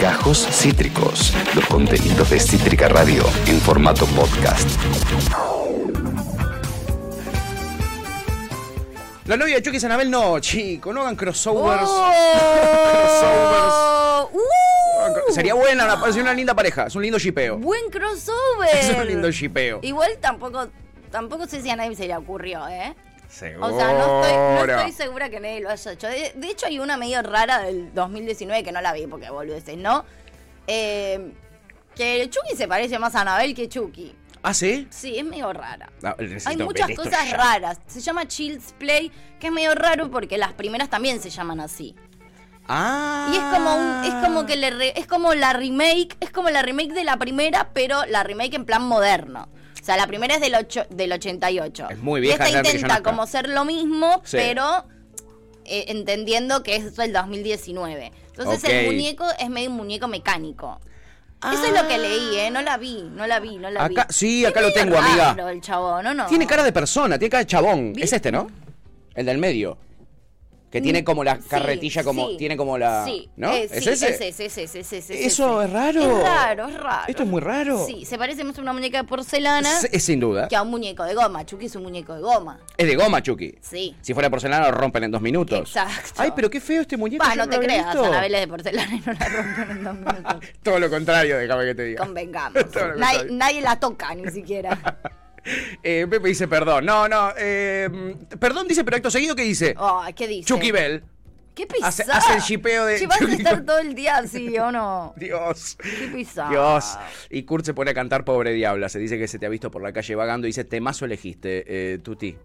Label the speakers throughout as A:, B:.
A: Gajos Cítricos, los contenidos de Cítrica Radio en formato podcast.
B: La novia de Chucky es Anabel, no, chico, no hagan crossovers.
C: ¡Oh! ¡Uh!
B: Sería buena, una, sería una linda pareja, es un lindo shipeo.
C: Buen crossover.
B: Es un lindo shipeo.
C: Igual tampoco, tampoco sé si a nadie se le ocurrió, ¿eh?
B: Seguro.
C: O sea, no estoy, no estoy segura que nadie lo haya hecho. De, de hecho, hay una medio rara del 2019 que no la vi porque boludeces, ¿no? Eh, que Chucky se parece más a Anabel que Chucky.
B: ¿Ah, sí? Ah,
C: Sí, es medio rara.
B: No, necesito
C: Hay
B: ver
C: muchas
B: esto
C: cosas
B: ya.
C: raras. Se llama Child's Play, que es medio raro porque las primeras también se llaman así.
B: Ah.
C: Y es como un- es como que le re- es como la remake, es como la remake de la primera, pero la remake en plan moderno. O sea, la primera es del ocho- del 88.
B: Es muy
C: Y
B: vieja,
C: esta
B: Jeremy, que yo no
C: intenta
B: estaba.
C: como ser lo mismo,
B: Sí.
C: pero eh, entendiendo que es el 2019. Entonces
B: Ok.
C: el muñeco es medio un muñeco mecánico. Eso es lo que leí, ¿eh? No la vi, no la vi, no la vi.
B: Acá- sí,
C: Es
B: acá lo
C: medio
B: tengo, amiga.
C: raro el chabón, ¿o no?
B: Tiene cara de persona, tiene cara de chabón. Es
C: ¿Viste? Mm.
B: este, ¿no? El del medio. Que tiene como la
C: Sí,
B: carretilla, como.
C: sí.
B: Tiene como la.
C: Sí,
B: ¿No?
C: eh,
B: ¿Es
C: sí,
B: ese?
C: ese, ese, ese, ese, ese,
B: Eso
C: ese.
B: es raro.
C: Es raro, es raro.
B: Esto es muy raro.
C: Sí, se parece más a una muñeca de porcelana
B: Es, es sin duda.
C: que a un muñeco de goma. Chucky es un muñeco de goma.
B: Es de goma, Chucky.
C: Sí.
B: Si fuera porcelana lo rompen en dos minutos.
C: Exacto.
B: Ay, pero qué feo este muñeco.
C: Va,
B: yo
C: no te
B: lo había
C: creas,
B: visto.
C: Anabel es de porcelana y no la rompen en dos minutos.
B: Todo lo contrario, déjame que te diga.
C: Convengamos.
B: Todo lo
C: Nadie,
B: contrario.
C: nadie la toca ni siquiera.
B: Eh, Pepe dice perdón. No, no. eh, perdón dice, pero acto seguido, ¿qué dice?
C: Ay, ¿qué Oh, dice?
B: Chucky Bell.
C: Qué pisada.
B: Hace- hace el shipeo de
C: Che, vas
B: Chucky
C: a estar
B: con-
C: todo el día así, ¿o no?
B: Dios.
C: Qué pisada.
B: Dios. Y Kurt se pone a cantar Pobre Diabla. Se dice que se te ha visto por la calle vagando y dice, temazo elegiste, eh, Tuti.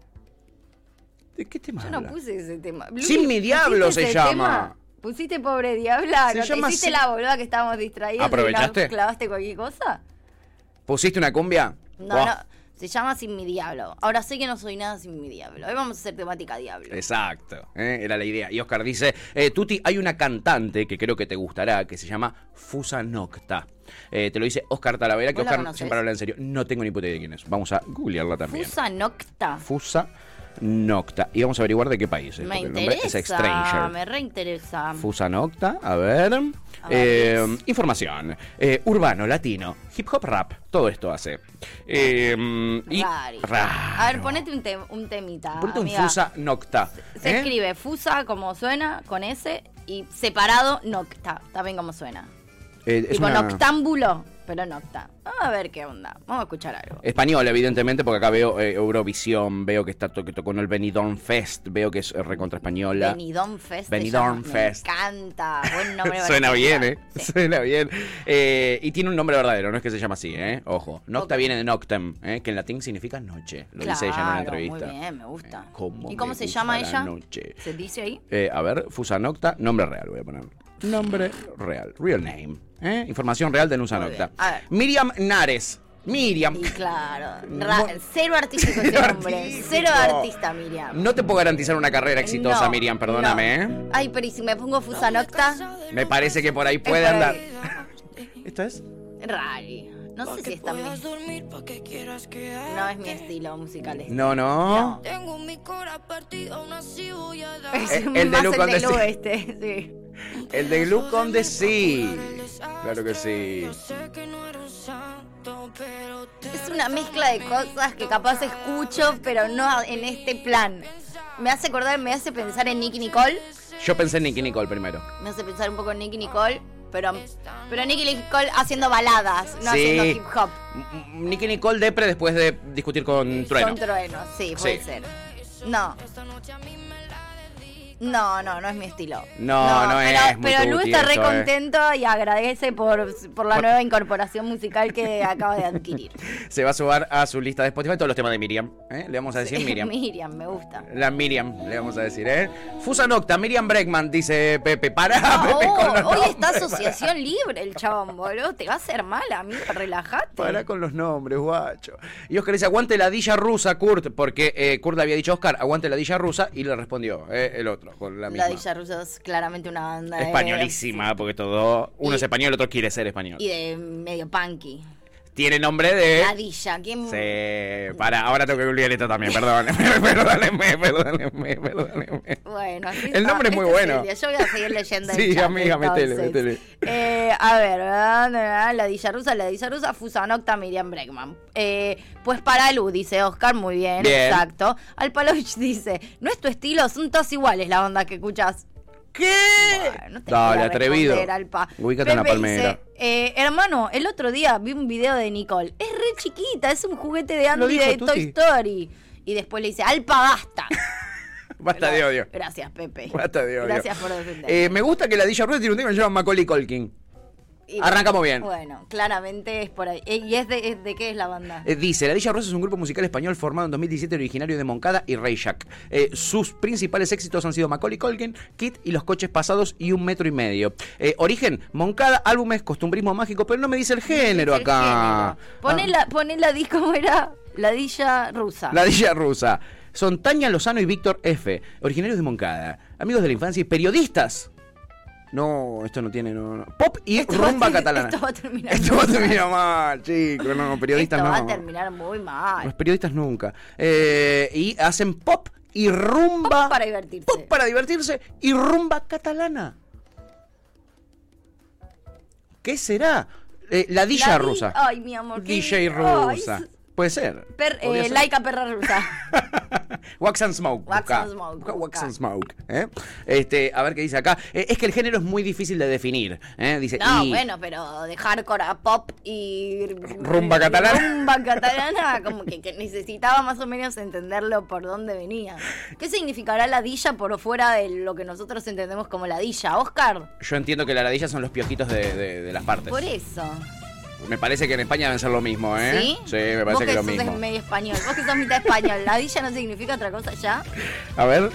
B: ¿De qué tema
C: Yo no
B: habla?
C: puse ese tema. Blumi,
B: Sin mi diablo
C: ¿pusiste
B: se
C: ese
B: llama.
C: tema? ¿Pusiste pobre diabla?
B: Se
C: ¿No te
B: llama
C: hiciste
B: así.
C: la boluda que estábamos distraídos? y
B: ¿Aprovechaste?
C: no ¿Clavaste cualquier cosa?
B: ¿Pusiste una cumbia?
C: No,
B: Buah.
C: no. Se llama Sin mi diablo. Ahora sé que no soy nada sin mi diablo. Hoy vamos a hacer temática diablo.
B: Exacto, ¿eh? era la idea. Y Oscar dice, eh, Tuti, hay una cantante que creo que te gustará, que se llama Fusa Nocta. Eh, te lo dice Oscar Talavera, que
C: ¿Vos la
B: Oscar
C: conocés?
B: siempre habla en serio. No tengo ni puta idea de quién es. Vamos a googlearla también.
C: Fusa Nocta.
B: Fusa Nocta. Y vamos a averiguar de qué país es.
C: Me
B: porque el nombre
C: interesa.
B: es Stranger.
C: Me reinteresa.
B: Fusa Nocta, a ver.
C: A ver,
B: Eh, información. Eh, urbano, latino, hip hop rap. Todo esto hace. Eh, y
C: Rari.
B: raro.
C: A ver, ponete un, tem- un temita.
B: Ponete un
C: amiga.
B: Fusa Nocta.
C: Se
B: ¿eh?
C: escribe Fusa como suena, con S, y separado Nocta, también como suena.
B: Eh, es
C: tipo
B: una-
C: noctámbulo, pero nocta. Vamos a ver qué onda. Vamos a escuchar algo.
B: Español, evidentemente, porque acá veo eh, Eurovisión, veo que está to- que tocó en el Benidorm Fest, veo que es eh, recontra española.
C: Benidorm Fest.
B: Benidorm
C: se llama.
B: Fest.
C: Me encanta. Buen nombre. para
B: Suena
C: una
B: bien, ¿eh?
C: ciudad. Sí.
B: Suena bien. Eh, y tiene un nombre verdadero, no es que se llama así, ¿eh? Ojo. Nocta
C: Ok.
B: viene de noctem, ¿eh? que en latín significa noche. Lo dice ella en una
C: Claro,
B: entrevista.
C: Muy bien, me gusta.
B: Eh, ¿Cómo
C: ¿Y cómo
B: me
C: se
B: gusta
C: llama
B: la
C: ella?
B: noche.
C: ¿Se dice ahí?
B: Eh, a ver, Fusa Nocta, nombre real voy a poner. Nombre real, real name. ¿eh? Información real de Nusa
C: Muy
B: Nocta.
C: bien, a ver.
B: Miriam Nares. Miriam.
C: Y claro, ra-
B: Mo-
C: cero artístico ese
B: Cero
C: nombre.
B: artístico.
C: Cero artista, Miriam.
B: No te puedo garantizar una carrera exitosa,
C: No,
B: Miriam, perdóname,
C: no.
B: ¿eh?
C: Ay, pero ¿y si me pongo Fusa Nocta?
B: Me parece que por ahí puede
C: por
B: andar.
C: ahí.
B: ¿Esto es?
C: Rari. No sé si
D: que
C: es tan
D: puedas
C: mi-
D: dormir, pa' que quieras quedarte.
C: No es mi estilo musical. este.
B: No, no.
D: Tengo mi cora partido, aún así voy a dar.
C: Es
B: Eh, el
C: más
B: de
C: el de
B: Lu con
C: Lu
B: Desi.
C: este, sí.
B: El de Glucon de sí. Claro que
D: desastre.
B: sí.
D: Yo sé que no eres un santo, pero te
C: Es una mezcla de cosas que capaz escucho, pero no en este plan. Me hace acordar, me hace pensar en Nicky Nicole.
B: Yo pensé en Nicky Nicole primero.
C: Me hace pensar un poco en Nicky Nicole, pero, pero Nicky Nicole haciendo baladas, no haciendo hip hop.
B: M- m- Nicky Nicole depre después de discutir con Trueno.
C: Son truenos, sí, puede
B: Sí.
C: ser. No. No, no, no es mi estilo.
B: No, no
C: pero,
B: es muy
C: Pero Lu
B: tuti
C: está re
B: eso, eh.
C: contento y agradece por, por la
B: Por-
C: nueva incorporación musical que acaba de adquirir.
B: Se va a sumar a su lista de Spotify todos los temas de Miriam. ¿eh? Le vamos a decir Miriam.
C: Miriam, me gusta.
B: La Miriam, le vamos a decir, ¿eh? Fusa Nocta, Miriam Bregman, dice Pepe. Pará,
C: Ah,
B: Pepe,
C: oh,
B: con los
C: hoy está
B: nombres,
C: asociación libre el chabón, boludo. Te va a hacer mal, amigo. Relajate.
B: Pará con los nombres, guacho. Y Oscar dice, aguante la dilla rusa, Kurt, porque eh, Kurt le había dicho, Oscar, aguante la dilla rusa, y le respondió eh, el otro, con la misma.
C: La Villa Rusa es claramente una banda. de-
B: Españolísima, porque todo, uno
C: Y-
B: es español, el otro quiere ser español.
C: y de medio punky.
B: tiene nombre de.
C: Ladilla, ¿quién?
B: Sí, para, ahora tengo que googlear esto también, perdón. perdónenme, perdónenme, perdónenme.
C: Bueno, así
B: El
C: está.
B: nombre es muy
C: Esto
B: bueno.
C: Este Silvia. Yo voy a seguir leyendo. el
B: Sí,
C: chat,
B: amiga, metele,
C: entonces.
B: metele.
C: Eh, a ver, ah, ah, la Dilla Rusa, la Dilla Rusa, Fusanocta, Miriam Bregman. Eh, pues para Lu, dice Oscar, muy bien,
B: Bien.
C: exacto. Alpalovich dice, no es tu estilo, son todos iguales la onda que escuchas.
B: ¿Qué?
C: Bueno, te
B: Dale,
C: voy a
B: atrevido.
C: responder, Alpa.
B: Ubícate en la
C: Pepe
B: palmera.
C: dice, eh, hermano, el otro día vi un video de Nicole. Es re chiquita, es un juguete de
B: Lo
C: Andy
B: dijo
C: de
B: Tuti.
C: Toy Story. Y después le dice, Alpa, basta.
B: Basta de odio.
C: Gracias, Pepe.
B: Basta de odio.
C: Gracias por defender.
B: Eh, me gusta que la Dilla Rueda tiene un tema que se llama Macaulay Colkin. arrancamos bien.
C: Bueno, claramente es por ahí. Eh, ¿Y es de, es de qué es la banda?
B: Eh, Dice, La Dilla Rosa es un grupo musical español formado en 2017 originario de Moncada y Reykjavik. Eh, sus principales éxitos han sido Macaulay Colkin, Kit y Los Coches Pasados y Un Metro y Medio. Eh, origen, Moncada, álbumes, costumbrismo mágico, pero no me dice el género
C: Es el
B: acá.
C: género. Poné, la, poné la di- ¿cómo era? La dilla rusa.
B: Ah, La Dilla Rusa. Son Tania Lozano y Víctor F., originarios de Moncada, amigos de la infancia y periodistas. No, esto no tiene. no, no. Pop y
C: Esto va a
B: rumba
C: ter-
B: catalana.
C: esto va a terminar
B: Esto va a
C: mal.
B: terminar mal, chicos. No, periodistas
C: Esto
B: no.
C: va a terminar muy mal.
B: Los periodistas nunca. Eh, y hacen pop y rumba.
C: Pop para divertirse.
B: Pop para divertirse y rumba catalana. ¿Qué será? Eh, la Dilla
C: La di-
B: rusa.
C: Ay, mi amor, qué-
B: DJ
C: Ay,
B: rusa.
C: es-
B: Puede ser.
C: Per,
B: Podría
C: eh,
B: ser.
C: laica perra rusa.
B: Wax and Smoke.
C: Wax
B: buscá.
C: and Smoke,
B: Buscá Wax
C: buscá.
B: and Smoke. ¿eh? Este, a ver qué dice acá. Eh, es que el género es muy difícil de definir. ¿eh? Dice,
C: No,
B: y-
C: bueno, pero de hardcore a pop y
B: Rumba catalana.
C: rumba catalana, como que, que necesitaba más o menos entenderlo por dónde venía. ¿Qué significará la dilla por fuera de lo que nosotros entendemos como la dilla, Oscar?
B: Yo entiendo que la ladilla son los piojitos de, de- de las partes.
C: Por eso.
B: Me parece que en España deben ser lo mismo, ¿eh?
C: ¿Sí?
B: me
C: Vos
B: parece que es lo
C: sos
B: mismo.
C: medio español, vos que sos mitad español, la dilla no significa otra cosa ya.
B: A ver.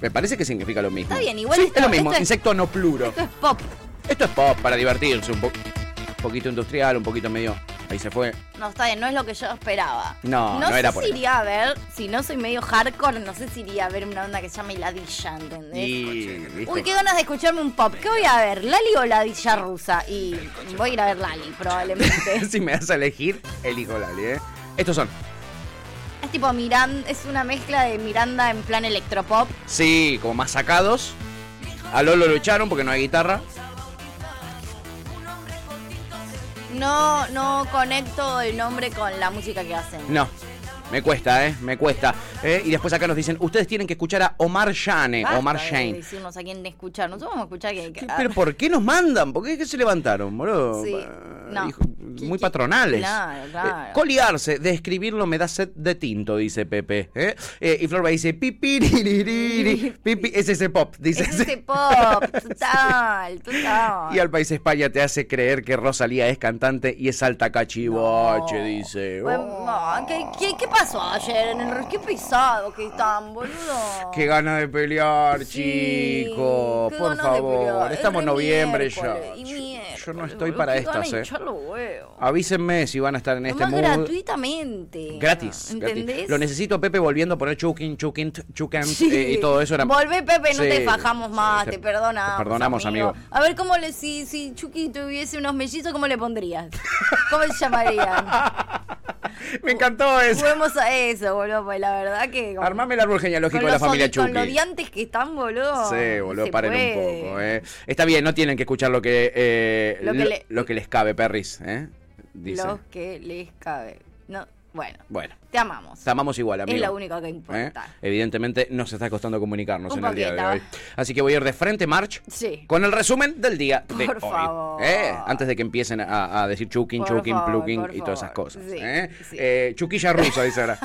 B: Me parece que significa lo mismo.
C: Está bien, igual
B: Sí,
C: esto-
B: es lo mismo,
C: esto es-
B: insecto no pluro.
C: Esto es pop.
B: Esto es pop para divertirse, un, po- un poquito industrial, un poquito medio. Ahí se fue.
C: No, está bien, no es lo que yo esperaba.
B: No, no
C: sé
B: era
C: si
B: por ahí.
C: iría a ver, si no soy medio hardcore, no sé si iría a ver una onda que se llama Ladilla, ¿entendés?
B: Y- ¿viste?
C: Uy, qué ganas de escucharme un pop. ¿Qué voy a ver? ¿Lali o Ladilla rusa? Y voy a ir a ver Lali, probablemente.
B: si me das a elegir, elijo Lali, ¿eh? Estos son.
C: es tipo Miranda, es una mezcla de Miranda en plan electropop.
B: Sí, como más sacados. A Lolo lo echaron porque no hay guitarra.
C: No, no conecto el nombre con la música que hacen.
B: No. Me cuesta, ¿eh? Me cuesta. Eh, Y después acá nos dicen, ustedes tienen que escuchar a Omar Shane,
C: Basta
B: Eh, Omar
C: de
B: Shane.
C: Decirnos a quién escuchar. Nosotros vamos a escuchar que.
B: ¿Qué-
C: ah,
B: ¿Pero por qué nos mandan? ¿Por qué, qué se levantaron, boludo?
C: Sí,
B: Ah,
C: no.
B: hijo-
C: ¿Qué-
B: muy
C: qué-
B: patronales.
C: claro, claro.
B: Eh, coliarse, de escribirlo me da sed de tinto, dice Pepe. ¿eh? Eh, y Florba dice, pipi, riririri, pipi, es ese pop, dice.
C: es ese pop, total, total.
B: Y al país España te hace creer que Rosalía es cantante y es alta cachivache, dice.
C: Bueno,
B: Oh,
C: no, ¿qué, qué, qué pasó ayer en el Qué pesado que están, boludo.
B: Qué ganas de pelear,
C: Sí,
B: chicos.
C: qué
B: Por
C: ganas de
B: favor.
C: pelear. Es
B: Estamos en
C: re
B: noviembre ya.
C: miércoles, y
B: Yo-
C: miércoles,
B: Yo no estoy
C: boludo,
B: para
C: qué ganas
B: estas,
C: de
B: eh.
C: hinchar los huevos.
B: Avísenme si van a estar en este
C: Nomás
B: mood.
C: gratuitamente.
B: Gratis,
C: Ah. ¿Entendés?
B: gratis. Lo necesito a Pepe volviendo a poner chukin, chukin, t- chucan eh, y todo eso. Era...
C: Volvé, Pepe, no
B: Sí,
C: te fajamos
B: sí,
C: más, te, perdonamos.
B: Te perdonamos, amigo.
C: A ver, cómo le, si, si Chucky tuviese unos mellizos, ¿cómo le pondrías? ¿Cómo se llamarían?
B: Me encantó eso.
C: Juguemos a eso, boludo, pues la verdad que. como-
B: Armame el árbol genealógico
C: con
B: de la
C: los
B: familia
C: odi- Con los
B: Chucky.
C: diantes que están, boludo.
B: Sí,
C: no
B: boludo,
C: se
B: paren un
C: puede.
B: poco. eh. Está bien, no tienen que escuchar lo que, eh, lo,
C: Lo que
B: lo que
C: le-
B: les cabe, perris. ¿eh? Dice.
C: Los que les cabe. No, bueno,
B: Bueno,
C: te amamos.
B: te amamos igual, amigo.
C: es lo único que
B: ¿Eh?
C: importa.
B: Evidentemente nos está costando comunicarnos
C: Un
B: en el día de
C: poquito.
B: hoy. Así que voy a ir de frente, March.
C: Sí.
B: Con el resumen del día de
C: Por
B: hoy.
C: favor.
B: ¿eh? Antes de que empiecen a, a decir chukin,
C: Por
B: chukin,
C: favor,
B: plukin
C: por
B: y todas esas
C: favor.
B: cosas.
C: Sí,
B: ¿eh?
C: sí.
B: Eh, chuquilla rusa, dice ahora.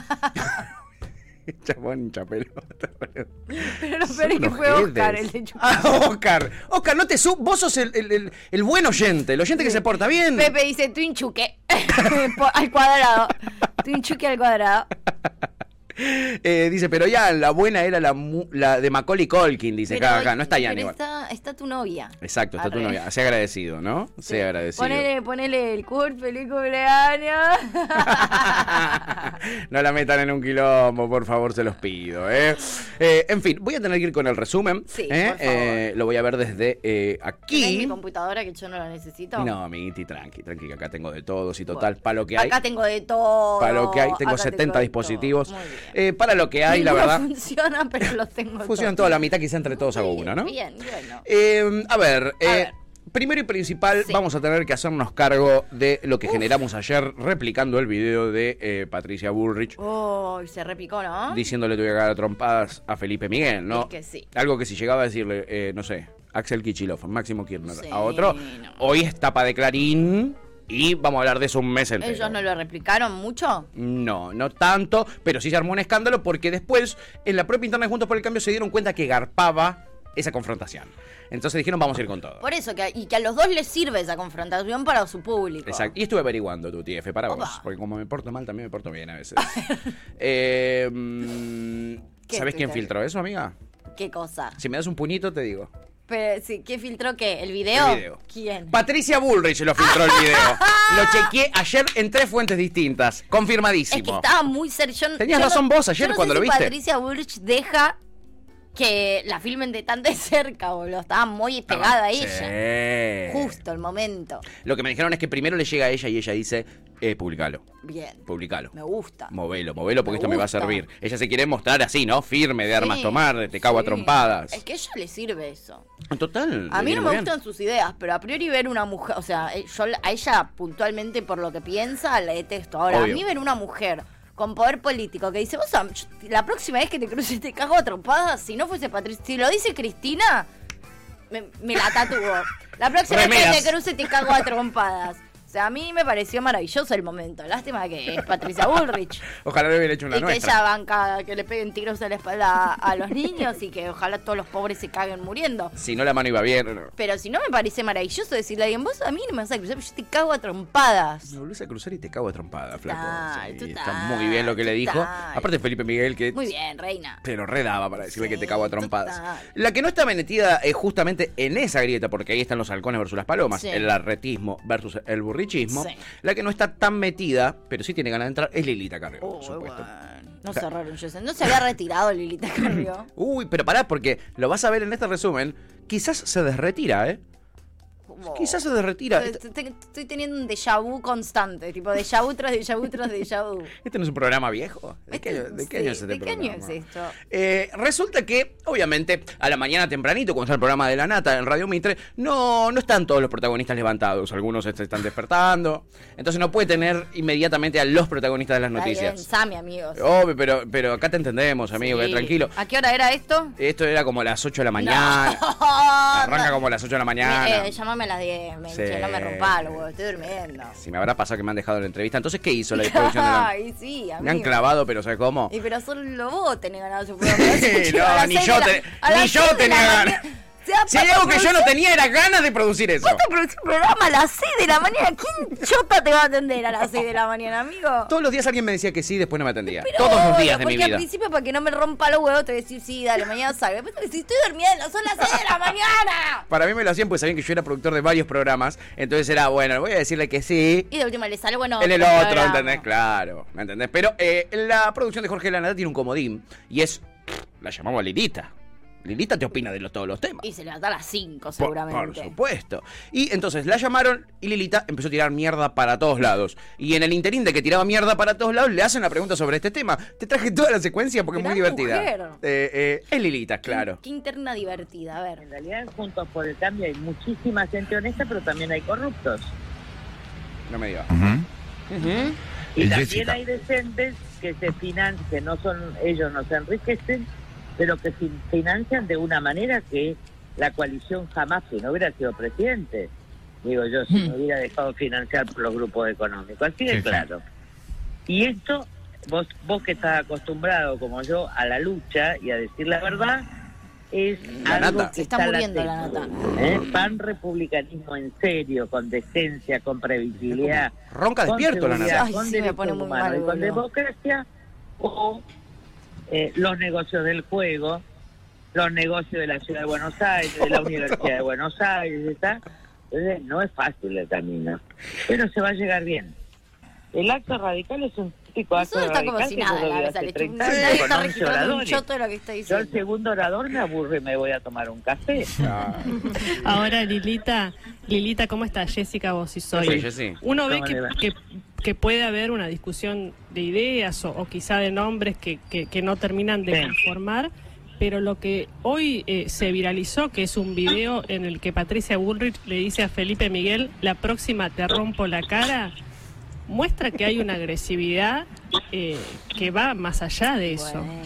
B: Chabón, chapelota.
C: Pero lo peor es
B: Son
C: que
B: unos
C: fue Oscar
B: jedes.
C: el de Chucky.
B: Ah, Oscar. Oscar, no te sub. Vos sos el, el- el- el buen oyente, el oyente que se porta bien.
C: Pepe dice Twin Chuque. Por- al cuadrado. Twin Chuque al cuadrado.
B: Eh, dice, pero ya, la buena era la, mu- la de Macaulay Colkin, dice
C: Pero-
B: acá, acá. No está ya
C: pero
B: igual.
C: Está, está tu novia.
B: Exacto, está tu
C: Arre.
B: novia. Sé agradecido, ¿no? Sé agradecido.
C: Ponele, ponele el Kurt, feliz cumpleaños.
B: no la metan en un quilombo, por favor, se los pido. ¿eh? Eh, en fin, voy a tener que ir con el resumen.
C: Sí,
B: ¿eh?
C: por favor.
B: Eh, lo voy a ver desde eh,
C: ¿Tenés mi
B: aquí.
C: computadora que yo no la necesito?
B: No, amiguiti, tranqui, tranqui, que acá tengo de todos y total, para lo que hay.
C: Acá tengo de todo.
B: Para lo que hay, tengo
C: acá
B: 70
C: de
B: dispositivos.
C: todo. Muy bien.
B: Eh, para lo que hay, la
C: Ninguno
B: verdad.
C: funciona, pero los tengo
B: Funcionan
C: todos.
B: toda la mitad, quizá entre todos hago
C: Sí,
B: uno, ¿no?
C: Bien, bueno.
B: Eh, a ver, eh,
C: ver.
B: primero y principal,
C: Sí.
B: vamos a tener que hacernos cargo de lo que generamos ayer replicando el video de eh, Patricia Bullrich.
C: Oh, se repicó, ¿no?
B: Diciéndole te voy a cagar a trompadas a Felipe Miguel, ¿no?
C: Es que sí.
B: Algo que si llegaba a decirle, eh, no sé, Axel Kichilov, Máximo Kirchner,
C: Sí,
B: a otro,
C: no.
B: hoy es tapa de Clarín y vamos a hablar de eso un mes entero.
C: ¿Ellos no lo replicaron mucho?
B: No, no tanto, pero sí se armó un escándalo porque después en la propia interna de Juntos por el Cambio se dieron cuenta que garpaba esa confrontación. Entonces dijeron, vamos a ir con todo.
C: Por eso, que, y que a los dos les sirve esa confrontación para su público.
B: Exacto. Y estuve averiguando tu TF para
C: Ah. Opa.
B: vos, porque como me porto mal, también me porto bien a veces. Eh, mm,
C: ¿Qué
B: ¿Sabés quién
C: Twitter?
B: filtró eso, amiga?
C: ¿Qué cosa?
B: Si me das un puñito, te digo.
C: Pero, sí, ¿Qué filtró qué? ¿El video?
B: El video.
C: ¿Quién?
B: Patricia Bullrich lo filtró el video. Lo chequeé ayer en tres fuentes distintas.
C: es que
B: Confirmadísimo.
C: estaba muy cerca. yo no-
B: Tenías
C: yo no-
B: razón vos ayer
C: yo no sé
B: cuando lo
C: si
B: viste.
C: Patricia Bullrich deja que la filmen de tan de cerca, boludo. Estaba muy pegada a ella.
B: Sí.
C: Justo el momento.
B: Lo que me dijeron es que primero le llega a ella y ella dice, eh, publicalo,
C: Bien.
B: publicalo.
C: Me gusta.
B: Movelo, movelo, porque
C: Me
B: esto me va a
C: gusta.
B: servir. Ella se quiere mostrar así, ¿no? Firme, de armas
C: Sí,
B: tomar, de te cago a
C: sí.
B: trompadas.
C: Es que a ella le sirve eso.
B: Total.
C: A
B: le
C: mí no
B: viene
C: me
B: muy bien.
C: gustan sus ideas, pero a priori ver una mujer, o sea, eh, yo la- a ella puntualmente por lo que piensa la detesto. Ahora,
B: Obvio.
C: a mí ver una mujer con poder político que dice, vos am- yo- la próxima vez que te cruces te cago a trompadas, si no fuese Patricia, si lo dice Cristina, me, me la tatúo. La próxima vez
B: Remeras.
C: que te cruces te cago a trompadas. O sea, a mí me pareció maravilloso el momento. Lástima que es Patricia Bullrich.
B: Ojalá le hubiera hecho una
C: Y que
B: nuestra.
C: ella banca que le peguen tiros a la espalda a, a los niños y que ojalá todos los pobres se caguen muriendo.
B: Si no, la mano iba bien. No,
C: Pero si no me parece maravilloso decirle a alguien, vos a mí no me vas a cruzar, pero yo te cago a trompadas.
B: Me volvés a cruzar y te cago a trompada, flaco.
C: Total,
B: Sí, está
C: total,
B: muy bien lo que le dijo.
C: total.
B: Aparte, Felipe Miguel, que
C: Muy bien, reina.
B: Pero redaba para decirle
C: Sí,
B: que te cago a trompadas.
C: total.
B: La que no está metida es justamente en esa grieta, porque ahí están los halcones versus las palomas,
C: Sí.
B: el arretismo versus el burrichismo.
C: Sí.
B: La que no está tan metida, pero sí tiene ganas de entrar, es Lilita Carrió,
C: Oh,
B: por supuesto.
C: bueno. No cerraron yo sé. No se había retirado Lilita Carrió.
B: Uy, pero pará, porque lo vas a ver en este resumen. Quizás se desretira, ¿eh?
C: Como-
B: Quizás se desretira.
C: Te-
B: Este,
C: te- te- Estoy teniendo un déjà vu constante, tipo déjà vu tras déjà vu tras déjà vu.
B: este no es un programa viejo. ¿De qué,
C: Este-
B: año- de qué
C: sí,
B: año es este
C: ¿de qué año
B: programa?
C: es esto?
B: Eh, resulta que, obviamente, a la mañana tempranito, cuando está el programa de la nata en Radio Mitre, no, no están todos los protagonistas levantados. Algunos se están despertando. Entonces no puede tener inmediatamente a los protagonistas de las
C: Está bien,
B: noticias.
C: Sami, amigos.
B: Obvio, pero, pero acá te entendemos, amigo, que
C: Sí.
B: tranquilo.
C: ¿A qué hora era esto?
B: Esto era como las 8 de la mañana. Ah, Arranca Eh, como las 8 de la mañana.
C: Eh, llamame a las 10, me
B: Sí.
C: no me rompa el huevo, estoy durmiendo.
B: Si me habrá pasado que me han dejado en la entrevista. Entonces, ¿qué hizo la producción de la...
C: Ay, sí,
B: Me han
C: amigo.
B: clavado, pero ¿sabes cómo?
C: Y pero solo vos tenés ganado su programa.
B: Sí, no,
C: A las
B: ni
C: seis
B: yo
C: de la-
B: te-
C: a las
B: ni yo
C: seis de la
B: tenía
C: mañana.
B: ganas.
C: Se va
B: Si
C: a
B: hay algo que yo no
C: producir-
B: tenía era ganas de producir eso.
C: Vas a producir un programa a las 6 de la mañana. ¿Quién chota te va a atender a las 6 de la mañana, amigo?
B: Todos los días alguien me decía que sí, después no me atendía.
C: Pero
B: Todos los
C: obvio,
B: días de mi
C: porque
B: vida.
C: al principio, para que no me rompa los huevos, te voy a decir, sí, dale, mañana salgo. Después te voy a decir, estoy dormida, no son las 6 de la mañana.
B: Para mí me lo hacían porque sabían que yo era productor de varios programas. Entonces era, bueno, voy a decirle que sí.
C: Y de última le sale, bueno.
B: En el otro,
C: programa.
B: ¿entendés? Claro, ¿me entendés? Pero eh, la producción de Jorge Lanata tiene un comodín y es. La llamamos Lilita. Lilita te opina de lo- todos los temas.
C: Y se levanta a las 5,
B: Por-
C: seguramente.
B: Por, supuesto. Y entonces la llamaron y Lilita empezó a tirar mierda para todos lados. Y en el interín de que tiraba mierda para todos lados, le hacen la pregunta sobre este tema. Te traje toda la secuencia porque es muy
C: Gran
B: divertida.
C: mujer.
B: Eh, eh, es Lilita,
C: Qué-
B: claro.
C: Qué interna divertida, a ver.
E: En realidad, juntos por el cambio hay muchísima gente honesta, pero también hay corruptos.
B: No me digas.
E: Y
F: Es
E: también
F: Jessica.
E: hay decentes que se financian, que no son, ellos no se enriquecen, pero que se financian de una manera que la coalición jamás, si no hubiera sido presidente, digo yo, si me hubiera dejado financiar por los grupos económicos. Así
F: Hmm. Sí,
E: de
F: sí.
E: claro. Y esto, vos, vos que estás acostumbrado, como yo, a la lucha y a decir la verdad, es
B: La
E: algo
B: nata.
E: que
C: Se está muriendo la
E: latente.
C: nata.
E: ¿eh? Pan republicanismo en serio, con decencia, con previsibilidad,
B: Ronca
E: con
B: despierto la
E: seguridad,
B: nata.
C: Ay,
E: con
C: sí, me
E: derechos
C: pone muy
E: humanos
C: mal,
E: y con
C: boludo.
E: democracia, o eh, los negocios del juego, los negocios de la ciudad de Buenos Aires, de la Universidad de Buenos Aires, ¿está? Entonces no es fácil el camino, pero se va a llegar bien. El acto radical es un típico acto
C: Eso está
E: radical
C: como si
E: que yo
C: nada,
E: lo
C: la
E: vi
C: cabeza
E: hace
C: le
E: 30
C: chupa.
E: años
C: Nadie
E: con
C: está
E: 11
C: registrando un
E: oradores.
C: choto de lo que está
E: Yo el
C: diciendo.
E: segundo orador me aburro y me voy a tomar un café.
F: Ahora, Lilita, Lilita, ¿cómo está? Jessica, vos y soy.
B: Sí, Jessy.
F: Uno ve
E: ¿Cómo
F: que,
E: le va?
F: que, que puede haber una discusión de ideas o, o quizá de nombres que, que, que no terminan de
E: Sí.
F: conformar, pero lo que hoy eh, se viralizó, que es un video en el que Patricia Bullrich le dice a Felipe Miguel, la próxima te rompo la cara, muestra que hay una agresividad eh, que va más allá de eso.
C: Bueno.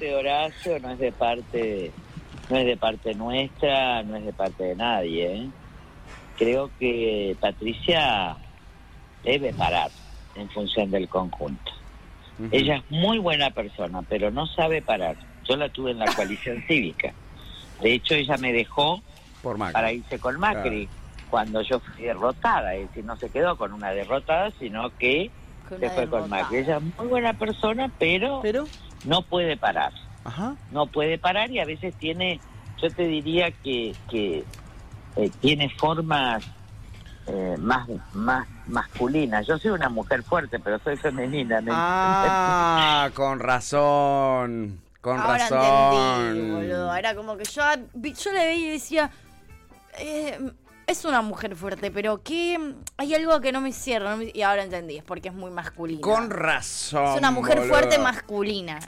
E: de Horacio este no es de parte no es de parte nuestra no es de parte de nadie ¿eh? creo que Patricia debe parar en función del conjunto ella es muy buena persona pero no sabe parar yo la tuve en la coalición cívica de hecho ella me dejó
B: Por Macri.
E: para irse con Macri cuando yo fui derrotada es decir no se quedó con una derrotada sino que
C: Con
E: se
C: una
E: fue con
C: derrota.
E: Macri ella es muy buena persona pero
B: Pero,
E: no puede parar
B: ajá.
E: no puede parar y a veces tiene, yo te diría que, que eh, tiene formas eh, más, más masculinas. Yo soy una mujer fuerte, pero soy femenina. ¿me
B: Ah, con razón. Con
C: Ahora
B: razón.
C: entendí, boludo. Era como que yo, vi- yo le veía y decía, eh, es una mujer fuerte, pero que hay algo que no me cierra. no me- Y ahora entendí, es porque es muy masculina.
B: Con razón.
C: es una mujer
B: boludo.
C: fuerte masculina.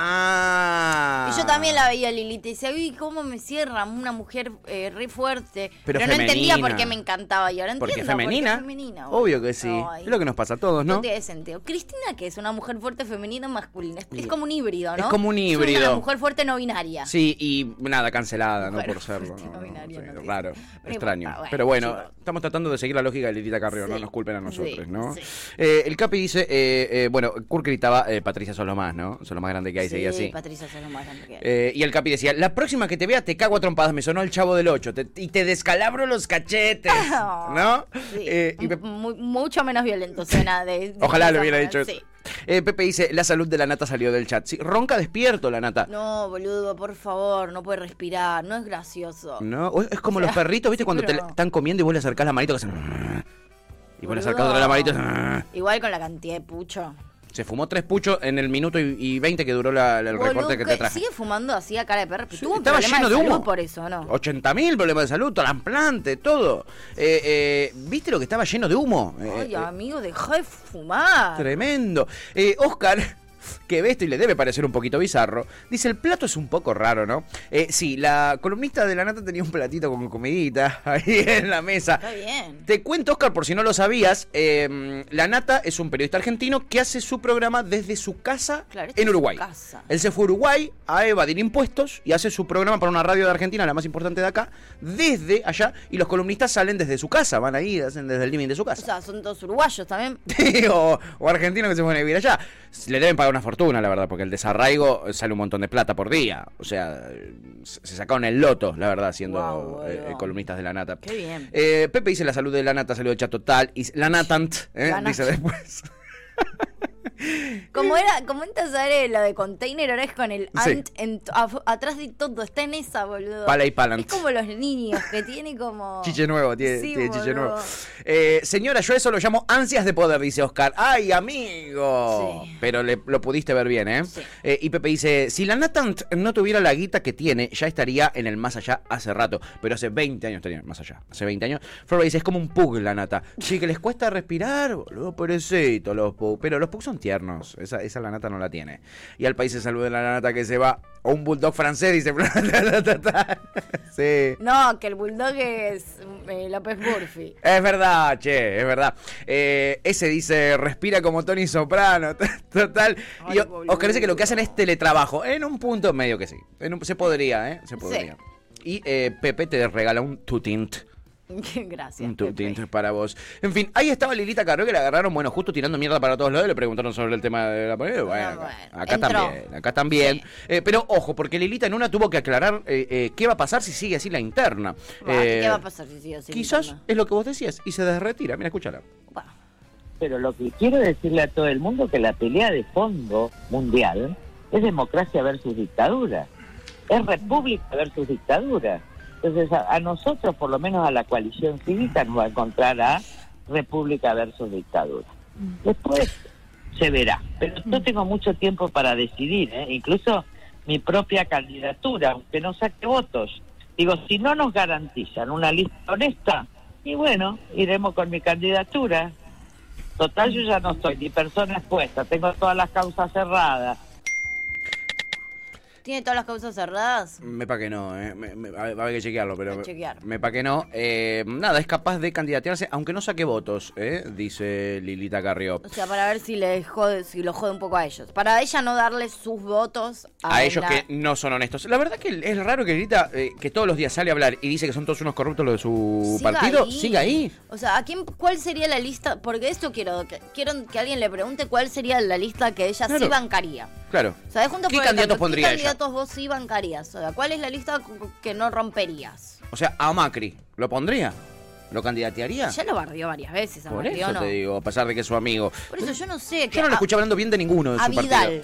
B: Ah.
C: Y yo también la veía a Lilita y decía, uy, cómo me cierra una mujer eh, re fuerte.
B: Pero
C: no entendía
B: femenina.
C: por qué me encantaba. Y ahora entiendo.
B: Porque es femenina.
C: Porque es femenina boludo.
B: Obvio que sí.
C: Ay,
B: Es lo que nos pasa a todos,
C: no
B: ¿no?
C: tiene sentido. Cristina, que es una mujer fuerte, femenina, masculina. Es, es como un híbrido,
B: Es
C: ¿no?
B: como un
C: Es
B: híbrido.
C: una mujer fuerte no binaria.
B: Sí, y nada, cancelada, ¿no?
C: Bueno,
B: Por serlo.
C: no,
B: ¿no?
C: no, binario,
B: Sí,
C: no tiene-
B: raro,
C: Pero
B: extraño.
C: importa, bueno,
B: Pero bueno,
C: chicos.
B: estamos tratando de seguir la lógica de Lilita Carrió, no
C: Sí,
B: nos culpen a nosotros,
C: sí,
B: ¿no?
C: sí.
B: Eh, el Capi dice, eh, eh, bueno, Kurt gritaba, eh, Patricia son lo más, ¿no? Son lo más grande que hay, seguía así.
C: Patricia sos lo más grande que hay.
B: Eh, y el Capi decía, la próxima que te vea te cago a trompadas, me sonó el chavo del 8 y te descalabro los cachetes, ¿no?
C: Oh, Sí,
B: Eh, y me-
C: mu- mu- mucho menos violento suena de, de
B: Ojalá lo
C: esa
B: hubiera
C: manera,
B: dicho
C: sí.
B: eso. Eh, Pepe dice, la salud de la nata salió del chat. Sí, ronca despierto la nata.
C: No, boludo, por favor, no puede respirar, no es gracioso.
B: No, o- es como
C: O sea,
B: los perritos, ¿viste? Cuando te
C: pero-
B: la- están comiendo y vos le acercás la manito que hacen... Y vos le acercás
C: Boludo.
B: otra la manito... hacen-
C: Igual con la cantidad de pucho.
B: Se fumó tres puchos en el minuto y, y 20 que duró la- la- el
C: Boludo,
B: reporte que te traje.
C: Sigue fumando así a cara de perro.
B: Sí,
C: Tuvo un
B: estaba
C: problema
B: lleno de
C: salud
B: humo.
C: por eso, ¿no?
B: 80.000 problemas de salud, trasplante, todo. Eh, eh, ¿Viste lo que estaba lleno de humo? Eh,
C: Ay,
B: eh,
C: amigo, dejá de fumar.
B: Tremendo. Eh, Oscar, que ve esto y le debe parecer un poquito bizarro, dice, el plato es un poco raro, ¿no? Eh, sí, la columnista de la nata tenía un platito con comidita ahí en la mesa.
C: Está bien.
B: Te cuento, Oscar, por si no lo sabías, eh, La Nata es un periodista argentino que hace su programa desde su casa
C: Claro, esta es
B: en
C: su
B: Uruguay.
C: casa.
B: Él se fue a Uruguay a evadir impuestos y hace su programa para una radio de Argentina, la más importante de acá, desde allá. Y los columnistas salen desde su casa, van ahí, hacen desde el living de su
C: O
B: casa.
C: sea, son todos uruguayos también.
B: o, o argentinos que se pueden vivir allá. Le deben pagar una fortuna, la verdad, porque el desarraigo sale un montón de plata por día. O sea, eh, se se sacaron el loto, la verdad, siendo
C: Guau,
B: eh,
C: boludo.
B: eh, columnistas de la nata.
C: Qué bien.
B: Eh, Pepe dice la salud de la nata, salió del chat total. Y la natant, eh,
C: La nata.
B: dice después.
C: Como era, como en Tazaré, la de container, ahora es con el
B: Sí.
C: ant en to- af- atrás de todo, está en esa, boludo.
B: Pala y palant.
C: Es como los niños que tiene como.
B: Chiche nuevo, tiene,
C: Sí,
B: tiene chiche
C: boludo.
B: nuevo. Eh, señora, yo eso lo llamo ansias de poder, dice Oscar. ¡Ay, amigo!
C: Sí.
B: Pero le- lo pudiste ver bien, ¿eh? Eh, Y Pepe dice: Si la Natant no tuviera la guita que tiene, ya estaría en el más allá hace rato. Pero hace 20 años estaría en el más allá. Hace 20 años. Flor dice: Es como un pug la nata. Sí, que les cuesta respirar, boludo, pobrecito los pug. Pero los pug son tiernos. Esa, esa la nata no la tiene. Y al país se saluda la nata que se va. O un bulldog francés, dice Flor. sí.
C: No, que el bulldog es eh, López Murphy.
B: Es verdad, che, es verdad. Eh, ese dice, respira como Tony Soprano, total.
C: Ay,
B: Y o-
C: boludo.
B: Oscar dice que lo que hacen es teletrabajo. En un punto medio que sí. En un- se podría, ¿eh? Se podría. Y eh, Pepe te regala un tutint.
C: Gracias.
B: Un tutint
C: Pepe.
B: para vos. En fin, ahí estaba Lilita Carrió que la agarraron, bueno, justo tirando mierda para todos lados y le preguntaron sobre el tema de la política. Bueno,
C: Ah,
B: acá,
C: bueno.
B: acá
C: Entró.
B: también, acá también. Eh, pero ojo, porque Lilita en una tuvo que aclarar eh, eh, qué va a pasar si sigue así la interna.
C: Bah, ¿y
B: Eh,
C: ¿Qué va a pasar si sigo así?
B: Quizás
C: Nintendo?
B: es lo que vos decías y se desretira. Mira, escúchala.
C: Bah.
E: Pero lo que quiero decirle a todo el mundo que la pelea de fondo mundial Es democracia versus dictadura. Es república versus dictadura. Entonces, a, a nosotros, por lo menos a la coalición cívica, nos va a encontrar a república versus dictadura. Después se verá. Pero no tengo mucho tiempo para decidir, ¿eh? incluso mi propia candidatura, aunque no saque votos. Digo, si no nos garantizan una lista honesta, y bueno, iremos con mi candidatura. Total, yo ya no estoy ni persona expuesta, tengo todas las causas cerradas.
C: ¿Tiene todas las causas cerradas?
B: Me pa' que no, eh. Me- me- a ver- va a haber que chequearlo, pero.
C: Hay que chequear.
B: Me pa' que no. Eh, nada, es capaz de candidatearse, aunque no saque votos, eh, dice Lilita Carrió.
C: O sea, para ver si le jode, si lo jode un poco a ellos. Para ella no darle sus votos a,
B: A ellos
C: la-
B: que no son honestos. La verdad que es raro que Lilita, eh, que todos los días sale a hablar y dice que son todos unos corruptos los de su
C: Siga
B: partido,
C: ahí.
B: siga ahí.
C: O sea, ¿a quién, ¿cuál sería la lista? Porque esto quiero que, quiero que alguien le pregunte cuál sería la lista que ella sí
B: Claro.
C: bancaría.
B: Claro.
C: O sea, de Juntos
B: ¿Qué
C: por el
B: candidatos
C: Cambio,
B: pondría
C: ¿Qué
B: ella?
C: candidatos vos sí bancarías? O sea, ¿cuál es la lista cu- que no romperías?
B: O sea, a Macri, ¿lo pondría? ¿Lo candidatearía?
C: Ya lo barrió varias veces, a
B: Por
C: Macri, ¿o
B: eso
C: no?
B: te digo, a pesar de que es su amigo.
C: Por eso yo no sé.
B: Yo no
C: a-
B: lo escuchaba hablando bien de ninguno de
C: A
B: su partido.
C: Vidal.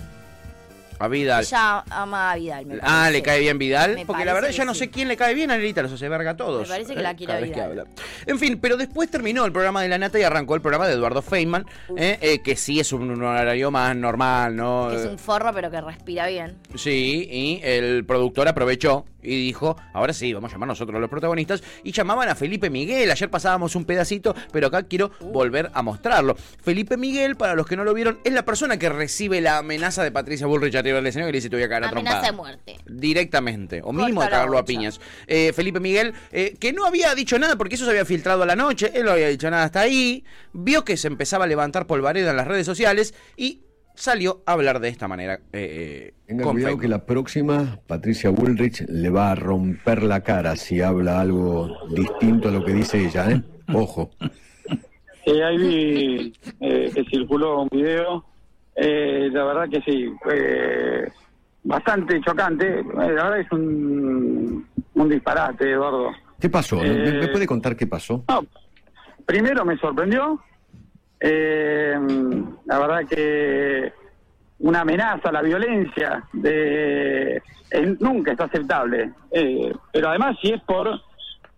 B: A Vidal.
C: Ella ama a Vidal, me
B: Ah,
C: parece.
B: le cae bien Vidal.
C: Me
B: porque la
C: parece
B: verdad
C: que
B: ya no
C: sí.
B: sé quién le cae bien a Lilita, los hace verga a todos.
C: Me parece que la quiere
B: Cada vez que
C: Vidal.
B: habla. En fin, pero después terminó el programa de la nata y arrancó el programa de Eduardo Feynman, eh, eh, que sí es un horario más normal, ¿no? Eh,
C: Que es un forro, pero que respira bien.
B: Sí, y el productor aprovechó y dijo, ahora sí, vamos a llamar nosotros a los protagonistas. Y llamaban a Felipe Miguel, ayer pasábamos un pedacito, pero acá quiero
C: Uh.
B: volver a mostrarlo. Felipe Miguel, para los que no lo vieron, es la persona que recibe la amenaza de Patricia Bullrich arriba del escenario que le dice, te voy a cagar a
C: Amenaza
B: trompada".
C: de muerte.
B: Directamente, o mínimo de
C: Corta la
B: cagarlo a
C: bocha.
B: piñas. Eh, Felipe Miguel, eh, que no había dicho nada porque eso se había filtrado a la noche, él no había dicho nada hasta ahí, vio que se empezaba a levantar polvareda en las redes sociales y salió a hablar de esta manera. eh, eh,
G: Tenga
B: con
G: cuidado
B: Facebook.
G: que la próxima, Patricia Bullrich, le va a romper la cara si habla algo distinto a lo que dice ella, ¿eh? Ojo.
H: Eh, ahí vi eh, que circuló un video. Eh, la verdad que sí, eh, bastante chocante. Eh, la verdad es un, un disparate, Eduardo.
G: ¿Qué pasó? ¿Me- ¿Me, me
H: Eh,
G: puede contar qué pasó?
H: No, primero me sorprendió. eh, la verdad que una amenaza a la violencia de, eh, nunca es aceptable. Eh, pero además, si es por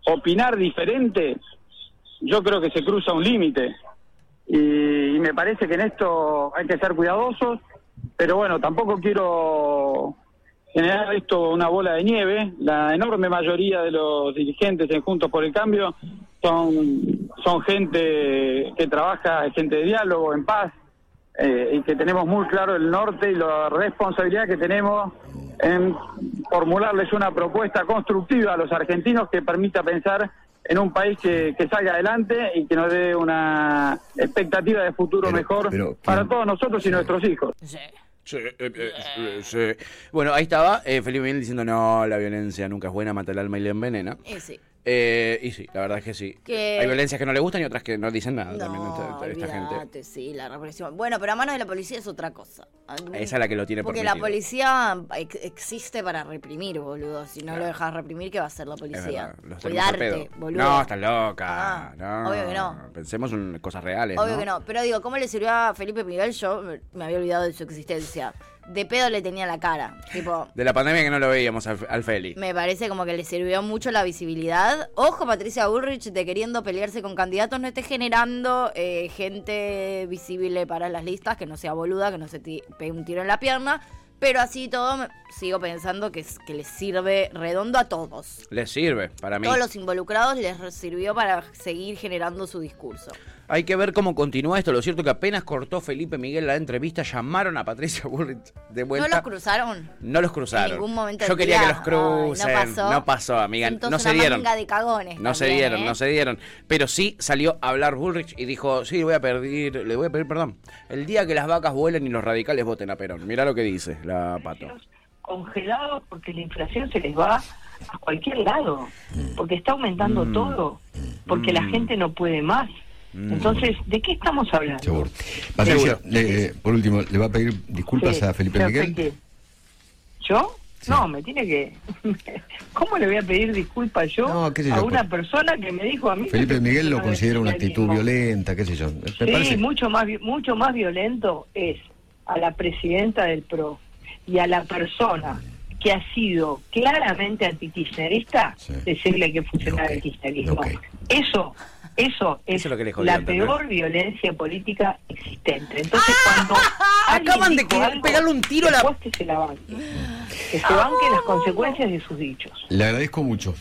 H: opinar diferente, yo creo que se cruza un límite. Y, y me parece que en esto hay que ser cuidadosos, pero bueno, tampoco quiero generar esto una bola de nieve. La enorme mayoría de los dirigentes en Juntos por el Cambio son, son gente que trabaja, es gente de diálogo, en paz, eh, y que tenemos muy claro el norte y la responsabilidad que tenemos en formularles una propuesta constructiva a los argentinos que permita pensar en un país que, que salga adelante y que nos dé una expectativa de futuro
G: Pero-
H: mejor
G: pero, ¿quién-
H: para todos nosotros y nuestros hijos.
C: Sí.
B: Sí, eh, eh, eh, sí. Bueno, ahí estaba eh, Felipe Miguel diciendo, no, la violencia nunca es buena, mata el alma y le envenena.
C: Y sí.
B: Eh, y sí, la verdad es que sí.
C: Que-
B: Hay violencias que no le gustan y otras que no dicen nada
C: No,
B: también esta, esta- esta gente.
C: olvídate, sí, la represión. Bueno, pero a manos de la policía es otra cosa.
B: Esa es la que lo tiene
C: Porque
B: permitido.
C: la policía ex- existe para reprimir, boludo. Si no
B: Claro.
C: lo dejas reprimir, ¿qué va a hacer la
B: Es
C: policía?
B: verdad, los tenemos al
C: Cuidarte,
B: pedo.
C: boludo.
B: No, estás loca.
C: Ah,
B: no.
C: obvio que no.
B: Pensemos en cosas reales.
C: Obvio que no. Pero digo, ¿cómo le sirvió a Felipe Miguel? Yo me había olvidado de su existencia. De pedo le tenía la cara. Tipo,
B: De la pandemia que no lo veíamos al, al Feli.
C: me parece como que le sirvió mucho la visibilidad. Ojo, Patricia Bullrich, de queriendo pelearse con candidatos, no esté generando eh, gente visible para las listas, que no sea boluda, que no se ti- pegue un tiro en la pierna. Pero así y todo, me- sigo pensando que, es- que les sirve redondo a todos.
B: Le sirve para mí.
C: Todos los involucrados les re- sirvió para seguir generando su discurso.
B: Hay que ver cómo continúa esto. Lo cierto que apenas cortó Felipe Miguel la entrevista, llamaron a Patricia Bullrich de vuelta.
C: ¿No los cruzaron?
B: No los cruzaron.
C: En ningún momento
B: Yo
C: del
B: quería que
C: día.
B: los crucen.
C: Ay, no pasó.
B: amiga.
C: Entonces,
B: no se
C: una
B: dieron.
C: manga de cagones
B: no se
C: también,
B: dieron,
C: ¿eh?
B: no se dieron. Pero sí salió a hablar Bullrich y dijo, sí, voy a pedir, le voy a pedir perdón. El día que las vacas vuelen y los radicales voten a Perón. Mirá lo que dice la pato.
I: congelados porque la inflación se les va a cualquier lado, porque está aumentando todo, porque la gente no puede más.
G: Mm.
I: Entonces, ¿de qué estamos hablando?
G: Seguro. Patricia,
B: Seguro.
G: le- eh, por último, ¿le va a pedir disculpas
I: Sí,
G: a Felipe
I: yo sé
G: Miguel?
I: que- ¿Yo? No, me tiene que... ¿Cómo le voy a pedir disculpas yo
G: No, qué sé
I: a
G: yo,
I: una
G: por-
I: persona que me dijo a mí...
G: Felipe
I: que-
G: Miguel lo
I: que-
G: considera una
I: que-
G: actitud
I: que-
G: violenta, qué sé yo. Me
I: sí,
G: parece.
I: mucho más vi- mucho más violento es a la presidenta del PRO y a la persona que ha sido claramente antikirchnerista,
J: Sí.
I: decirle que funcionara
J: Ok,
I: el kirchnerismo.
J: ok.
I: Eso, eso es,
B: Eso es lo que le jodió
I: la
B: antes, ¿no?
I: peor violencia política existente. Entonces, cuando alguien
B: Ah, Acaban de
I: dijo
B: que-
I: algo,
B: pegarle un tiro a la-
I: después que se la banque. Que se banque las consecuencias de sus dichos.
J: Le agradezco mucho.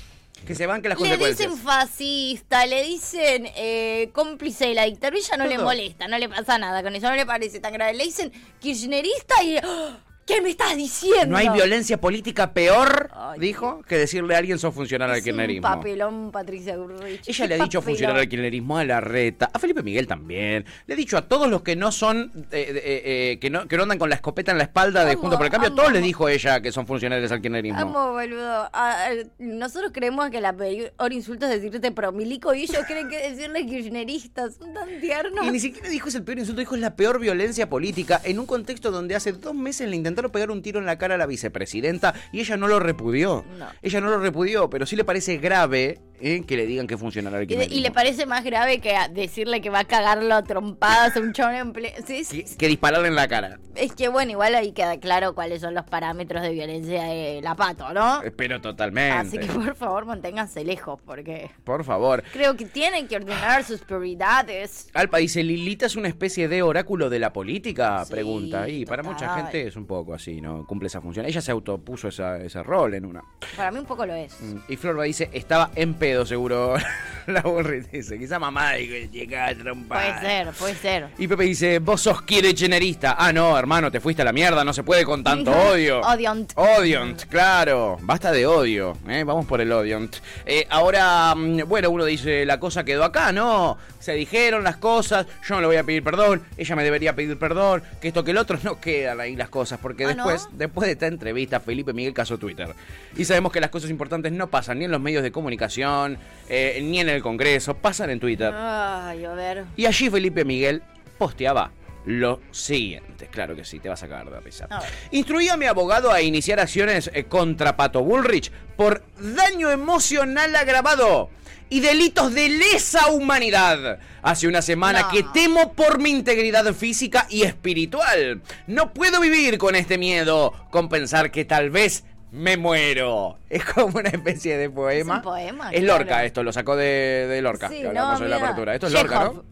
B: Que se banquen las
C: Le
B: consecuencias.
C: dicen fascista, le dicen eh, cómplice de la dictadura, y ya no le
B: Todo.
C: molesta, no le pasa nada, con eso no le parece tan grave. Le dicen kirchnerista y... ¡Ah! ¿Qué me estás diciendo?
B: No hay violencia política peor,
C: Ay,
B: dijo, que decirle a alguien sos funcionario al
C: Es un
B: kirchnerismo.
C: papelón, Patricia Burrich.
B: Ella le ha dicho funcionario al kirchnerismo a la reta, a Felipe Miguel también. Le ha dicho a todos los que no son, eh, eh, eh, que, no, que no andan con la escopeta en la espalda de
C: Amo,
B: Juntos por el Cambio,
C: amo,
B: todos les
C: amo.
B: dijo ella que son funcionarios al kirchnerismo.
C: Vamos, boludo. Ah, eh, nosotros creemos que la peor insulto es decirte promilico y ellos creen que decirle kirchnerista. Son tan tiernos.
B: Y ni siquiera dijo es el peor insulto, dijo es la peor violencia política en un contexto donde hace dos meses le intentaron pegar un tiro en la cara a la vicepresidenta y ella no lo repudió.
C: No.
B: Ella no lo repudió, pero sí le parece grave eh, que le digan que funcionario al
C: Y, de- y
B: kirchnerismo.
C: le parece más grave que a- decirle que va a cagarlo a trompadas a un chabón en ple- Sí, sí,
B: que, que dispararle en la cara.
C: Es que bueno, igual ahí queda claro cuáles son los parámetros de violencia de la pato, ¿no?
B: Pero totalmente.
C: Ah. Así que por favor manténganse lejos porque
B: Por favor.
C: creo que tienen que ordenar sus prioridades.
B: Alpa dice, ¿Lilita es una especie de oráculo de la política?
C: Sí,
B: pregunta. Y para
C: total.
B: mucha gente es un poco así, ¿no? Cumple esa función. Ella se autopuso esa, ese rol en una. Mm.
C: Para mí un poco lo es.
B: Y Florba dice, estaba en pedo seguro. la burrita dice, quizá mamá dijo, llega trompa.
C: Puede ser, puede ser.
B: Y Pepe dice, vos sos kirchnerista. Ah, no, hermano, te fuiste a la mierda, no se puede con tanto odio.
C: Odiont.
B: Odiont, claro. Basta de odio, ¿eh? vamos por el odiont. Eh, ahora, mm, bueno, uno dice, la cosa quedó acá, ¿no? Se dijeron las cosas, yo no le voy a pedir perdón, ella me debería pedir perdón, que esto que el otro, no quedan ahí las cosas, porque
C: Ah,
B: después,
C: ¿no?
B: después de esta entrevista, Felipe Miguel casó Twitter. Y sabemos que las cosas importantes no pasan ni en los medios de comunicación, eh, ni en el Congreso, pasan en Twitter.
C: Ay, a ver.
B: Y allí Felipe Miguel posteaba lo siguiente. Claro que sí, te vas a cagar de la risa.
C: A ver.
B: Instruí a mi abogado a iniciar acciones eh, contra Pato Bullrich por daño emocional agravado y delitos de lesa humanidad. Hace una semana
C: No.
B: que temo por mi integridad física y espiritual. No puedo vivir con este miedo, con pensar que tal vez me muero. Es como una especie de poema.
C: poema,
B: Es
C: claro.
B: Lorca esto, lo sacó de, de Lorca,
C: Sí,
B: que hablamos
C: no,
B: en la
C: mira.
B: apertura. Esto es
C: Chekhov.
B: Lorca, ¿no?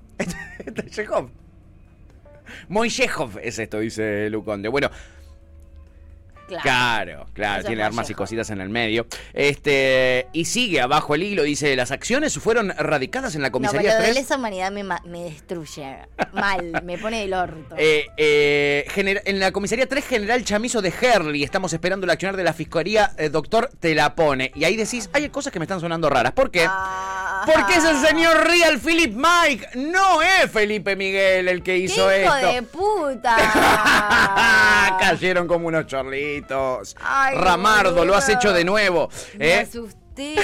B: Esto es Chekhov. Moishejov es esto, dice Luconde. Bueno,
C: Claro.
B: Claro, claro,
C: Eso
B: tiene
C: es
B: armas y
C: Vallejo.
B: cositas en el medio. Este, y sigue abajo el hilo, dice, las acciones fueron radicadas en la
C: No,
B: comisaría
C: pero de
B: 3.
C: lesa humanidad me, ma- me destruye. Mal, me pone del orto.
B: Eh, eh, gener- en la comisaría 3 General Chamizo de Herli estamos esperando el accionar de la fiscalía eh, doctor te la pone y ahí decís hay cosas que me están sonando raras ¿por qué?
C: Ah.
B: porque es el señor Real Philip Mike no es Felipe Miguel el que
C: ¡Qué
B: hizo
C: hijo
B: esto
C: de puta!
B: Cayeron como unos chorlitos.
C: Ay,
B: Ramardo, lo has
C: boludo.
B: hecho de nuevo.
C: Me
B: ¿eh?
C: asusté.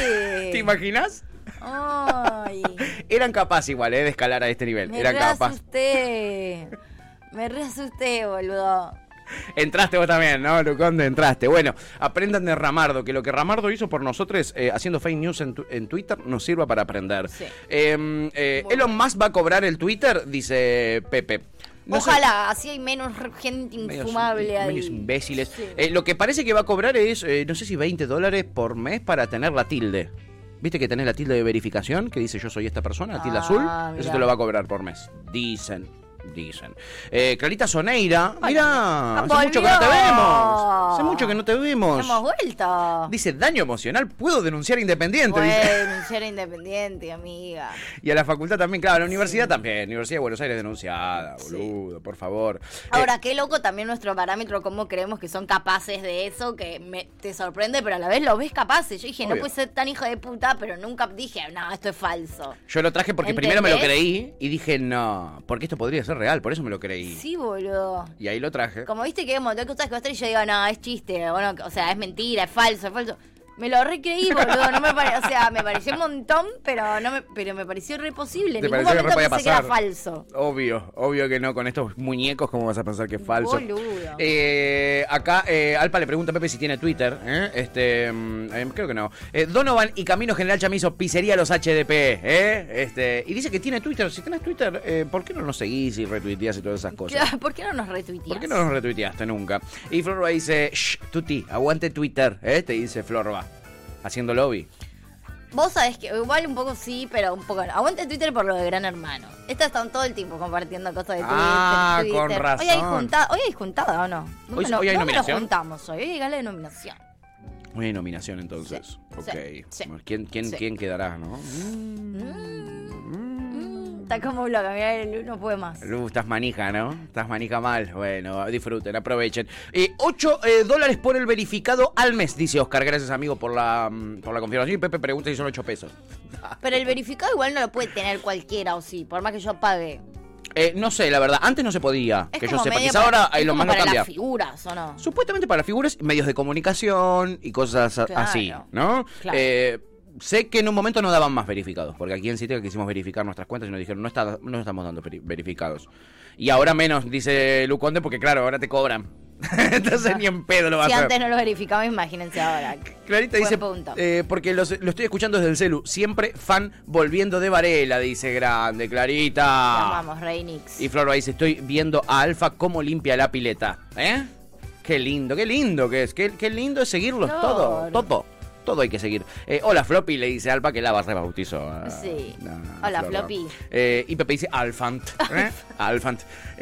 B: ¿Te imaginas?
C: Ay,
B: Eran capaces igual, ¿eh? De escalar a este nivel.
C: me
B: Eran capaces.
C: reasusté. Me reasusté, boludo.
B: Entraste vos también, ¿no, Luconde? Entraste. Bueno, aprendan de Ramardo, que lo que Ramardo hizo por nosotros eh, haciendo fake news en, tu- en Twitter nos sirva para aprender.
C: Sí.
B: Eh, eh,
C: Muy
B: Elon Musk va a cobrar el Twitter, dice Pepe. No sé-
C: Ojalá, así hay menos gente
B: Medios-
C: infumable ahí.
B: medios imbéciles.
C: Sí.
B: Eh, lo que parece que va a cobrar es, eh, no sé si 20 dólares por mes para tener la tilde. ¿Viste que tenés la tilde de verificación que dice yo soy esta persona, la tilde
C: Ah,
B: azul? Eso
C: mirá.
B: te lo va a cobrar por mes. Dicen, dicen. Eh, Clarita Soneira, mira, hace
C: ah, volvió.
B: mucho que no te vemos. Hace mucho que no te vemos.
C: Hemos vuelto.
B: Dice, daño emocional, puedo denunciar independiente. dice.
C: Bueno, ser independiente, amiga.
B: Y a la facultad también, claro, a la universidad también. Universidad de Buenos Aires denunciada, boludo, por favor. Eh,
C: Ahora, qué loco también nuestro parámetro, cómo creemos que son capaces de eso, que me- te sorprende, pero a la vez lo ves capaces. Yo dije, no
B: Obvio.
C: puede ser tan hijo de puta, pero nunca dije, no, esto es falso.
B: Yo lo traje porque primero me lo
C: ¿Entendés?
B: creí y dije, no, porque esto podría ser real, por eso me lo creí.
C: Sí, boludo.
B: Y ahí lo traje.
C: Como viste que hay un montón de cosas que vos traes y yo digo, no, es chiste, bueno, o sea, es mentira, es falso, es falso. Me lo recreí, boludo. No me pare- o sea, me pareció un montón, pero no me, pero me pareció re posible. En
B: ¿Te
C: ningún
B: pareció que
C: momento
B: no podía
C: pensé que era
B: pasar?
C: falso.
B: Obvio, obvio que no. Con estos muñecos, ¿cómo vas a pensar que es falso?
C: Boludo.
B: Eh, acá eh, Alpa le pregunta a Pepe si tiene Twitter. ¿eh? Este, mm, eh, creo que no. Eh, Donovan y Camino General Chamizo, pizzería Los HDP. ¿eh? Este, y dice que tiene Twitter. Si tenés Twitter, eh, ¿por qué no nos seguís y retuiteás y todas esas cosas?
C: Claro, ¿Por qué no nos retuiteas?
B: ¿Por qué no nos retuiteaste nunca? Y Florba dice, shh, Tuti, aguante Twitter. ¿eh? Te dice Florba, haciendo lobby.
C: Vos sabés que igual un poco sí, pero un poco no. Aguante Twitter por lo de Gran Hermano. Estas están todo el tiempo compartiendo cosas de Twitter.
B: Ah,
C: Twitter.
B: con razón.
C: Hoy hay juntada, hoy hay juntada o no. ¿Dónde
B: Hoy-
C: no-
B: hoy hay
C: dónde
B: nominación?
C: nos juntamos hoy? Hoy llega la denominación.
B: Una nominación entonces.
C: sí,
B: ok.
C: sí.
B: ¿Quién, quién,
C: Sí.
B: ¿Quién quedará, no?
C: Mm, Está como loca, mirá, el no puede más.
B: Lu, estás manija, ¿no? Estás manija mal. Bueno, disfruten, aprovechen. Eh, 8 eh, dólares por el verificado al mes, dice Oscar. Gracias, amigo, por la, mm, por la confirmación. Y Pepe pregunta si son 8 pesos.
C: Pero el verificado igual no lo puede tener cualquiera, o sí, por más que yo pague.
B: Eh, no sé, la verdad. Antes no se podía,
C: Es
B: que yo
C: como
B: sepa.
C: medio
B: Quizá ahora
C: para-
B: ahí
C: es
B: lo
C: como
B: más no
C: para
B: cambia.
C: las figuras, ¿o no?
B: Supuestamente para figuras, medios de comunicación y cosas a-
C: Claro.
B: así, ¿no?
C: Claro.
B: Eh, sé que en un momento no daban más verificados, porque aquí en Citeo quisimos verificar nuestras cuentas y nos dijeron, no, está, no estamos dando veri- verificados. Y ahora menos, dice Luconde, porque claro, ahora te cobran. Entonces ni en pedo lo vas
C: Si
B: a hacer.
C: antes no lo verificaba, imagínense ahora.
B: Clarita
C: Buen
B: dice,
C: punto.
B: eh, porque los- lo estoy escuchando desde el celu, siempre fan volviendo de Varela, dice grande,
C: Te
B: Clarita.
C: amamos, Rey Nix.
B: Ah. Y Florba dice, estoy viendo a Alfa cómo limpia la pileta. ¿Eh? Qué lindo, qué lindo que es, qué, qué lindo es seguirlos
C: Flor.
B: todo, todo. Todo hay que seguir. Eh, hola Floppy, le dice Alfa que la barra Ah, bautizó. a-
C: Sí.
B: a
C: Hola,
B: Florba.
C: Floppy.
B: Eh, y Pepe dice Alfant. ¿eh? Alfant.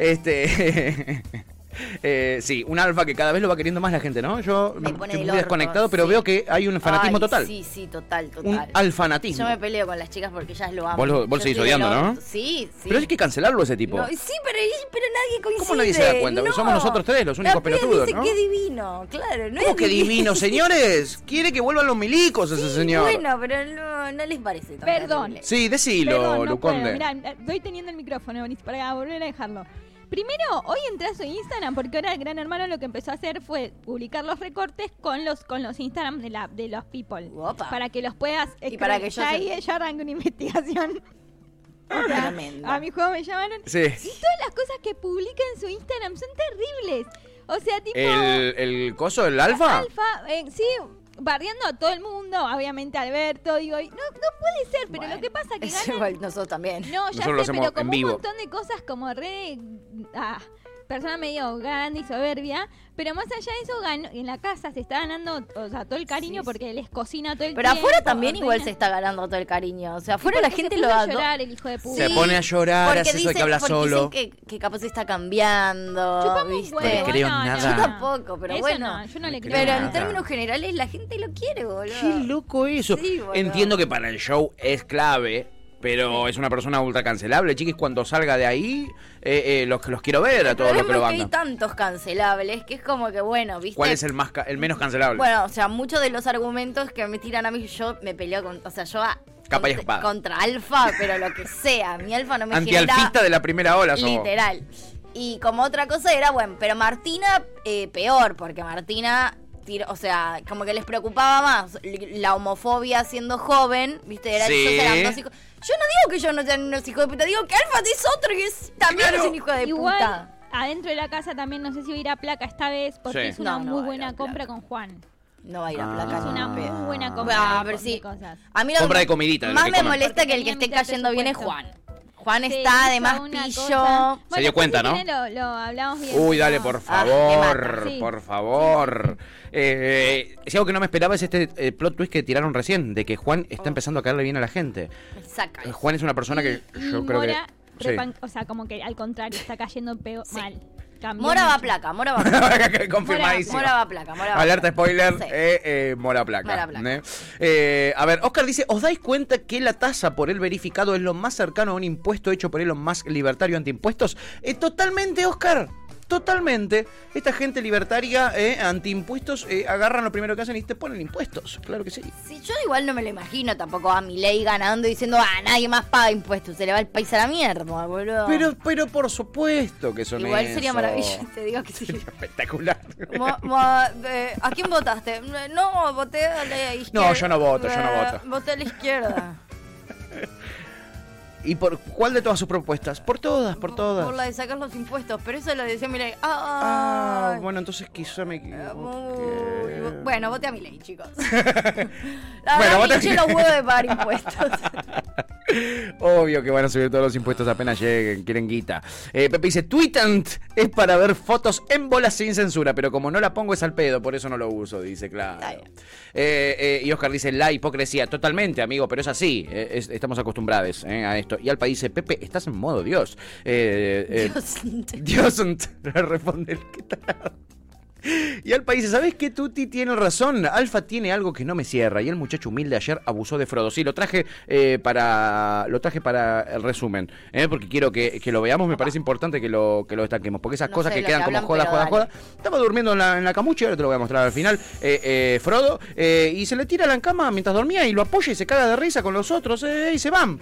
B: Este. eh, sí, un alfa que cada vez lo va queriendo más la gente, ¿no? Yo
C: Me pone
B: estoy
C: del
B: muy
C: orto,
B: desconectado, pero
C: sí.
B: veo que hay un fanatismo
C: Ay,
B: total.
C: Sí, sí, total, total.
B: Un alfanatismo.
C: Yo me peleo con las chicas porque ellas lo aman.
B: Vos lo- vos lo
C: Yo
B: seguís
C: soy del
B: odiando, ¿no?
C: orto. Sí, sí.
B: Pero hay que cancelarlo ese tipo.
C: No, sí, pero, pero nadie coincide.
B: ¿Cómo nadie se da cuenta? Porque somos nosotros tres los únicos
C: La piba
B: pelotudos,
C: dice
B: ¿no?
C: que divino, claro. No
B: ¿Cómo
C: es
B: que divino, señores? Quiere que vuelvan los milicos ese señor.
C: Bueno, pero no, no les parece este, tan
J: Perdón.
C: terrible.
B: Sí, decilo,
J: Perdón, no
B: Luconde.
J: puedo. Mirá, estoy teniendo el micrófono Bonis, para volver a dejarlo. Primero, hoy entré a su Instagram porque ahora el Gran Hermano lo que empezó a hacer fue publicar los recortes con los con los Instagram de la de los people
C: Opa.
J: para que los puedas
C: Y para que yo
J: ya
C: se- Oh,
J: ahí ya arranqué una investigación. O sea,
C: Tremendo.
J: a mi juego me llamaron. Y
B: Sí.
J: todas las cosas que publica en su Instagram son terribles. O sea, tipo
B: ¿El, el coso del alfa?
J: Alfa, eh, sí, barriendo a todo el mundo, obviamente a Alberto, digo, y- no, no puede ser, pero lo que pasa que
C: es
J: ganan
C: igual nosotros también.
J: no, ya
B: Nosotros lo
J: sé,
B: hacemos
J: pero
B: en
J: como
B: vivo.
J: un montón de cosas como re... ah, persona medio grande y soberbia, pero más allá de eso, gan- en la casa se está ganando, o sea, todo el cariño
C: Sí,
J: porque les cocina todo el
C: Pero
J: tiempo.
C: afuera también
J: ordena.
C: igual se está ganando todo el cariño. O sea,
J: Y
C: afuera la
J: porque se
C: gente
J: puso
C: lo
J: a
C: adora.
J: llorar el hijo de puta.
B: Se Sí. pone a llorar,
C: porque
B: hace eso de que
C: dicen-
B: habla
C: porque
B: solo.
C: Dicen que, que capaz está cambiando.
J: Chupame un
C: Oh, ¿viste?
J: huevo.
B: No le creo
J: no, no,
B: nada.
J: no.
C: Yo tampoco, pero
J: Eso
C: bueno.
J: no, yo no le creo
C: Pero
B: nada.
C: en términos generales la gente lo quiere, boludo.
B: Qué loco eso.
C: Sí, boludo.
B: Entiendo que para el show es clave, pero es una persona ultra cancelable, chiquis. Cuando salga de ahí, eh, eh, los, los quiero ver a
C: El
B: todos los que lo
C: problema es que hay
B: bandan.
C: tantos cancelables que es como que, bueno, ¿viste?
B: ¿Cuál es el, más ca- el menos cancelable?
C: Bueno, o sea, muchos de los argumentos que me tiran a mí, yo me peleo con. O sea, yo. a-
B: Capa y
C: contra-
B: espada.
C: Contra Alfa, pero lo que sea. Mi Alfa no me genera.
B: Antialfista de la primera ola, somos.
C: Literal. Y como otra cosa era, bueno, pero Martina eh, peor, porque Martina, tira- o sea, como que les preocupaba más li- la homofobia siendo joven, ¿viste? Era,
B: Sí.
C: ellos eran dos hijos- Yo no digo que yo no sea unos hijos de puta, digo que Alfa es otro y es, también
B: Claro.
C: es un hijo de
J: Igual,
C: puta.
J: adentro de la casa también, no sé si voy a ir a placa esta vez, porque
B: Sí.
J: es una
C: No, no
J: muy
C: va a ir a
J: buena compra
C: Placa.
J: con Juan.
C: No va a ir a
B: Ah.
C: placa.
J: Es una
B: Ah.
J: muy buena compra
C: Ah, pero
J: con-
C: sí.
J: de cosas.
C: A mí lo
B: Compra
C: que
B: de comidita, de lo
C: Más
B: que
C: me
B: comen.
C: molesta que el que
J: Porque
C: esté
J: tenía mitad de
C: cayendo bien es Juan.
J: presupuesto.
C: Juan
J: Sí,
C: está
J: hizo
C: de más
J: una cosa-
C: pillo.
J: Bueno,
B: dio cuenta,
J: después si
B: ¿no?
J: querés Lo, lo hablamos bien.
B: Uy,
J: pero
B: dale,
J: no.
B: por
C: Ah, me
B: favor,
C: mata,
J: sí.
B: por favor. Eh, si algo que no me esperaba es este eh, plot twist que tiraron recién, de que Juan
J: Oh.
B: está empezando a caerle bien a la gente.
C: Saca.
B: Eh, Juan es una persona que
J: Y
B: yo creo
J: Mora,
B: que... sí.
J: repan- O sea, como que al contrario, está cayendo peor, mal. Cambió
C: Mora va a
J: mucho.
C: placa, Mora va a placa.
B: Confirmadísimo.
C: Mora va a placa, Mora va a
B: Alerta
C: placa.
B: spoiler,
C: Sí.
B: eh, eh, Mora Placa.
C: Mora Placa.
B: ¿eh? Eh, a ver, Oscar dice, ¿os dais cuenta que la tasa por el verificado es lo más cercano a un impuesto hecho por Elon Musk libertario anti impuestos? Eh, totalmente, Oscar. Totalmente. Esta gente libertaria, eh, antiimpuestos, eh, agarran lo primero que hacen y te ponen impuestos. Claro que sí.
C: Sí, yo igual no me lo imagino tampoco a Milei ganando y diciendo, ah, nadie más paga impuestos, se le va el país a la mierda, boludo.
B: Pero, pero por supuesto que son
C: igual sería
B: eso.
C: maravilloso, te digo que sí.
B: Espectacular.
C: Mo- mo- eh, ¿A quién votaste? No, voté a la izquierda.
B: No, yo no voto, yo no
C: Eh,
B: voto.
C: Voté a la izquierda.
B: ¿Y por cuál de todas sus propuestas? Por todas, por todas.
C: Por la de sacar los impuestos, pero eso lo decía Milei.
B: Ah,
C: Ah,
B: bueno, entonces quizá me equivoqué.
C: bueno. bueno, voté a Milei, chicos. la
B: Bueno,
C: verdad,
B: voté a
C: me hinché los huevos de pagar impuestos.
B: Obvio que van a subir todos los impuestos apenas lleguen, quieren guita. Eh, Pepe dice, Tweetant es para ver fotos en bolas sin censura, pero como no la pongo es al pedo, por eso no lo uso, dice, claro. Eh, eh, y Oscar dice, la hipocresía, totalmente, amigo, pero es así, eh, es- estamos acostumbrados eh, a esto. Y Alpa dice, Pepe, estás en modo Dios. Eh, eh, Diosant, le responde el que tarado. Y Alpa dice, ¿sabes qué? Tuti tiene razón. Alfa tiene algo que no me cierra. Y el muchacho humilde ayer abusó de Frodo. Sí, lo traje eh, para. Lo traje para el resumen. ¿eh? Porque quiero que, que lo veamos. Me parece importante que lo, que lo destaquemos. Porque esas
C: No
B: cosas
C: sé
B: que
C: lo
B: quedan
C: que hablan,
B: como joda,
C: pero
B: joda,
C: dale.
B: joda. Estaba durmiendo en la, en la camucha, y ahora te lo voy a mostrar al final. eh, eh, Frodo. eh, y se le tira a la cama mientras dormía y lo apoya y se caga de risa con los otros. eh, y se van.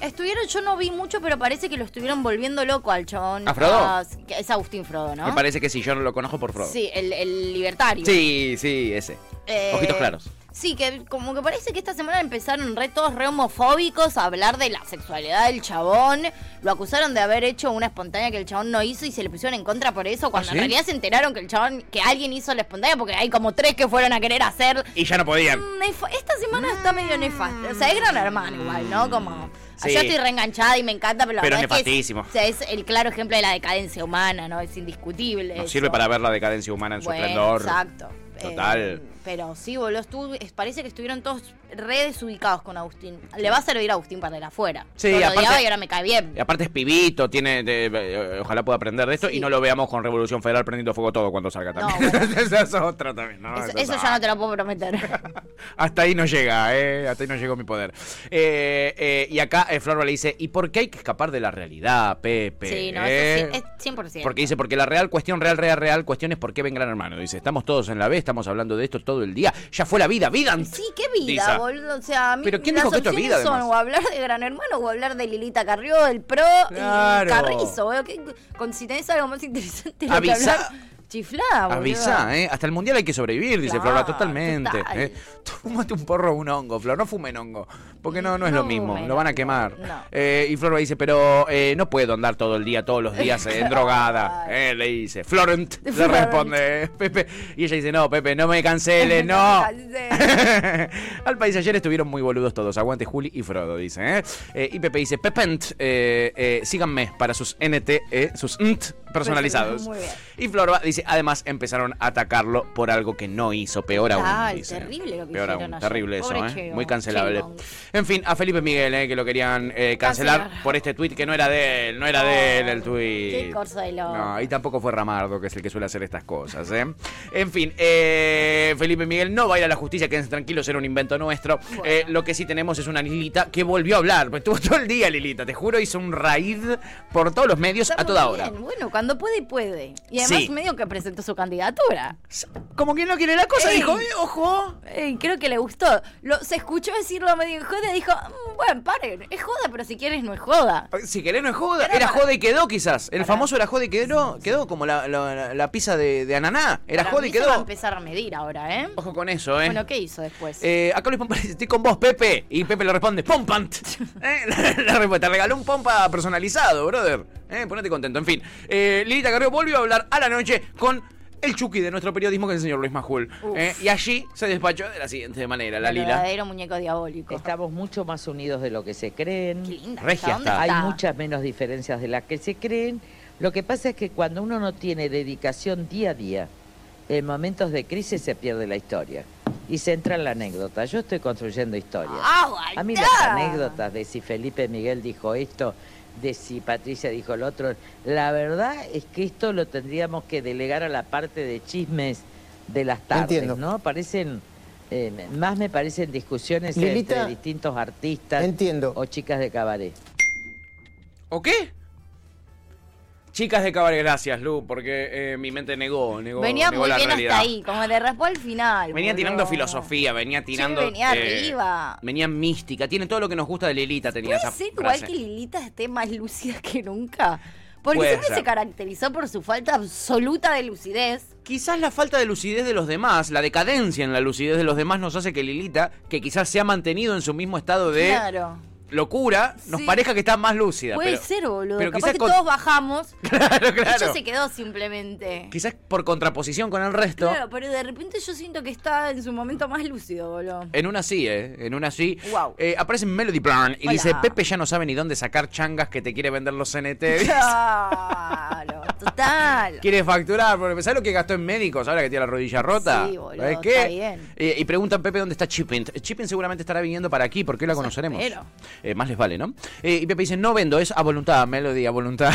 C: Estuvieron, yo no vi mucho, pero parece que lo estuvieron volviendo loco al chabón.
B: ¿A Frodo?
C: Ah, que es Agustín Frodo, ¿no?
B: Me parece que sí, yo no lo conozco por Frodo.
C: Sí, el, el libertario.
B: sí, sí, ese.
C: Eh,
B: Ojitos claros.
C: Sí, que como que parece que esta semana empezaron re todos re homofóbicos a hablar de la sexualidad del chabón. Lo acusaron de haber hecho una espontánea que el chabón no hizo y se le pusieron en contra por eso. Cuando
B: ¿Ah, sí?
C: en realidad se enteraron que el chabón, que alguien hizo la espontánea, porque hay como tres que fueron a querer hacer.
B: Y ya no podían.
C: Nef- Esta semana está medio nefasta. O sea, es gran hermano igual, ¿no? Como.
B: Mm. Sí.
C: Yo estoy reenganchada y me encanta, pero la
B: Pero es
C: verdad que es,
B: nefastísimo.
C: o sea, es el claro ejemplo de la decadencia humana, ¿no? Es indiscutible.
B: Nos
C: eso.
B: sirve para ver la decadencia humana en su
C: Bueno,
B: esplendor.
C: Exacto.
B: Total.
C: Eh, pero sí, boludo, estuvo- es- parece que estuvieron todos re desubicados con Agustín. Le va a servir a Agustín para el afuera.
B: Sí,
C: Yo lo
B: aparte-
C: odiaba y ahora me cae bien.
B: Y aparte es pibito, tiene, de- eh, ojalá pueda aprender de esto y no lo veamos con Revolución Federal prendiendo fuego todo cuando salga también. Esa es otra también. ¿no?
C: Eso,
B: Esa Ah, es
C: eso ya no te lo puedo prometer.
B: Hasta ahí no llega, ¿eh? Hasta ahí no llegó mi poder. Eh, eh, y acá eh, Florba le dice, ¿y por qué hay que escapar de la realidad, Pepe?
C: sí, no,
B: ¿Eh?
C: eso sí, es 100%.
B: Porque dice, porque la real cuestión, real, real, real, cuestión es por qué ven Gran Hermano. Dice, estamos todos en la B, estamos hablando de esto todo el día. Ya fue la vida, vida.
C: Sí, qué vida,
B: Lisa.
C: boludo. O sea, a mí
B: Pero ¿quién
C: las
B: dijo que esto es
C: opciones
B: vida,
C: son
B: además?
C: o hablar de Gran Hermano o hablar de Lilita Carrió, del PRO
B: Claro.
C: y Carrizo, boludo. ¿Qué- con- si tenés algo más interesante lo que
B: Avisá.
C: hablar, chiflá, boludo.
B: Avisa, ¿eh? Hasta el mundial hay que sobrevivir, dice
C: Claro,
B: Flora, totalmente.
C: total.
B: ¿eh? Tómate un porro o un hongo, Flor, no fumen hongo, porque no, no es
C: No
B: lo mismo,
C: fumen
B: lo van a quemar.
C: no.
B: Eh, y Flor dice, pero eh, no puedo andar todo el día, todos los días eh, en drogada. Eh, le dice, Florent, le
C: Florent.
B: responde eh, Pepe. Y ella dice, no, Pepe, no me cancele, no. Al país ayer estuvieron muy boludos todos. Aguante Juli y Frodo, dice. ¿eh? Eh, y Pepe dice, Pepent, eh, eh, síganme para sus NT, eh, sus NT personalizados.
C: Muy bien.
B: Y Florba dice, además empezaron a atacarlo por algo que no hizo, peor aún.
C: Ay,
B: dice.
C: terrible lo que
B: Peor
C: hicieron
B: aún,
C: ayer.
B: terrible eso,
C: Pobre
B: ¿eh?
C: Chego.
B: muy cancelable.
C: Chego.
B: En fin, a Felipe Miguel, ¿eh? que lo querían eh, cancelar
C: Cancelar.
B: por este tuit que no era de él, no era de él el tuit.
C: Qué cosa de loco.
B: No, y tampoco fue Ramardo, que es el que suele hacer estas cosas, ¿eh? En fin, eh, Felipe Miguel no va a ir a la justicia, quédense tranquilos, era un invento nuestro. Eh, lo que sí tenemos es una Lilita que volvió a hablar, pues, estuvo todo el día Lilita, te juro, hizo un raid por todos los medios
C: Está
B: a toda
C: muy
B: hora.
C: bien, Bueno, cuando puede, puede. Y además
B: Sí.
C: medio que presentó su candidatura.
B: Como quien no quiere la cosa,
C: Ey.
B: dijo, eh, ojo.
C: Ey, creo que le gustó. Lo, se escuchó decirlo medio en joda y dijo, "Mm, bueno, paren, es joda, pero si quieres no es joda.
B: Si querés no es joda, era joda y quedó quizás. El famoso era joda y quedó, quedó como la, la- la pizza de, de ananá. Era
C: Para
B: joda
C: mí
B: y
C: se va a
B: quedó.
C: empezar a medir ahora, ¿eh?
B: Ojo con eso, eh.
C: Bueno, ¿qué hizo después?
B: Eh, acá Luis Pompa dice, estoy con vos, Pepe. Y Pepe le responde, Pompant. Eh, la, la respuesta, te regaló un pompa personalizado, brother. Eh, ponete contento. En fin, eh, Lilita Carrió volvió a hablar a la noche con el Chucky de nuestro periodismo, que es el señor Luis Majul.
C: Uf.
B: Eh, y allí se despachó de la siguiente manera, la
C: El
B: Lila.
C: verdadero muñeco diabólico.
K: Estamos mucho más unidos de lo que se creen.
C: Qué linda.
B: Regia
C: ¿Dónde
B: está.
K: Hay
C: está?
K: muchas menos diferencias de las que se creen. Lo que pasa es que cuando uno no tiene dedicación día a día, en momentos de crisis se pierde la historia y se entra en la anécdota. Yo estoy construyendo historia.
C: ¡Ah,
K: A mí
C: guarda!
K: las anécdotas de si Felipe Miguel dijo esto, de si Patricia dijo lo otro, la verdad es que esto lo tendríamos que delegar a la parte de chismes de las tardes,
L: Entiendo.
K: ¿no? Parecen, eh, más me parecen discusiones
L: Lilita,
K: entre distintos artistas
L: Entiendo.
K: o chicas de cabaret.
B: ¿O qué? Chicas de Cabaret, gracias, Lu, porque eh, mi mente negó, negó,
C: Venía
B: negó
C: muy
B: la
C: bien
B: realidad.
C: hasta ahí, como de raspó al final.
B: Venía
C: boludo.
B: tirando filosofía, venía tirando. eh,
C: venía arriba.
B: Venía mística, tiene todo lo que nos gusta de Lilita, tenía
C: ¿Puede
B: esa
C: ser igual
B: frase.
C: que Lilita esté más lúcida que nunca? Porque
B: Puede
C: siempre
B: ser.
C: se caracterizó por su falta absoluta de lucidez.
B: Quizás la falta de lucidez de los demás, la decadencia en la lucidez de los demás nos hace que Lilita, que quizás se ha mantenido en su mismo estado de
C: Claro.
B: locura, nos
C: Sí.
B: parezca que está más lúcida.
C: Puede
B: pero
C: ser, boludo.
B: pero
C: Capaz
B: quizás
C: que
B: con-
C: todos bajamos. Claro,
B: claro.
C: Ella se quedó simplemente.
B: quizás por contraposición con el resto.
C: Claro, pero de repente yo siento que está en su momento más lúcido, boludo.
B: En una sí, ¿eh? En una sí.
C: Wow.
B: Eh, aparece Melody Brown y
C: Hola.
B: dice, Pepe ya no sabe ni dónde sacar changas que te quiere vender los CNT.
C: Claro, total.
B: Quiere facturar, porque ¿sabes lo que gastó en médicos ahora que tiene la rodilla rota?
C: Sí, boludo,
B: ¿Sabes
C: está bien.
B: Eh, y preguntan, Pepe, ¿dónde está Chipin? Chipin seguramente estará viniendo para aquí, porque hoy la conoceremos.
C: espero.
B: Eh, más les vale, ¿no? Eh, y Pepe dice, no vendo, es a voluntad, Melody, a voluntad.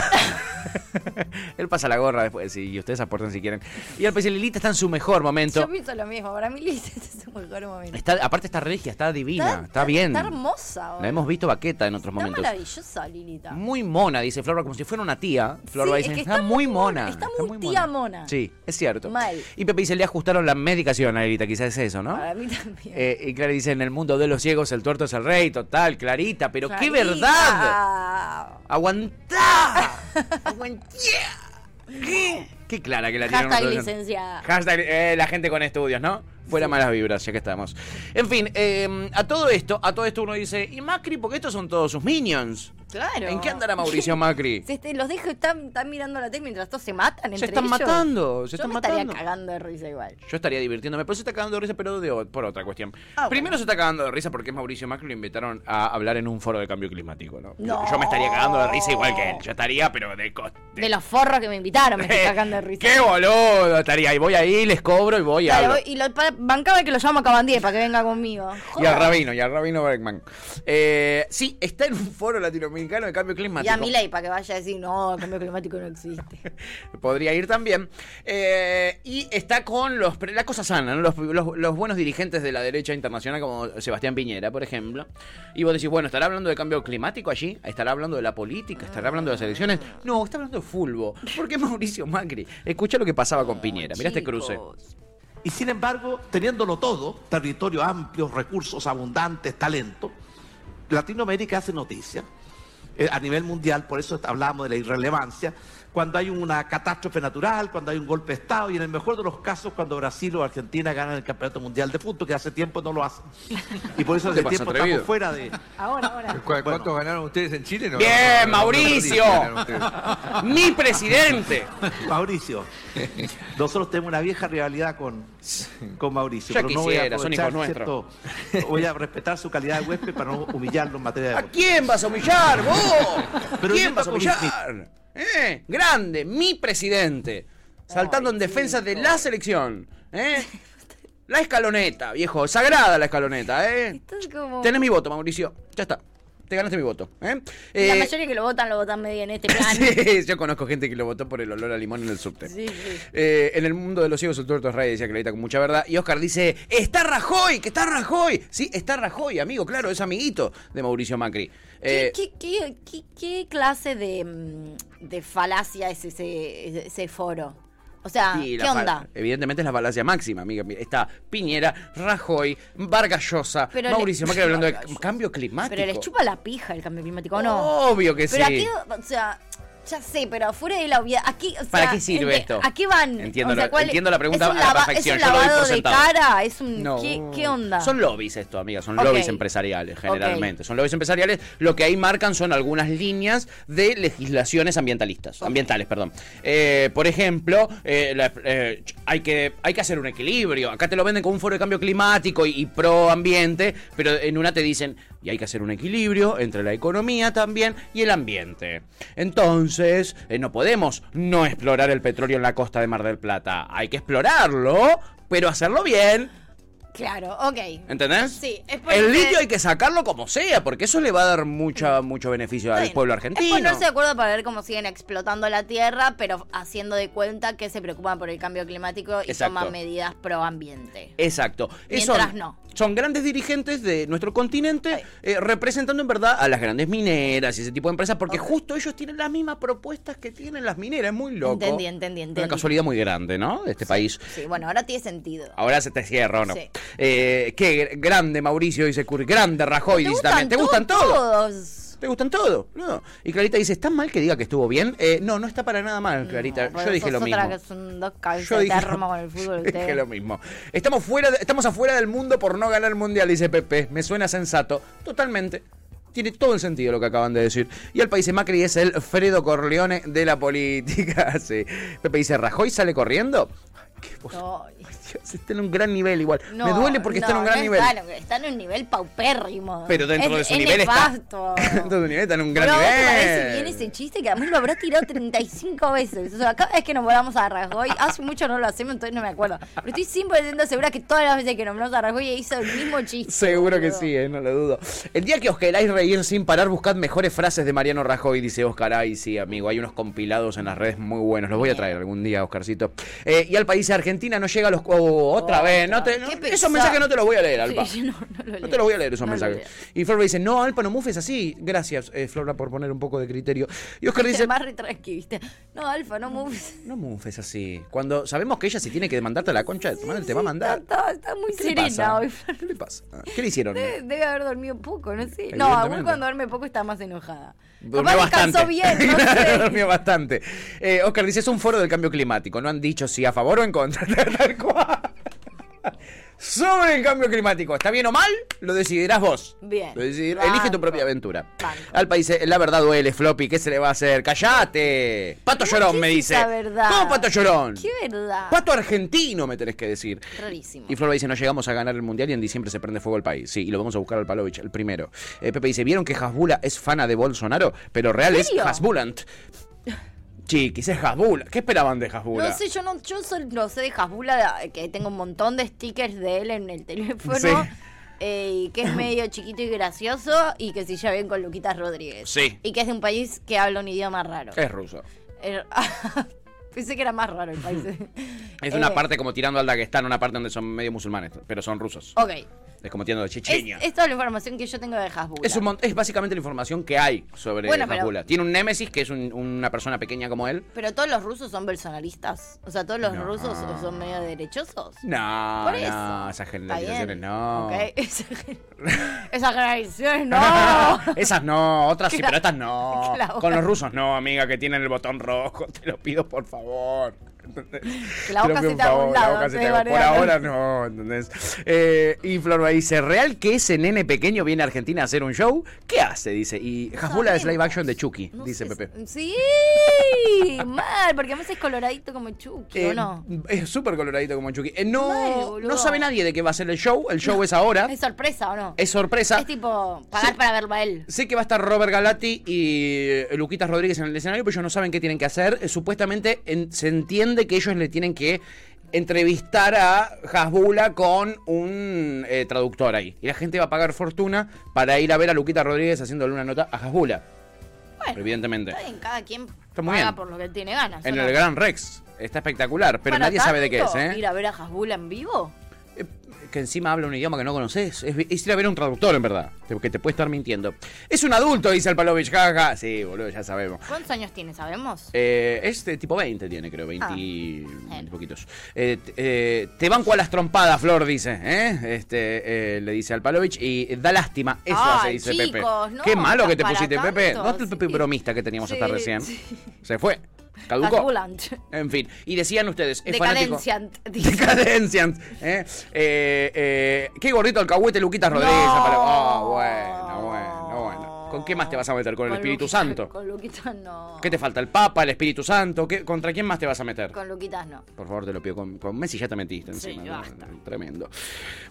B: él pasa la gorra después, y ustedes aportan si quieren. Y al dice, Lilita está en su mejor momento.
C: Yo pienso lo mismo. Para mí Lilita es su mejor momento.
B: Está, aparte está regia, está divina, está, bien.
C: Está hermosa, boludo.
B: La hemos visto vaqueta en otros
C: Está
B: momentos.
C: maravillosa, Lilita.
B: Muy mona, dice Florba, como si fuera una tía. Florba
C: Sí, es
B: dice,
C: que
B: está, muy mona.
C: Está muy tía mona.
B: Sí, es cierto.
C: Mal.
B: Y Pepe dice, le ajustaron la medicación a Elita, quizás es eso, ¿no?
C: Para mí también.
B: Eh, y Clara dice, en el mundo de los ciegos el tuerto es el rey, total, Clarita, pero qué
C: Clarita.
B: verdad. ¡Aguantá!
M: ¿eh?
B: Qué clara que la tiene.
C: Hashtag
B: nosotros.
C: licenciada.
B: Hashtag, eh, la gente con estudios, ¿no? Fuera malas vibras, ya que estamos. En fin, eh, a todo esto, a todo esto uno dice, ¿y Macri? Porque estos son todos sus minions.
C: Claro.
B: ¿En qué andará Mauricio Macri?
C: Se este- los dejo, están, están mirando la tele mientras todos se matan entre
B: Se están
C: ellos.
B: matando, se
C: Yo
B: están
C: me estaría
B: matando.
C: cagando de risa igual.
B: Yo estaría divirtiéndome, pero se está cagando de risa, pero de o- por otra cuestión.
C: Ah,
B: Primero se está cagando de risa porque es Mauricio Macri lo invitaron a hablar en un foro de cambio climático, ¿no?
C: No.
B: Yo me estaría cagando de risa igual que él. Yo estaría, pero de coste.
C: De los forros que me invitaron, me estoy cagando de risa.
B: ¡Qué boludo! Estaría, y voy ahí, les cobro y voy a.
C: Claro, y lo, pa- bancaba que lo llamo a Cabandí para que venga conmigo.
B: Y al
C: Joder.
B: rabino, y al rabino Bergman. Eh, sí, está en un foro latinoamericano de cambio
C: Y
B: climático.
C: a Milei para que vaya a decir, no, el cambio climático no existe.
B: Podría ir también. Eh, y está con los pre- la cosa sana, ¿no? los, los- los buenos dirigentes de la derecha internacional, como Sebastián Piñera, por ejemplo. Y vos decís, bueno, ¿estará hablando de cambio climático allí? ¿Estará hablando de la política? ¿Estará hablando de las elecciones? No, está hablando de fulbo. ¿Por qué Mauricio Macri? Escucha lo que pasaba con Piñera. Mira este cruce.
L: Y sin embargo, teniéndolo todo, territorio amplio, recursos abundantes, talento, Latinoamérica hace noticia eh, a nivel mundial, por eso hablamos de la irrelevancia, cuando hay una catástrofe natural, cuando hay un golpe de Estado y en el mejor de los casos cuando Brasil o Argentina ganan el Campeonato Mundial de Fútbol, que hace tiempo no lo hacen. Y por eso
N: ¿Qué te
L: hace
N: pasa,
L: tiempo
N: atrevido?
L: estamos fuera de...
C: Ahora, ahora.
N: ¿Cuántos ganaron ustedes en Chile? No,
L: Bien,
N: no, no, no, no, no, no, no, no,
L: Mauricio.
N: ganaron ustedes.
B: ¡Mi presidente!
L: Mauricio, nosotros tenemos una vieja rivalidad con, con Mauricio.
B: Ya
L: pero no voy a
B: quisiera, son hijos
L: aprovechar,
B: nuestros.
L: ¿cierto? Voy a respetar su calidad de huésped para no humillarlo en materia de deporte.
B: ¿Quién vas a humillar, vos?
L: Pero
B: ¿Quién
L: yendo
B: vas a
L: con mis-
B: humillar? ¿Eh? Grande, mi presidente. Saltando en defensa de la selección. ¿eh? La escaloneta, viejo. Sagrada la escaloneta, ¿eh?
C: Entonces, como...
B: Tenés mi voto, Mauricio. Ya está. Te ganaste mi voto. ¿eh? Eh,
C: La mayoría que lo votan, lo votan medio en este plan.
B: sí, yo conozco gente que lo votó por el olor a limón en el subte.
C: Sí, sí.
B: Eh, en el mundo de los ciegos el tuerto es rey, decía Clarita con mucha verdad. Y Oscar dice, está Rajoy, que está Rajoy. Sí, está Rajoy, amigo, claro, es amiguito de Mauricio Macri. Eh,
C: ¿Qué, qué- qué- qué clase de, mm, de falacia es ese, ese foro? O sea,
B: y la
C: ¿qué
B: fa-
C: onda?
B: Evidentemente es la falacia máxima, amiga. mía. Está Piñera, Rajoy, Vargas Llosa,
C: Pero le-
B: Mauricio Macri hablando de cambio climático.
C: Pero les chupa la pija el cambio climático, ¿o ¿no?
B: Obvio que
C: pero
B: sí.
C: aquí, o sea, ya sé, pero afuera de la obviedad, aquí, o
B: ¿Para
C: sea,
B: qué sirve
C: ente-
B: esto?
C: ¿A qué van?
B: Entiendo
C: O sea,
B: la-
C: ¿cuál-
B: entiendo la pregunta
C: es un
B: a la
C: lava-
B: perfección,
C: Es un
B: yo lo doy
C: lavado
B: por
C: de
B: sentado.
C: cara, es un
B: No.
C: ¿qué, qué onda?
B: Son lobbies esto, amiga, son
C: Ok.
B: lobbies empresariales generalmente. Son lobbies empresariales, lo que ahí marcan son algunas líneas de legislaciones ambientalistas, ambientales, perdón. Eh, por ejemplo, eh, la- eh, ch- hay, que, hay que hacer un equilibrio. Acá te lo venden con un foro de cambio climático y, y pro ambiente, pero en una te dicen, y hay que hacer un equilibrio entre la economía también y el ambiente. Entonces, eh, no podemos no explorar el petróleo en la costa de Mar del Plata. Hay que explorarlo, pero hacerlo bien.
C: Claro, ok.
B: ¿Entendés?
C: Sí, es porque-
B: El litio hay que sacarlo como sea, porque eso le va a dar mucha, mucho beneficio al
C: Bueno,
B: pueblo
C: Es
B: argentino.
C: ponerse de acuerdo para ver cómo siguen explotando la tierra, pero haciendo de cuenta que se preocupan por el cambio climático y
B: Exacto.
C: toman medidas pro ambiente.
B: Exacto. Eh,
C: Mientras
B: son,
C: no.
B: Son grandes dirigentes de nuestro continente eh, representando en verdad a las grandes mineras y ese tipo de empresas, porque justo ellos tienen las mismas propuestas que tienen las mineras. Es muy loco.
C: Entendí, entendí,
B: Una
C: entendí.
B: casualidad muy grande, ¿no? De este país.
C: Sí, bueno, ahora tiene sentido.
B: Ahora se te cierra, ¿o no?
C: Sí.
B: Eh, qué gr- grande Mauricio dice Curi, grande Rajoy dice también. ¿Te gustan
C: todos?
B: todos? ¿Te gustan todos? No. Y Clarita dice, ¿está mal que diga que estuvo bien? Eh, no, no está para nada mal, Clarita.
C: Bueno,
B: Yo dije
C: Mm, sos
B: lo mismo.
C: otra que son dos cabezas
B: Yo
C: de
B: dije-
C: termo con el fútbol.
B: Dije
C: ustedes.
B: lo mismo. Estamos, fuera de- estamos afuera del mundo por no ganar el mundial, dice Pepe. Me suena sensato. Totalmente. Tiene todo el sentido lo que acaban de decir. Y el país de Macri es el Fredo Corleone de la política. sí. Pepe dice, ¿Rajoy sale corriendo?
C: No,
B: Dios, está en un gran nivel igual.
C: no,
B: Me duele porque está en un
C: no,
B: gran
C: no
B: nivel.
C: Está, en- está en un nivel paupérrimo.
B: Pero dentro
C: Es-
B: de su
C: es
B: nivel está.
C: nefasto.
B: Entonces, nivel está en un gran
C: Pero a vos te parece bien
B: nivel.
C: ese chiste que a mí lo habrá tirado 35 veces. O sea, cada vez que nos volamos a Rajoy, hace mucho no lo hacemos, entonces no me acuerdo. Pero estoy 100% segura que todas las veces que nombramos a Rajoy hizo el mismo chiste.
B: Seguro que sí, eh, no lo dudo. El día que os queráis reír sin parar, buscad mejores frases de Mariano Rajoy, dice Oscar. Ay, sí, amigo, hay unos compilados en las redes muy buenos. Los voy a traer algún día, Oscarcito. Eh, y al país de Argentina no llega a los... oh, otra vez, no te- no- esos mensajes no te los voy a leer, Alpa.
C: Sí, yo no, no lo
B: No
C: leo.
B: te los voy a leer esos
C: No lo
B: mensajes. Y Florba dice, no, Alpa, no mufes así. Gracias, eh, Florba, por poner un poco de criterio. Y Oscar dice,
C: Más retranqui, ¿viste? No, Alfa, no moves.
B: no mufes así. Cuando sabemos que ella si tiene que demandarte a la concha de tu madre, te va a mandar.
C: Está, Ah, está muy
B: ¿Qué le pasa?
C: serena hoy.
B: ¿Qué le pasa? ¿Qué le hicieron?
C: Debe, debe haber dormido poco, no sé. No,
B: Evidentemente.
C: aún cuando duerme poco está más enojada.
B: Durmió
C: Capaz descansó
B: bastante.
C: bien, no sé.
B: Durmió bastante. Eh, Oscar dice, es un foro del cambio climático. No han dicho si a favor o en contra. Tal cual. Sobre el cambio climático. ¿Está bien o mal? Lo decidirás vos.
C: Bien.
B: Lo decidir-
C: Banco.
B: Elige tu propia aventura.
C: Banco.
B: Al país, eh, la verdad duele, Floppy. ¿Qué se le va a hacer? ¡Cállate! Pato Llorón me dice.
C: La verdad.
B: ¿Cómo Pato Llorón?
C: Qué verdad.
B: Pato argentino me tenés que decir.
C: Rarísimo.
B: Y Florba dice, no llegamos a ganar el Mundial y en diciembre se prende fuego el país. Sí, y lo vamos a buscar al Palovich, el primero. Eh, Pepe dice, ¿vieron que Hasbula es fana de Bolsonaro? Pero real
C: ¿En
B: es
C: serio?
B: Hasbulant. Chiquis, es Hasbula. ¿Qué esperaban de Hasbula?
C: No sé, yo no, yo sol- no sé de Hasbula, la- que tengo un montón de stickers de él en el teléfono.
B: Sí.
C: eh, y que es medio chiquito y gracioso y que se lleva bien con Luquitas Rodríguez.
B: Sí.
C: Y que es de un país que habla un idioma raro.
B: Es ruso.
C: Er- Pensé que era más raro el país.
B: Es
C: Eh,
B: una parte como tirando al Daguestán, una parte donde son medio musulmanes, pero son rusos.
C: Ok.
B: Es como tirando de
C: Oh. Es,
B: Chechenia. Es,
C: es toda la información que yo tengo de Hasbula.
B: un mon- es básicamente la información que hay sobre
C: Bueno, pero-
B: Hasbula. Tiene un némesis, que es un- una persona pequeña como él.
C: Pero todos los rusos son bolsonaristas. O sea, todos los
B: No.
C: rusos son medio derechosos.
B: No,
C: Por eso.
B: no, esas
C: Está
B: generalizaciones
C: bien.
B: no.
C: Ok, Esas esas generalizaciones no.
B: Esas no, otras sí,
C: Claro.
B: pero estas no.
C: Claro.
B: Con los rusos no, amiga, que tienen el botón rojo. Te lo pido por favor.
C: Que la
B: Te lo
C: boca
B: pido, por
C: se te haga a
B: favor,
C: un
B: la
C: lado.
B: boca se
C: antes
B: te
C: de
B: haga- Por
C: bardearlo.
B: ahora no, ¿entendés? Eh, y Florba dice, ¿real que ese nene pequeño viene a Argentina a hacer un show? ¿Qué hace? Dice, y Hasbula es live action de Chucky, dice Pepe.
C: Sí, mal, porque además es coloradito como Chucky,
B: Eh,
C: ¿o no?
B: Es súper coloradito como Chucky. Eh,
C: Mal,
B: no,
C: boludo.
B: no sabe nadie de qué va a ser el show, el show es ahora.
C: ¿Es sorpresa o no?
B: Es sorpresa.
C: Es tipo pagar para verlo a él.
B: Sé que va a estar Robert Galati y eh, Luquitas Rodríguez en el escenario, pero ellos no saben qué tienen que hacer. Eh, Supuestamente en- se entiende que ellos le tienen que entrevistar a Hasbula con un eh, traductor ahí. Y la gente va a pagar fortuna para ir a ver a Luquita Rodríguez haciéndole una nota a Hasbula.
C: Bueno,
B: evidentemente.
C: Está bien, cada quien
B: muy
C: paga
B: bien.
C: por lo que tiene ganas.
B: En
C: ¿o no?
B: el Gran Rex. Está espectacular, pero
C: ¿Para
B: nadie sabe de qué es,
C: tanto ¿Ir
B: ¿eh?
C: a ver a Hasbula en vivo?
B: Que encima habla un idioma que no conoces. Es, es ir a ver a un traductor, en verdad. Te- Que te puede estar mintiendo. Es un adulto, dice el Palovich. jaja. Sí, boludo, ya sabemos.
C: ¿Cuántos años tiene, sabemos?
B: Eh, es de tipo 20 tiene, creo, 20
C: Ah,
B: y poquitos. Eh, t- eh, te banco a las trompadas, Flor, dice. ¿eh? Este, eh, le dice al Palovich y da lástima. Eso
C: Ay,
B: hace, dice
C: chicos,
B: Pepe.
C: no,
B: Qué malo que te
C: para
B: pusiste, Pepe.
C: tanto,
B: No es el Pepe
C: sí.
B: bromista que teníamos hasta
C: Sí,
B: recién.
C: sí.
B: Se fue. Caducó.
C: Hasbulant.
B: En fin. Y decían ustedes, es fanático.
C: Decadenciant.
B: Decadenciant. ¿eh? Eh, eh, qué gordito alcahuete Luquitas Rodríguez.
C: No.
B: Apalo- Oh, bueno, bueno, bueno. ¿Con qué más te vas a meter? Con, el
C: Con
B: Espíritu
C: Luquita-
B: Santo.
C: Con Luquitas no.
B: ¿Qué te falta? ¿El Papa? ¿El Espíritu Santo? ¿Qué- ¿Contra quién más te vas a meter?
C: Con Luquitas no.
B: Por favor, te lo pido. Con, con Messi ya te metiste
C: Sí,
B: encima. ¿no?
C: basta.
B: Tremendo.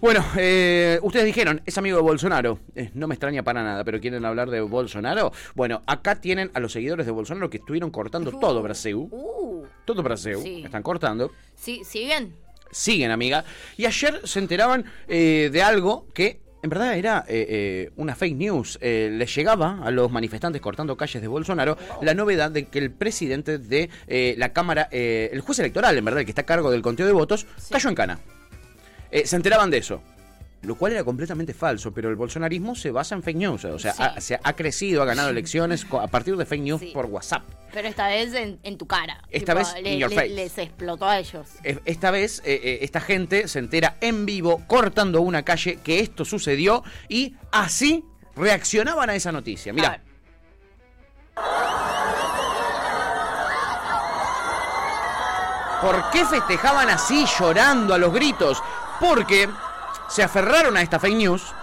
B: Bueno, eh, ustedes dijeron, es amigo de Bolsonaro. Eh, no me extraña para nada, pero ¿quieren hablar de Bolsonaro? Bueno, acá tienen a los seguidores de Bolsonaro que estuvieron cortando todo Brasil.
C: Uh,
B: Todo Brasil.
C: Sí.
B: Están cortando.
C: sí, siguen.
B: siguen, amiga. Y ayer se enteraban eh, de algo que en verdad era eh, eh, una fake news. Eh, les llegaba a los manifestantes cortando calles de Bolsonaro la novedad de que el presidente de eh, la Cámara, eh, el juez electoral, en verdad, el que está a cargo del conteo de votos, cayó en cana. Eh, se enteraban de eso. Lo cual era completamente falso, pero el bolsonarismo se basa en fake news. O sea,
C: Sí.
B: ha, se ha crecido, ha ganado elecciones co- a partir de fake news por WhatsApp.
C: Pero esta vez en, en tu cara.
B: Esta vez
C: le-
B: in your
C: le-
B: face.
C: les explotó a ellos.
B: Eh, Esta vez eh, eh, esta gente se entera en vivo, cortando una calle, que esto sucedió y así reaccionaban a esa noticia. Mirá. ¿Por qué festejaban así, llorando a los gritos? Porque se aferraron a esta fake news,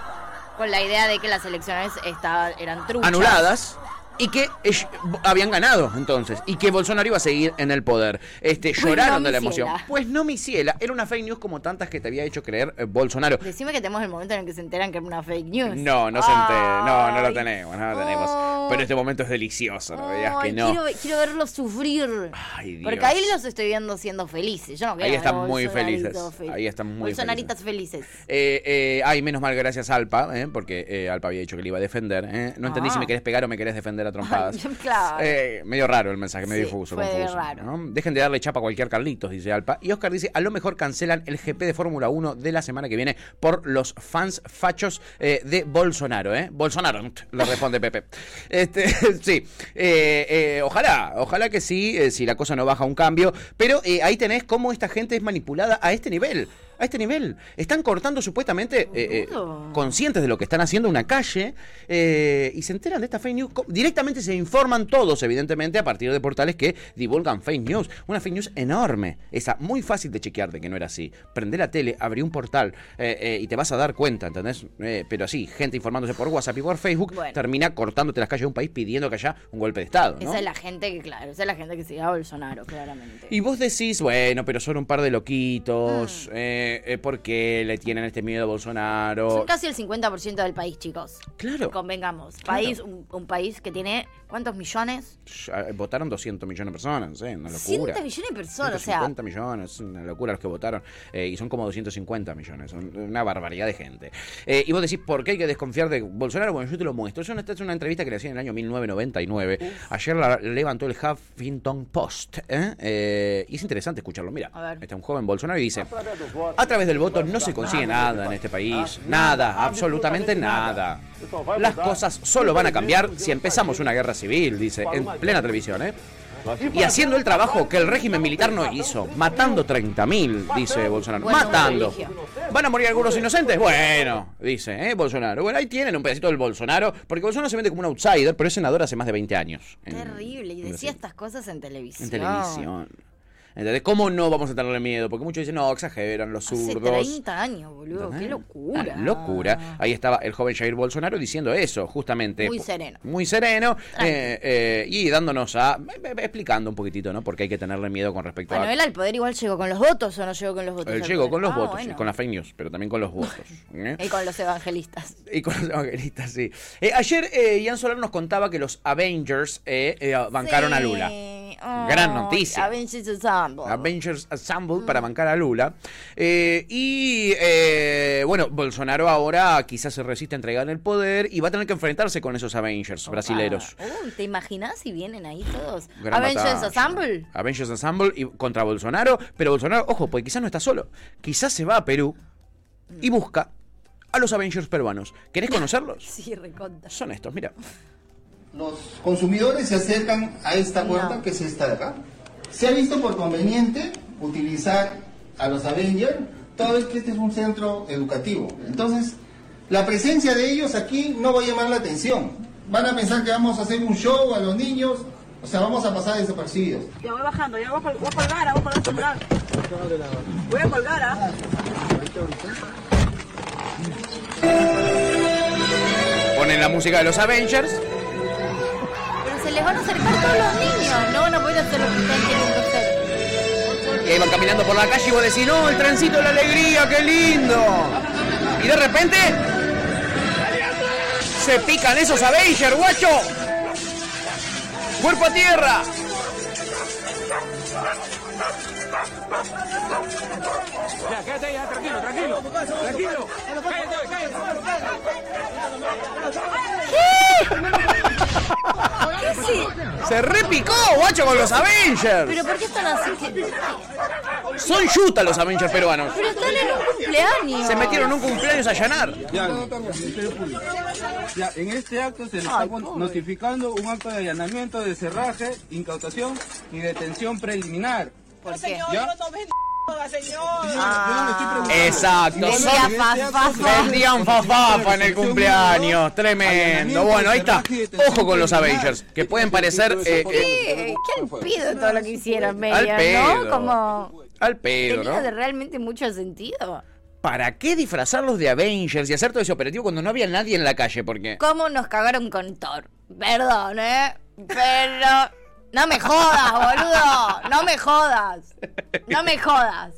C: Con la idea de que las elecciones estaban, eran truchas.
B: anuladas, y que ellos habían ganado entonces, y que Bolsonaro iba a seguir en el poder. Este,
C: Pues
B: lloraron
C: no,
B: de la
C: mi
B: emoción.
C: ciela.
B: Pues no, mi ciela, era una fake news como tantas que te había hecho creer eh, Bolsonaro.
C: Decime que tenemos el momento en el que se enteran que era una fake news.
B: No, no se enter- No, no lo tenemos, no lo tenemos.
C: Ay.
B: Pero este momento es delicioso, no veas
C: Ay,
B: que no.
C: Quiero, quiero verlos sufrir.
B: Ay, Dios.
C: Porque ahí los estoy viendo siendo felices. Yo no quiero
B: Ahí
C: ver
B: están muy
C: bolsonaritos
B: felices.
C: fel-
B: Ahí están muy felices.
C: Bolsonaritas felices.
B: Eh, eh, ay, menos mal, gracias Alpa, eh, porque eh, Alpa había dicho que le iba a defender. eh. No entendí
C: Ah.
B: si me querés pegar o me querés defender a trompadas.
C: Claro.
B: Eh, medio raro el mensaje, medio
C: Sí,
B: difuso,
C: fue
B: confuso.
C: raro.
B: ¿no? Dejen de darle chapa a cualquier Carlitos, dice Alpa. Y Oscar dice, a lo mejor cancelan el GP de Fórmula 1 de la semana que viene por los fans fachos eh, de Bolsonaro. ¿eh? Bolsonaro, le responde Pepe. Este, sí, Eh, eh, ojalá, ojalá que sí, eh, si la cosa no baja un cambio. Pero eh, ahí tenés cómo esta gente es manipulada a este nivel. A este nivel. Están cortando supuestamente eh, eh,
C: Boludo.
B: conscientes de lo que están haciendo una calle eh, y se enteran de esta fake news. Co- Directamente se informan todos, evidentemente, a partir de portales que divulgan fake news. Una fake news enorme. Esa, muy fácil de chequear de que no era así. Prende la tele, abrí un portal eh, eh, y te vas a dar cuenta, ¿entendés? Eh, pero sí, gente informándose por WhatsApp y por Facebook
C: Bueno.
B: termina cortándote las calles de un país pidiendo que haya un golpe de Estado. ¿no?
C: Esa es la gente que, claro, esa es la gente que sigue a Bolsonaro, claramente.
B: Y vos decís, bueno, pero son un par de loquitos,
C: Mm.
B: eh, eh, ¿por qué le tienen este miedo a Bolsonaro?
C: Son casi el 50% del país, chicos.
B: Claro.
C: Convengamos.
B: Claro.
C: País, un, un país que tiene, ¿cuántos millones?
B: Ya, eh, Votaron 200 millones de personas, ¿eh? una locura.
C: 100 millones de personas, o sea.
B: 150 millones, es una locura los que votaron. eh, y son como 250 millones, son una barbaridad de gente. Eh, y vos decís, ¿por qué hay que desconfiar de Bolsonaro? Bueno, yo te lo muestro. Yo, esta es una entrevista que le hacían en el año 1999. Ayer la levantó el Huffington Post. ¿eh? Eh, y es interesante escucharlo. Mira, está un joven Bolsonaro y dice: A través del voto no se consigue nada en este
C: Ah,
B: país. Nada, absolutamente nada. Las cosas solo van a cambiar si empezamos una guerra civil, dice, en plena televisión, ¿eh? Y haciendo el trabajo que el régimen militar no hizo, matando 30.000, dice Bolsonaro.
O: Bueno,
B: matando.
O: privilegio.
B: ¿Van a morir algunos inocentes? Bueno, dice, ¿eh? Bolsonaro. Bueno, ahí tienen un pedacito del Bolsonaro, porque Bolsonaro se vende como un outsider, pero es senador hace más de 20 años. En,
C: Terrible. Y decía estas cosas en televisión.
B: en televisión. ¿Entendés? ¿Cómo no vamos a tenerle miedo? Porque muchos dicen, no, exageran los
C: Hace
B: zurdos.
C: 30 años, boludo. Qué locura.
B: Una locura. Ahí estaba el joven Jair Bolsonaro diciendo eso, justamente.
C: Muy
B: Po-
C: sereno.
B: Muy sereno. eh, eh, y dándonos a. eh, explicando un poquitito, ¿no? Porque hay que tenerle miedo con respecto
C: Bueno,
B: a.
C: Ah, él al poder igual llegó con los votos o no llegó con los votos.
B: Él
C: al
B: Eh, llegó
C: poder?
B: con los
C: Ah,
B: votos,
C: bueno.
B: con la fake news, pero también con los votos. ¿eh?
C: Y con los evangelistas.
B: Y con los evangelistas, sí. Eh, ayer eh, Ian Solar nos contaba que los Avengers eh, eh, bancaron a Lula. Gran noticia.
C: Avengers Mm. Ensemble.
B: Avengers Assemble para bancar a Lula. Eh, y eh, bueno, Bolsonaro ahora quizás se resiste a entregar el poder y va a tener que enfrentarse con esos Avengers brasileros.
C: Uy, ¿te imaginas si vienen ahí todos?
B: Gran
C: Avengers
B: batalla.
C: Ensemble.
B: Avengers Ensemble y contra Bolsonaro. Pero Bolsonaro, ojo, porque quizás no está solo. Quizás se va a Perú y busca a los Avengers peruanos. ¿Querés conocerlos?
C: Sí, reconta.
B: Son estos, mira.
P: Los consumidores se acercan a esta puerta que es esta de acá. Se ha visto por conveniente utilizar a los Avengers toda vez que este es un centro educativo. Entonces, la presencia de ellos aquí no va a llamar la atención. Van a pensar que vamos a hacer un show a los niños, o sea, vamos a pasar desapercibidos.
Q: Ya voy bajando, ya voy a, col- voy a colgar, ah, voy a colgar el celular. Voy a colgar, ¿ah?
B: Ponen la música de los Avengers.
C: Pero se les van a acercar todos los niños. No van a poder hacer lo que ustedes quieren hacer.
B: Y ahí van caminando por la calle y vos decís, no, el trencito de la alegría, qué lindo. Y de repente se pican esos Avengers, guacho. Cuerpo a tierra.
Q: Ya, quédate ahí, ya, tranquilo, tranquilo. Tranquilo. Cállate,
C: ¿Qué sí?
B: Se repicó, guacho, con los Avengers.
C: ¿Pero por qué están así? ¿Qué-
B: Son yuta los Avengers peruanos.
C: Pero están en un cumpleaños.
B: Se metieron en un cumpleaños a allanar.
O: Ya, en este acto se le está notificando un acto de allanamiento, de cerraje, incautación y detención preliminar.
Q: ¿Por
O: qué?
Q: Señor,
O: ¿Ya?
Q: no tomes droga, señor.
B: Ah, Exacto. Son- Vendían fafafa en el cumpleaños. Tremendo. Bueno, ahí está. Ojo con los Avengers, que pueden parecer eh, eh,
C: ¿Qué? ¿Qué al pido todo lo que hicieron,
B: Al
C: medio,
B: pedo.
C: ¿no? Como...
B: al pedo,
C: ¿Tenía
B: ¿no?
C: de realmente mucho sentido?
B: ¿Para qué disfrazarlos de Avengers y hacer todo ese operativo cuando no había nadie en la calle? Porque.
C: ¿Cómo nos cagaron con Thor? Perdón, ¿eh? Pero... No me jodas, boludo. No me jodas. No me jodas.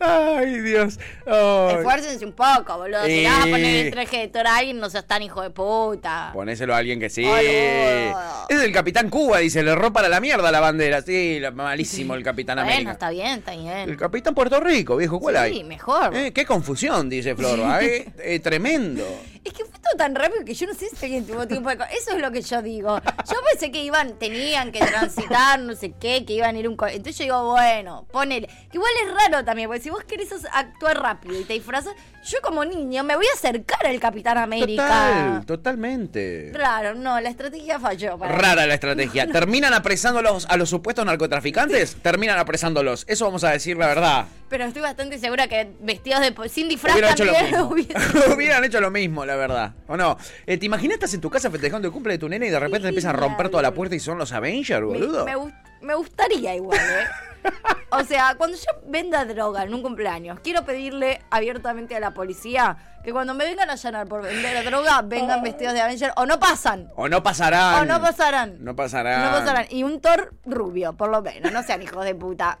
B: Ay, Dios. Ay.
C: Esfuércense un poco, boludo. Si le vas a poner
B: Eh.
C: el traje de Thor a alguien, no seas tan hijo de puta.
B: Ponéselo a alguien que sí.
C: Boludo.
B: Es el Capitán Cuba, dice, le erró para la mierda la bandera. Sí, la- malísimo el Capitán
C: Bueno,
B: América.
C: está bien, está bien.
B: El Capitán Puerto Rico, viejo, ¿cuál hay?
C: Sí, mejor.
B: Eh, qué confusión, dice Florba. eh, eh, tremendo.
C: Fue todo tan rápido que yo no sé si alguien tuvo tiempo de... co- Eso es lo que yo digo. Yo pensé que iban, tenían que transitar, no sé qué, que iban a ir a un... co- Entonces yo digo, bueno, ponele. Que igual es raro también, porque si vos querés as- actuar rápido y te disfrazas, yo como niño me voy a acercar al Capitán América.
B: Total, totalmente.
C: Raro, no, la estrategia falló. para mí.
B: Rara la estrategia. Terminan apresándolos a los supuestos narcotraficantes, terminan apresándolos. Eso vamos a decir la verdad.
C: Pero estoy bastante segura que vestidos de... po- sin disfraz
B: Hubieran hecho lo
C: también
B: mismo.
C: hubiera-
B: Hubieran hecho lo mismo, la verdad. ¿O no? Eh, ¿Te imaginas estás en tu casa festejando el cumple de tu nene y de repente te empiezan a romper toda la puerta y son los Avengers,
C: Me-
B: boludo?
C: Me, gust- me gustaría igual, ¿eh? O sea, cuando yo venda droga en un cumpleaños, quiero pedirle abiertamente a la policía que cuando me vengan a allanar por vender droga, vengan vestidos de Avenger o no pasan.
B: O no pasarán.
C: O no pasarán.
B: No pasarán.
C: No pasarán. Y un Thor rubio, por lo menos. No sean hijos de puta.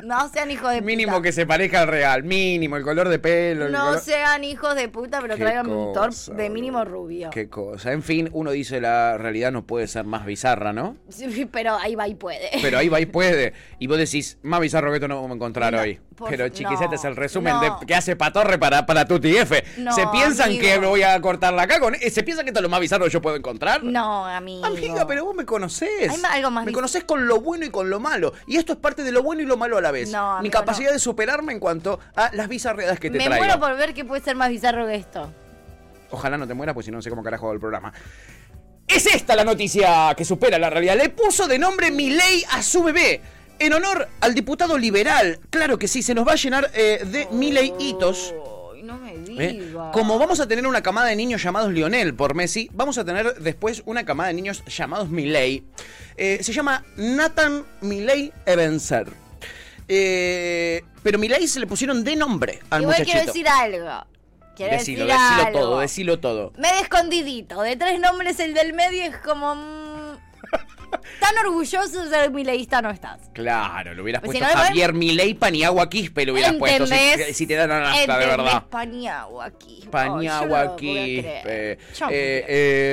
C: No sean hijos de
B: Mínimo que se parezca al real. Mínimo, el color de pelo.
C: puta.
B: el
C: No
B: color-
C: sean hijos de puta, pero
B: Qué
C: traigan un Thor
B: cosa,
C: de mínimo rubio.
B: Qué cosa. En fin, uno dice la realidad no puede ser más bizarra, ¿no?
C: Sí, Pero ahí va y puede.
B: Pero ahí va y puede. Y vos decís, más bizarro que esto no vamos a encontrar hoy.
C: por-
B: Pero chiquisete
C: no,
B: es el resumen
C: no.
B: de que hace Patorre para, para tu TF.
C: No,
B: ¿Se piensan
C: amigo.
B: que me voy a cortarla acá? Con... eh, ¿Se piensan que esto es lo más bizarro que yo puedo encontrar?
C: No, amigo.
B: Amiga, pero vos me conocés.
C: Hay ma- algo más
B: me
C: biz-
B: conocés con lo bueno y con lo malo. Y esto es parte de lo bueno y lo malo a la vez.
C: No,
B: Mi
C: amigo,
B: capacidad de superarme en cuanto a las bizarreadas que te
C: Me
B: traigo.
C: muero por ver qué puede ser más bizarro que esto.
B: Ojalá no te muera, pues si no no sé cómo carajo va el programa. Es esta la noticia que supera la realidad. Le puso de nombre Milei a su bebé. En honor al diputado liberal. Claro que sí, se nos va a llenar eh, de Milei hitos.
C: Oh,
B: ¿eh? Como vamos a tener una camada de niños llamados Lionel por Messi, vamos a tener después una camada de niños llamados Milei. Eh, se llama Nathan Milei Ebenser. Eh, pero Milei se le pusieron de nombre al
C: Igual
B: muchachito.
C: quiero decir algo. Quiero
B: decilo,
C: decir
B: decilo
C: algo.
B: todo, decilo todo.
C: Me de escondidito. De tres nombres, el del medio es como. mm, tan orgulloso de ser mileísta no estás.
B: Claro, lo hubieras
C: Pues
B: puesto
C: si no,
B: Javier Milei Paniagua Quispe, lo hubieras puesto. Si,
C: ¿Entendés?
B: si te dan hasta Ah, de
C: Entendés,
B: verdad.
C: Paniagua aquí.
B: Paniagua
C: Oh, yo no lo podía
B: Quispe.
C: creer. Yo no
B: Eh,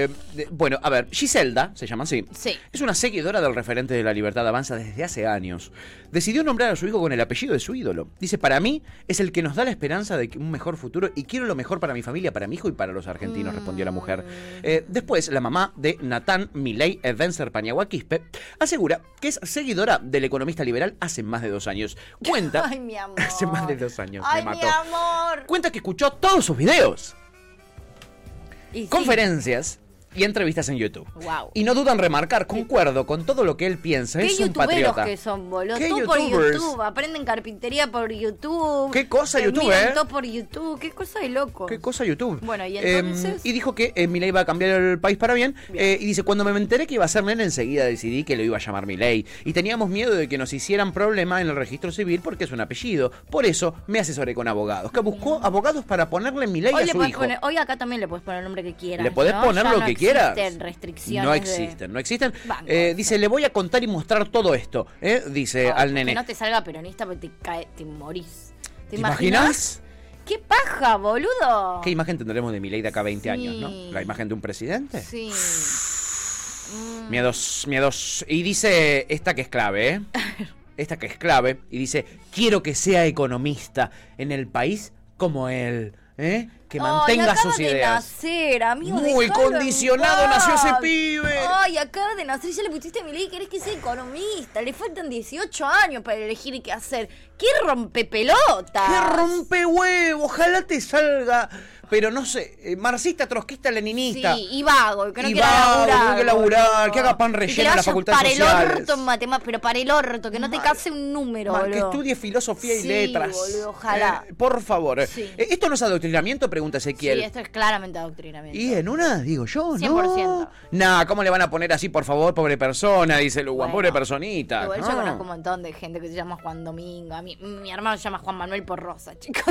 B: eh, de- bueno, a ver, Giselda, se llama así.
C: Sí.
B: Es una seguidora del referente de la libertad avanza desde hace años. Decidió nombrar a su hijo con el apellido de su ídolo. Dice, para mí es el que nos da la esperanza de que- un mejor futuro y quiero lo mejor para mi familia, para mi hijo y para los argentinos,
C: Mm.
B: respondió la mujer. Eh, después, la mamá de Natán Milei Evenser Paniagua Quispe asegura que es seguidora del economista liberal hace más de dos años. Cuenta...
C: Ay, mi amor.
B: hace más de dos años,
C: Ay,
B: me
C: mi
B: mató.
C: amor.
B: Cuenta que escuchó todos sus videos
C: Y sí.
B: conferencias y entrevistas en YouTube.
C: Guau.
B: Y no dudan remarcar, concuerdo con todo lo que él piensa,
C: Qué
B: es un
C: youtuberos
B: patriota.
C: que son, boludo.
B: Qué
C: Tú por
B: youtubers.
C: YouTube, aprenden carpintería por YouTube.
B: Qué cosa
C: te
B: YouTube,
C: miran
B: ¿eh?
C: todo por YouTube, qué cosa de loco.
B: Qué cosa YouTube.
C: Bueno, y
B: Eh,
C: entonces.
B: y dijo que eh, Milei va a cambiar el país para bien. Eh, y dice, cuando me enteré que iba a ser nene, enseguida decidí que lo iba a llamar Milei. Y teníamos miedo de que nos hicieran problema en el registro civil porque es un apellido. Por eso me asesoré con abogados. Que buscó abogados para ponerle Milei
C: Hoy,
B: a
C: le
B: su
C: podés
B: hijo.
C: poner- hoy acá también le puedes poner el nombre que quieras.
B: Le podés
C: ¿no?
B: poner
C: Ya
B: lo
C: no
B: que quieras.
C: Existen restricciones.
B: No
C: de-
B: existen, no existen.
C: Banco.
B: Eh, dice, le voy a contar y mostrar todo esto, eh, dice al nene.
C: Que Oh, no te salga peronista porque te, cae, te morís. ¿Te,
B: ¿Te imaginas?
C: ¡Qué paja, boludo!
B: ¿Qué imagen tendremos de Milei de acá a 20 años, no?
C: Sí.
B: ¿La imagen de un presidente?
C: Sí. Mm.
B: Mm. Miedos, miedos. Y dice esta que es clave, ¿eh? esta que es clave, y dice, quiero que sea economista en el país como él, ¿eh? que mantenga
C: acaba
B: sus
C: de
B: ideas.
C: nacer, amigo,
B: Muy
C: dejalo en
B: condicionado
C: paz.
B: nació ese pibe.
C: Ay, acaba de nacer, ya le pusiste mi ley, querés que sea economista. Le faltan 18 años para elegir qué hacer. ¡Qué rompepelota!
B: ¡Qué rompe huevo! Ojalá te salga, pero no sé, eh, marxista, trotskista, leninista.
C: Sí, y vago, que no
B: Y
C: quiera
B: vago,
C: laburar.
B: que laburar, que haga pan
C: Y que le
B: relleno en la
C: vaya
B: facultad
C: para
B: sociales.
C: el orto en matemáticas, pero para el orto, que no te case un número,
B: Mal, que
C: boludo.
B: estudie filosofía y
C: Sí,
B: letras.
C: boludo, ojalá.
B: Eh, por favor.
C: Sí.
B: Eh, ¿Esto no es adoctrinamiento? Pregunta Ezequiel.
C: Sí, esto es claramente adoctrinamiento.
B: Y en una, digo yo, ¿no?
C: 100%.
B: Nah, ¿cómo le van a poner así, por favor, pobre persona? Dice Lugan,
C: Bueno.
B: pobre personita.
C: Igual
B: No.
C: yo conozco un montón de gente que se llama Juan Domingo. A mí- mi hermano se llama Juan Manuel Porrosa, chicos.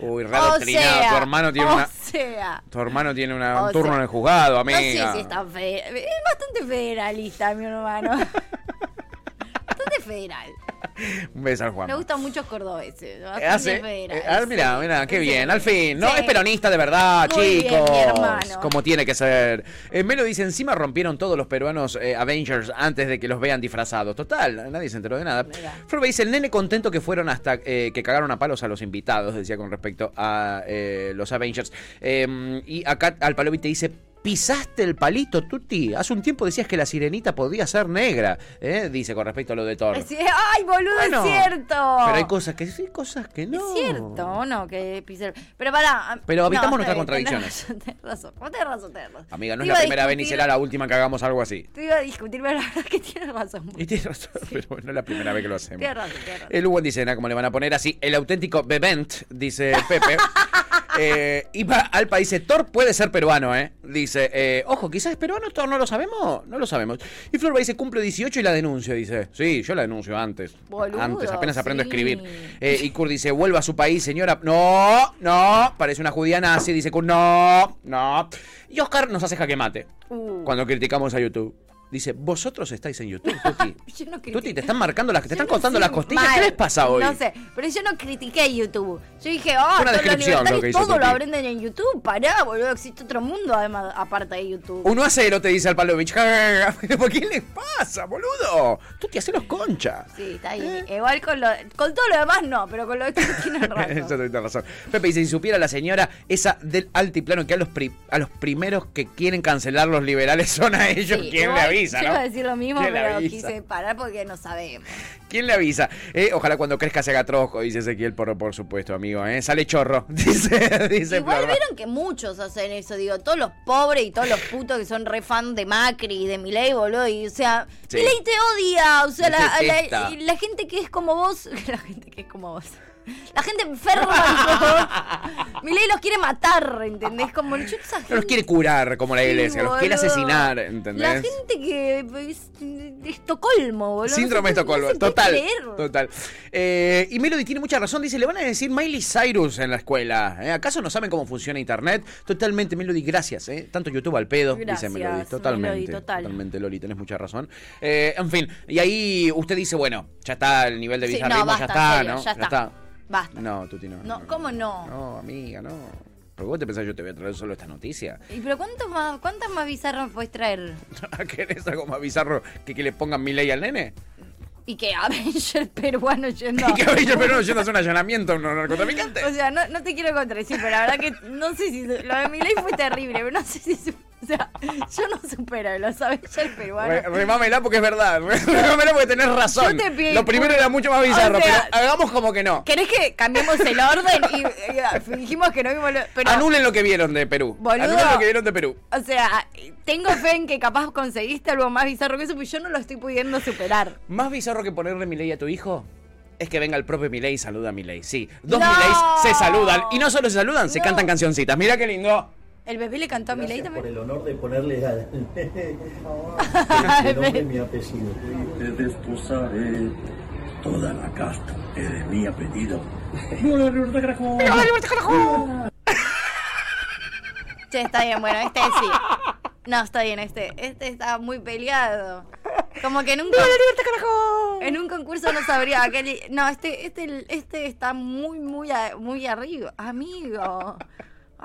B: Uy, raro trinado. tu hermano tiene
C: o
B: una...
C: sea.
B: Tu hermano tiene una-
C: o
B: Ah, un turno
C: sea,
B: en el juzgado, amiga.
C: No sé si está fe- Es bastante federalista, mi hermano. bastante federal.
B: Un beso al Juan. Eh,
C: Me gustan muchos cordobeses. Bastante
B: Hace,
C: federal.
B: eh, ah, mira, mira, qué bien, al fin, ¿no?
C: Sí.
B: Es peronista de verdad,
C: Muy bien, mi
B: chicos.
C: hermano.
B: Como tiene que ser. Eh, Melo dice, encima rompieron todos los peruanos eh, Avengers antes de que los vean disfrazados. Total, nadie se enteró de nada. Florbe dice, el nene contento que fueron hasta eh, que cagaron a palos a los invitados, decía con respecto a eh, los Avengers. Eh, y acá al Palovi te dice... Pisaste el palito, Tuti. Hace un tiempo decías que la sirenita podía ser negra, ¿eh? dice con respecto a lo de Thor.
C: Sí, Ay, boludo,
B: Bueno,
C: es cierto.
B: Pero hay cosas que sí, cosas que no.
C: Es cierto, ¿o no, que pisar. Pero pará.
B: Pero evitamos
C: habitamos
B: nuestras contradicciones.
C: Tenés razón, vos tenés razón, tenés razón.
B: Amiga, no
C: Te
B: es
C: iba
B: la
C: a
B: primera vez ni
C: discutir-
B: será la última que hagamos algo así.
C: Te iba a discutir, pero la verdad es que tienes razón.
B: Y tiene razón, pero no es la primera vez que lo hacemos.
C: Tienes razón, tienes razón.
B: El Hugo dice, nada, ¿cómo le van a poner así? El auténtico Bevent, dice Pepe. Eh, y va al país, dice, Thor puede ser peruano, ¿eh? Dice, eh, ojo, quizás es peruano, Thor, no lo sabemos, no lo sabemos. Y Florba dice, cumple 18 y la denuncio, dice. Sí, yo la denuncio antes.
C: Boludo,
B: antes, apenas aprendo a
C: sí.
B: escribir. Eh, y Kurt dice, vuelva a su país, señora. No, no, parece una judía nazi, dice Kurt, no, no. Y Oscar nos hace jaque mate
C: Uh,
B: cuando criticamos a YouTube. Dice, vosotros estáis en YouTube, Tuti.
C: yo no critiqué.
B: Tuti, te están marcando las, te están cortando
C: Sí,
B: las costillas.
C: mal.
B: ¿Qué les pasa hoy?
C: No sé, pero yo no critiqué YouTube. Yo dije, oh,
B: Fue una
C: todos los
B: descripción lo
C: libertarios
B: que hizo
C: todo lo
B: Tuti.
C: aprenden en YouTube. Pará, boludo, existe otro mundo además, aparte de YouTube.
B: 1 a 0 te dice al Palovich. ¿Por qué les pasa, boludo? Tuti, hacelos concha.
C: Sí, está bien. Igual con, lo, con todo lo demás no, pero con lo de YouTube tienes razón.
B: Eso tenés razón. Pepe dice, si supiera la señora esa del altiplano que a los, pri- a los primeros que quieren cancelar los liberales son a ellos,
C: Sí,
B: ¿quién le
C: igual
B: avisa,
C: yo
B: no?
C: iba a decir lo mismo,
B: ¿Quién le
C: pero
B: avisa?
C: quise parar porque no sabemos.
B: ¿Quién le avisa? Eh, ojalá cuando crezca se haga trosco, dice Ezequiel, por, por supuesto, amigo. ¿eh? Sale chorro, dice, dice
C: Igual
B: Florba.
C: vieron que muchos hacen eso, digo, todos los pobres y todos los putos que son re fan de Macri y de Milei, boludo, y o sea,
B: Sí.
C: Milei te odia, o sea,
B: Me
C: la, la-
B: detesta.
C: y la gente que es como vos, la gente que es como vos. La gente enferma. como vos. Milei los quiere matar, ¿entendés? Como yo esa
B: No los
C: gente,
B: quiere curar como la iglesia, los quiere
C: boludo.
B: asesinar, ¿entendés?
C: la gente que es de Estocolmo, boludo.
B: Síndrome de
C: no se-
B: Estocolmo,
C: no se puede
B: total.
C: creer.
B: Total. Eh, y Melody tiene mucha razón, dice, le van a decir Miley Cyrus en la escuela. ¿eh? ¿Acaso no saben cómo funciona Internet? Totalmente, Melody, gracias. ¿eh? Tanto YouTube al pedo, dice
C: Gracias,
B: Melody. Totalmente.
C: Melody, total.
B: Totalmente, Loli, tenés mucha razón. Eh, en fin, y ahí usted dice, bueno, ya está, el nivel de
C: Sí, no,
B: bizarrismo
C: basta,
B: ya está,
C: en serio,
B: ¿no?
C: ya está. Basta.
B: No, Tuti, no.
C: No, ¿cómo no?
B: No, amiga, no. Pero vos te pensás que yo te voy a traer solo esta noticia.
C: ¿Y pero cuánto más, cuántas más bizarras puedes traer?
B: ¿Querés algo más bizarro que que le pongan mi ley al nene?
C: Y que Avenger peruano yendo.
B: Y que Avenger Perón yendo a hacer un allanamiento a un narcotraficante.
C: O sea, no, no te quiero contradecir, pero la verdad que no sé si. Lo de Milei fue terrible, pero no sé si. su- O sea, yo no supero los Avenger
B: Re-
C: peruanos.
B: Remámela porque es verdad. Remámela porque tenés razón.
C: Yo te pido
B: Lo primero
C: disculpas.
B: era mucho más bizarro,
C: O sea,
B: pero hagamos como que no.
C: ¿Querés que cambiemos el orden y, y fingimos que no vimos lo- pero,
B: Anulen lo que vieron de Perú.
C: Boludo.
B: Anulen lo que vieron de Perú.
C: O sea, tengo fe en que capaz conseguiste algo más bizarro que eso, pero yo no lo estoy pudiendo superar.
B: Más bizarro que ponerle Milei a tu hijo es que venga el propio Milei y saluda a Milei. Sí, dos
C: No.
B: Mileis se saludan. Y no solo se saludan, se
C: No.
B: cantan cancioncitas. Mira qué lindo.
C: El bebé le cantó a Milei también.
M: el honor de ponerle al
C: Ay,
M: nombre y mi apellido. Te desposaré toda la casta. Eres mi apellido.
C: Che, está bien, bueno, este sí. No, está bien, este. Este está muy peleado. Como que en un. En un concurso no sabría aquel. y- No, este, este, este está muy, muy, a- muy arriba. Amigo.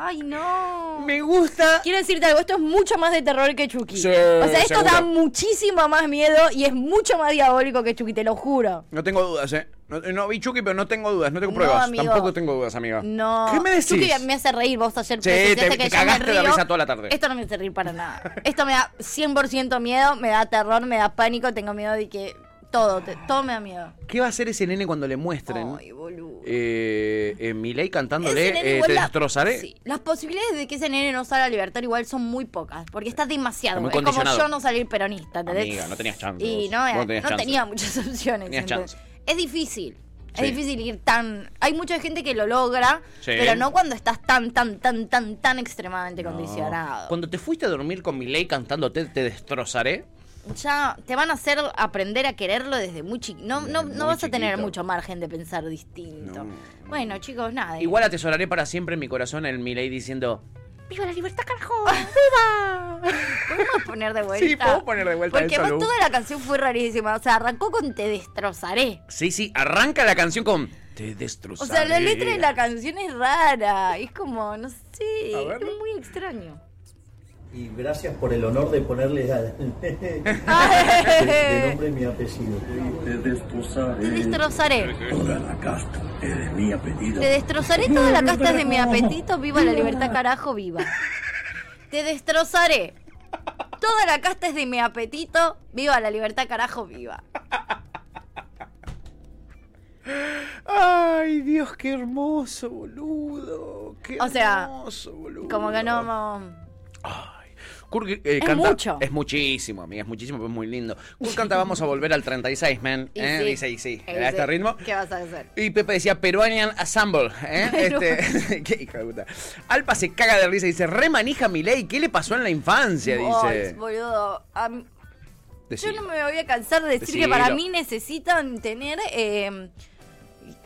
C: Ay, no.
B: Me gusta.
C: Quiero decirte algo, esto es mucho más de terror que Chucky.
B: Sí,
C: o sea, esto
B: seguro.
C: da muchísimo más miedo y es mucho más diabólico que Chucky, te lo juro.
B: No tengo dudas, ¿eh? No, no vi Chucky, pero no tengo dudas, no tengo pruebas.
C: amigo.
B: Tampoco tengo dudas, amiga.
C: No.
B: ¿Qué me decís?
C: Chucky me hace reír, vos ayer
B: Sí,
C: presenciaste
B: te-
C: que
B: te
C: yo
B: cagaste
C: me
B: de la
C: río.
B: risa toda la tarde.
C: Esto no me hace reír para nada. Esto me da 100% miedo, me da terror, me da pánico, tengo miedo de que todo, te- todo me da miedo.
B: ¿Qué va a hacer ese nene cuando le muestren? Ay,
C: boludo.
B: Eh, eh, Milei
C: Ese nene
B: cantándole eh,
C: igual
B: Te
C: la-
B: destrozaré.
C: sí, las posibilidades de que ese nene no salga a libertad igual son muy pocas, porque está demasiado.
B: Está muy
C: es como
B: condicionado.
C: yo no salir peronista, ¿entendés?
B: Amiga, no tenías chance.
C: Y
B: vos.
C: no,
B: Vos
C: era-
B: tenías
C: no
B: chance.
C: tenía muchas opciones.
B: Tenías
C: ¿entendés?
B: chance.
C: Es difícil.
B: Sí.
C: Es difícil ir tan. Hay mucha gente que lo logra,
B: Sí.
C: pero no cuando estás tan, tan, tan, tan, tan extremadamente condicionado.
B: Cuando te fuiste a dormir con Milei cantándote Te destrozaré,
C: Ya te van a hacer aprender a quererlo desde muy chiquito. No, no, no vas a tener
B: chiquito.
C: mucho margen de pensar distinto. Bueno, chicos, nada. eh.
B: igual atesoraré para siempre en mi corazón el Milei diciendo
C: ¡Viva la libertad, carajo! ¡Viva! ¿Podemos poner de vuelta?
B: Sí, podemos poner de vuelta
C: Porque
B: eso,
C: vos-
B: Lu.
C: toda la canción fue rarísima. O sea, arrancó con Te destrozaré.
B: Sí, sí, arranca la canción con Te
C: O
B: destrozaré.
C: sea, la letra de la canción es rara. Es como, no sé,
R: A ver.
C: es muy extraño.
R: Y gracias por el honor de ponerle al de, de
C: Ay.
R: nombre mi apellido.
M: Te destrozaré.
C: Te destrozaré.
M: Toda la casta eres mi apellido.
C: Te destrozaré toda la casta de mi apetito. ¡Viva la libertad, carajo! ¡Viva! Te destrozaré. Toda la casta es de mi apetito. ¡Viva la libertad, carajo! ¡Viva!
B: Ay, Dios, qué hermoso, boludo. Qué
C: O sea,
B: hermoso, boludo.
C: Como que no. no-
B: Kurt, eh,
C: Es
B: canta-
C: mucho.
B: Es muchísimo, amiga, es muchísimo, pero es muy lindo. Kurt canta Vamos a volver al 36, man.
C: Y
B: ¿eh?
C: sí.
B: Dice, y sí,
C: Y
B: a este
C: sí.
B: ritmo.
C: ¿Qué vas a hacer?
B: Y Pepe decía Peruanian Assemble. ¿eh? Este, qué hijo de puta. Alpa se caga de risa y dice, remanija mi ley, ¿qué le pasó en la infancia?
C: Bots,
B: Dice.
C: boludo. A mí-
B: Decilo.
C: Yo no me voy a cansar de decir que
B: Decilo.
C: para mí necesitan tener. eh,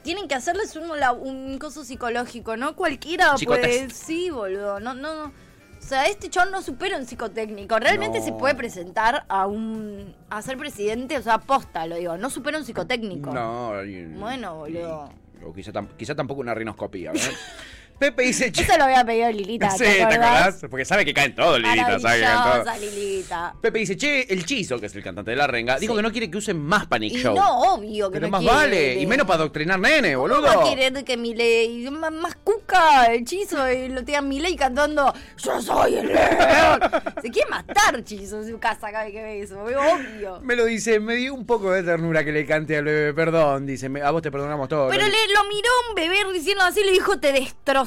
C: tienen que hacerles un, la- un coso psicológico, ¿no? Cualquiera puede.
B: Psicotest.
C: Sí, boludo. No, no, no. O sea, este chon no supera un psicotécnico. Realmente
B: No.
C: se puede presentar a un. a ser presidente, o sea, posta, lo digo. No supera un psicotécnico.
B: No, y-
C: Bueno, boludo.
B: o quizá, tam- quizá tampoco una rinoscopía, ¿verdad? Pepe dice, che,
C: Eso lo había pedido Lilita.
B: sí,
C: ¿te acordás?
B: Porque sabe que caen todos, Lilita, sabe que caen
C: Maravillosa
B: todos.
C: Lilita.
B: Pepe dice, che, el Chizo, que es el cantante de la renga, dijo
C: Sí.
B: que no quiere que usen más Panic
C: Y
B: Show.
C: no, obvio que
B: Pero
C: no
B: más
C: quiere.
B: vale, y menos para adoctrinar nene,
C: ¿Cómo va a
B: boludo.
C: querer que Milei más, más cuca hechizo y lo tenga Milei cantando Yo soy el león? Se quiere matar Chizo en su casa cada vez que ve eso, obvio.
B: Me lo dice, me dio un poco de ternura que le cante al bebé, perdón, dice, me- a vos te perdonamos todo.
C: Pero le, lo miró un bebé recién así y le dijo te destrozaré,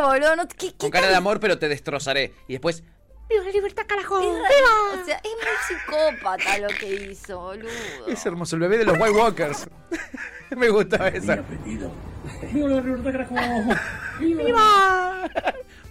C: boludo. No, ¿qué, qué
B: Con cara de amor, pero te destrozaré. Y después,
C: ¡Viva la libertad, carajo! O sea, es muy psicópata lo que hizo, boludo.
B: es hermoso, el bebé de los White Walkers. me gustaba esa.
R: Viva la libertad, carajo.
B: ¡Viva!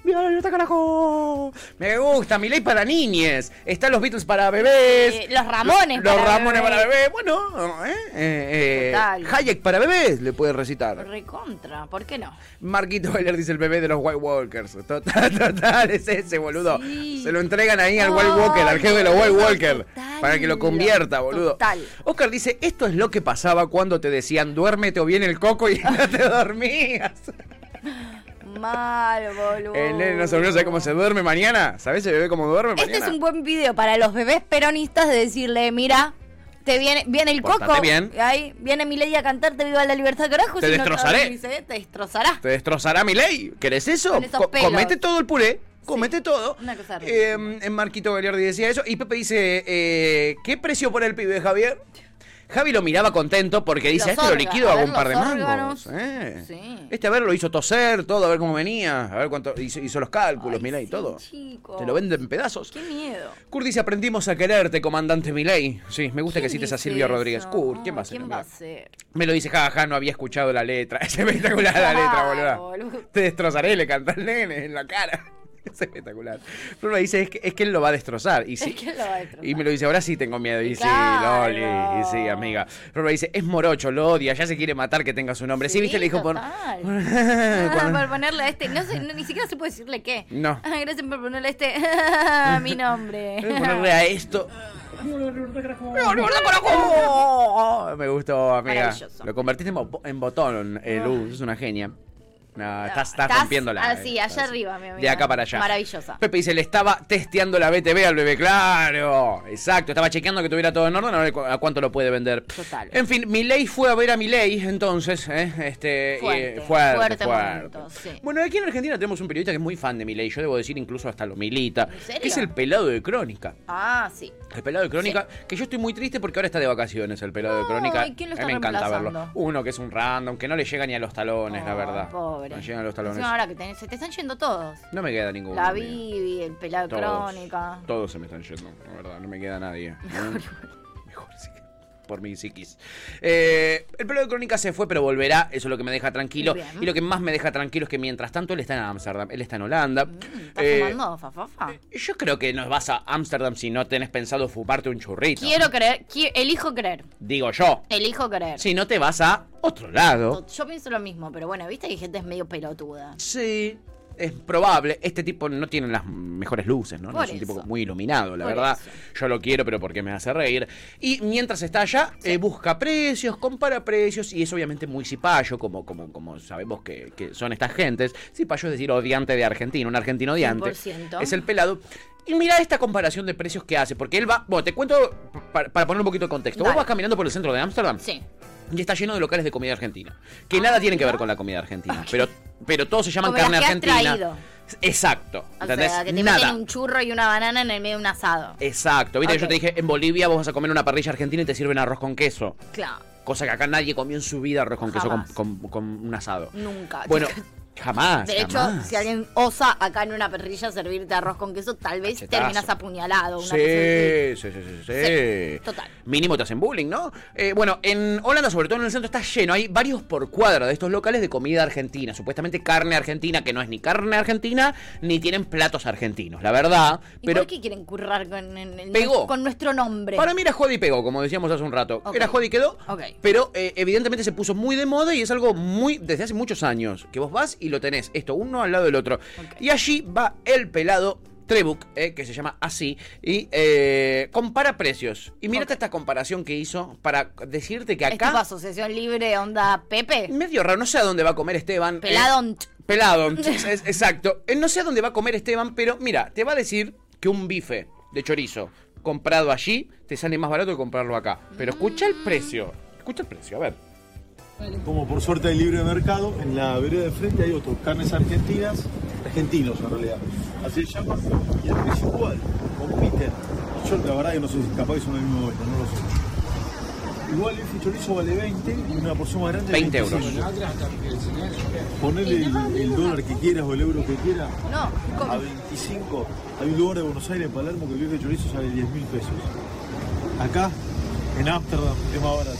B: ¡Viva la libertad, carajo! Me gusta, mi ley para niñes. Están los Beatles para bebés.
C: Eh, los Ramones
B: Los
C: para
B: Ramones
C: bebés.
B: para bebés. Bueno, ¿eh? Eh, eh,
C: Total.
B: Hayek para bebés le puede recitar.
C: Recontra, ¿por qué no?
B: Marquito Bailer dice el bebé de los White Walkers. Total, total, es ese, boludo. Se lo entregan ahí al White Walker, al jefe de los White Walker. Para que lo convierta, boludo.
C: Total.
B: Oscar dice, esto es lo que pasaba cuando te decían duérmete o bien el coco y no te dormías.
C: Mal, boludo.
B: El Eh, nene no se durmió, ¿sabes cómo se duerme mañana? ¿Sabes el bebé cómo duerme mañana?
C: Este es un buen video para los bebés peronistas de decirle, mira, te viene, viene el
B: Portate
C: coco,
B: bien.
C: ahí viene mi ley a cantarte viva la libertad, carajo.
B: Te
C: si no
B: destrozaré.
C: dormís, eh, te destrozará.
B: Te destrozará mi ley. ¿Querés eso?
C: Con esos
B: Co-
C: pelos.
B: comete todo el puré. Comete todo.
C: Una cosa rara.
B: Eh, eh, Marquito Gagliardi decía eso. Y Pepe dice, eh, ¿qué precio por el pibe, Javier? Javi lo miraba contento porque dice,
C: Los
B: "A este lo
C: órganos,
B: liquido
C: a
B: hago
C: ver
B: un par de
C: los
B: mangos.
C: órganos.
B: eh.
C: Sí.
B: Este, a ver, lo hizo toser, todo, a ver cómo venía, a ver cuánto hizo, hizo los cálculos, mi ley, todo.
C: Chico,
B: Te lo venden en pedazos.
C: qué miedo.
B: Kurt dice, aprendimos a quererte, comandante Milei. Sí, me gusta que cites a
C: dice
B: Silvio Rodríguez.
C: eso? Ah,
B: Kurt, ¿quién va a ser?
C: ¿Quién va a ser?
B: Me lo dice, jaja, no había escuchado la letra. Es espectacular la letra, boluda.
C: boludo.
B: Te destrozaré, le canta al nene en la cara. Es espectacular. Flor me dice, es que, es que él lo va a destrozar. Y sí.
C: Es que lo va a destrozar.
B: Y me lo dice, ahora sí tengo miedo. Y
C: Claro.
B: sí, Loli. Y sí, amiga. Flor me dice, es morocho, lo odia, ya se quiere matar que tenga su nombre. Sí, viste, le dijo por.
C: Total. Ah,
B: Cuando-
C: por ponerle a este, no sé, no- ni siquiera se puede decirle qué.
B: No.
C: Ah, gracias por ponerle a este mi nombre.
B: Voy a ponerle a esto.
R: Viva la libertad, carajo.
B: ¡No, no, no, carajo! Me gustó, amiga.
C: Oh. Maravilloso. Ah.
B: Lo convertiste en, bo- en botón, eh, Luz, es una genia. No, estás, estás
C: Estás
B: rompiéndola.
C: Así,
B: eh.
C: allá arriba, mi amigo.
B: De acá para allá.
C: Maravillosa.
B: Pepe dice, le estaba testeando la BTV al bebé, claro. Exacto, estaba chequeando que tuviera todo en orden, a ver cu- a cuánto lo puede vender. Eh,
C: Total.
B: En fin, Milei fue a ver a Milei, entonces, ¿eh? Este,
C: Fuerte,
B: eh, fuerte,
C: fuerte
B: fuerte.
C: momento, sí.
B: Bueno, aquí en Argentina tenemos un periodista que es muy fan de Milei, yo debo decir incluso hasta lo milita,
C: serio?
B: que es el pelado de Crónica.
C: Ah, sí.
B: El pelado de Crónica, que yo estoy muy triste porque ahora está de vacaciones el pelado de Crónica.
C: ¿y quién lo
B: A mí me
C: está
B: encanta verlo.
C: reemplazando? Oh,
B: Uno que es un random, que no le llega ni a los talones, la verdad.
C: pobre.
B: No le llegan a los talones.
C: Encima ahora que tenés- se te están yendo todos.
B: No me queda ninguno.
C: La
B: amigo.
C: Bibi, el pelado de
B: Todos.
C: crónica.
B: Todos se me están yendo, la verdad, no me queda nadie. ¿eh? Mejor, sí, por mi psiquis. Eh, el pelo de Crónica se fue, pero volverá, eso es lo que me deja tranquilo.
C: Bien.
B: Y lo que más me deja tranquilo es que mientras tanto él está en Ámsterdam, él está en Holanda.
C: ¿Estás
B: Eh,
C: Mm, fumando, fafafa?
B: yo creo que no vas a Ámsterdam si no tenés pensado fumarte un churrito.
C: Quiero creer, qui- elijo creer.
B: Digo yo.
C: Elijo creer.
B: Si no te vas a otro lado.
C: Yo pienso lo mismo, pero bueno, viste que hay gente es medio pelotuda.
B: Sí. Es probable, este tipo no tiene las mejores luces, ¿no? No
C: Por
B: es un
C: eso.
B: tipo muy iluminado, la
C: Por
B: verdad. Yo lo quiero, pero porque me hace reír. Y mientras está allá, eh, busca precios, compara precios, y es obviamente muy cipayo, como, como, como sabemos que, que son estas gentes. Cipayo es decir, odiante de argentino, un argentino odiante.
C: 100%.
B: Es el pelado. Y mira esta comparación de precios que hace, porque él va. Bueno, te cuento para, para poner un poquito de contexto. Vos
C: Dale.
B: vas caminando por el centro de Ámsterdam.
C: Sí. Ah,
B: Y está lleno de locales de comida argentina. Que nada tienen que ver con la comida argentina. Pero, pero todos se llaman
C: Como las
B: carne
C: que has
B: argentina.
C: traído.
B: Exacto.
C: O
B: ¿Entendés?
C: sea, que te
B: nada.
C: meten un churro y una banana en el medio de un asado.
B: Exacto. Viste, que yo
C: Ok.
B: te dije, en Bolivia vos vas a comer una parrilla argentina y te sirven arroz con queso.
C: Claro,
B: Cosa que acá nadie comió en su vida arroz con
C: Jamás.
B: queso con, con- con un asado.
C: nunca.
B: Bueno, jamás.
C: De hecho,
B: jamás.
C: si alguien osa acá en una perrilla servirte arroz con queso, tal vez
B: Cachetazo.
C: terminas apuñalado. Una cosa
B: Sí, sí, sí, sí, sí.
C: así. Total.
B: Mínimo te hacen bullying, ¿no? Eh, bueno, en Holanda, sobre todo en el centro, está lleno. Hay varios por cuadra de estos locales de comida argentina. Supuestamente carne argentina, que no es ni carne argentina, ni tienen platos argentinos, la verdad.
C: ¿Y
B: Pero
C: por qué quieren currar con, en el-
B: Pegó.
C: con nuestro nombre?
B: para mí era joda y pegó, como decíamos hace un rato.
C: Ok.
B: Era joda y quedó.
C: Ok.
B: Pero eh, evidentemente se puso muy de moda y es algo muy desde hace muchos años. Que vos vas y lo tenés, esto uno al lado del otro. Y allí va el pelado Trebuk, eh, que se llama así, y eh, compara precios. Y mírate esta comparación que hizo para decirte que
C: ¿Es tipo
B: acá...
C: asociación libre, onda Pepe?
B: Medio raro, no sé a dónde va a comer Esteban. eh,
C: Peladont.
B: Pelado, es- exacto. Eh, No sé a dónde va a comer Esteban, pero mira, te va a decir que un bife de chorizo comprado allí te sale más barato que comprarlo acá. Pero escucha el precio. Escucha el precio, a ver.
S: Como por suerte hay libre mercado, en la vereda de frente hay otros carnes argentinas, argentinos en realidad. Así se llaman, y el precio igual, compiten. Yo la verdad que no sé si capaz que son el mismo momento, no lo sé. Igual el chorizo vale 20 y una porción más grande
B: 20 euros.
S: 25. Ponele el, el dólar que quieras o el euro que quieras. A 25. Hay un lugar de Buenos Aires, en Palermo, que el bife de chorizo sale 10 mil pesos. Acá, en Ámsterdam, es más barato.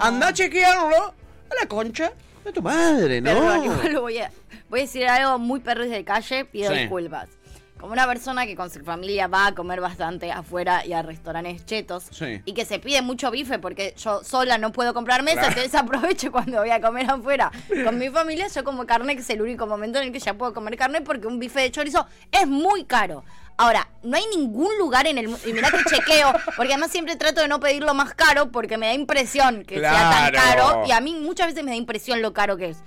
B: Anda a chequearlo a la concha de tu madre, ¿no?
C: Perdón, igual voy a, voy a decir algo muy perros de calle, pido
B: Sí.
C: disculpas. Como una persona que con su familia va a comer bastante afuera y a restaurantes chetos
B: Sí.
C: y que se pide mucho bife porque yo sola no puedo comprar mesa,
B: Claro.
C: entonces aprovecho cuando voy a comer afuera. Con mi familia yo como carne, que es el único momento en el que ya puedo comer carne porque un bife de chorizo es muy caro. Ahora, no hay ningún lugar en el mundo, y mirá que chequeo, porque además siempre trato de no pedirlo más caro porque me da impresión que sea tan
B: Claro.
C: caro y a mí muchas veces me da impresión lo caro que es.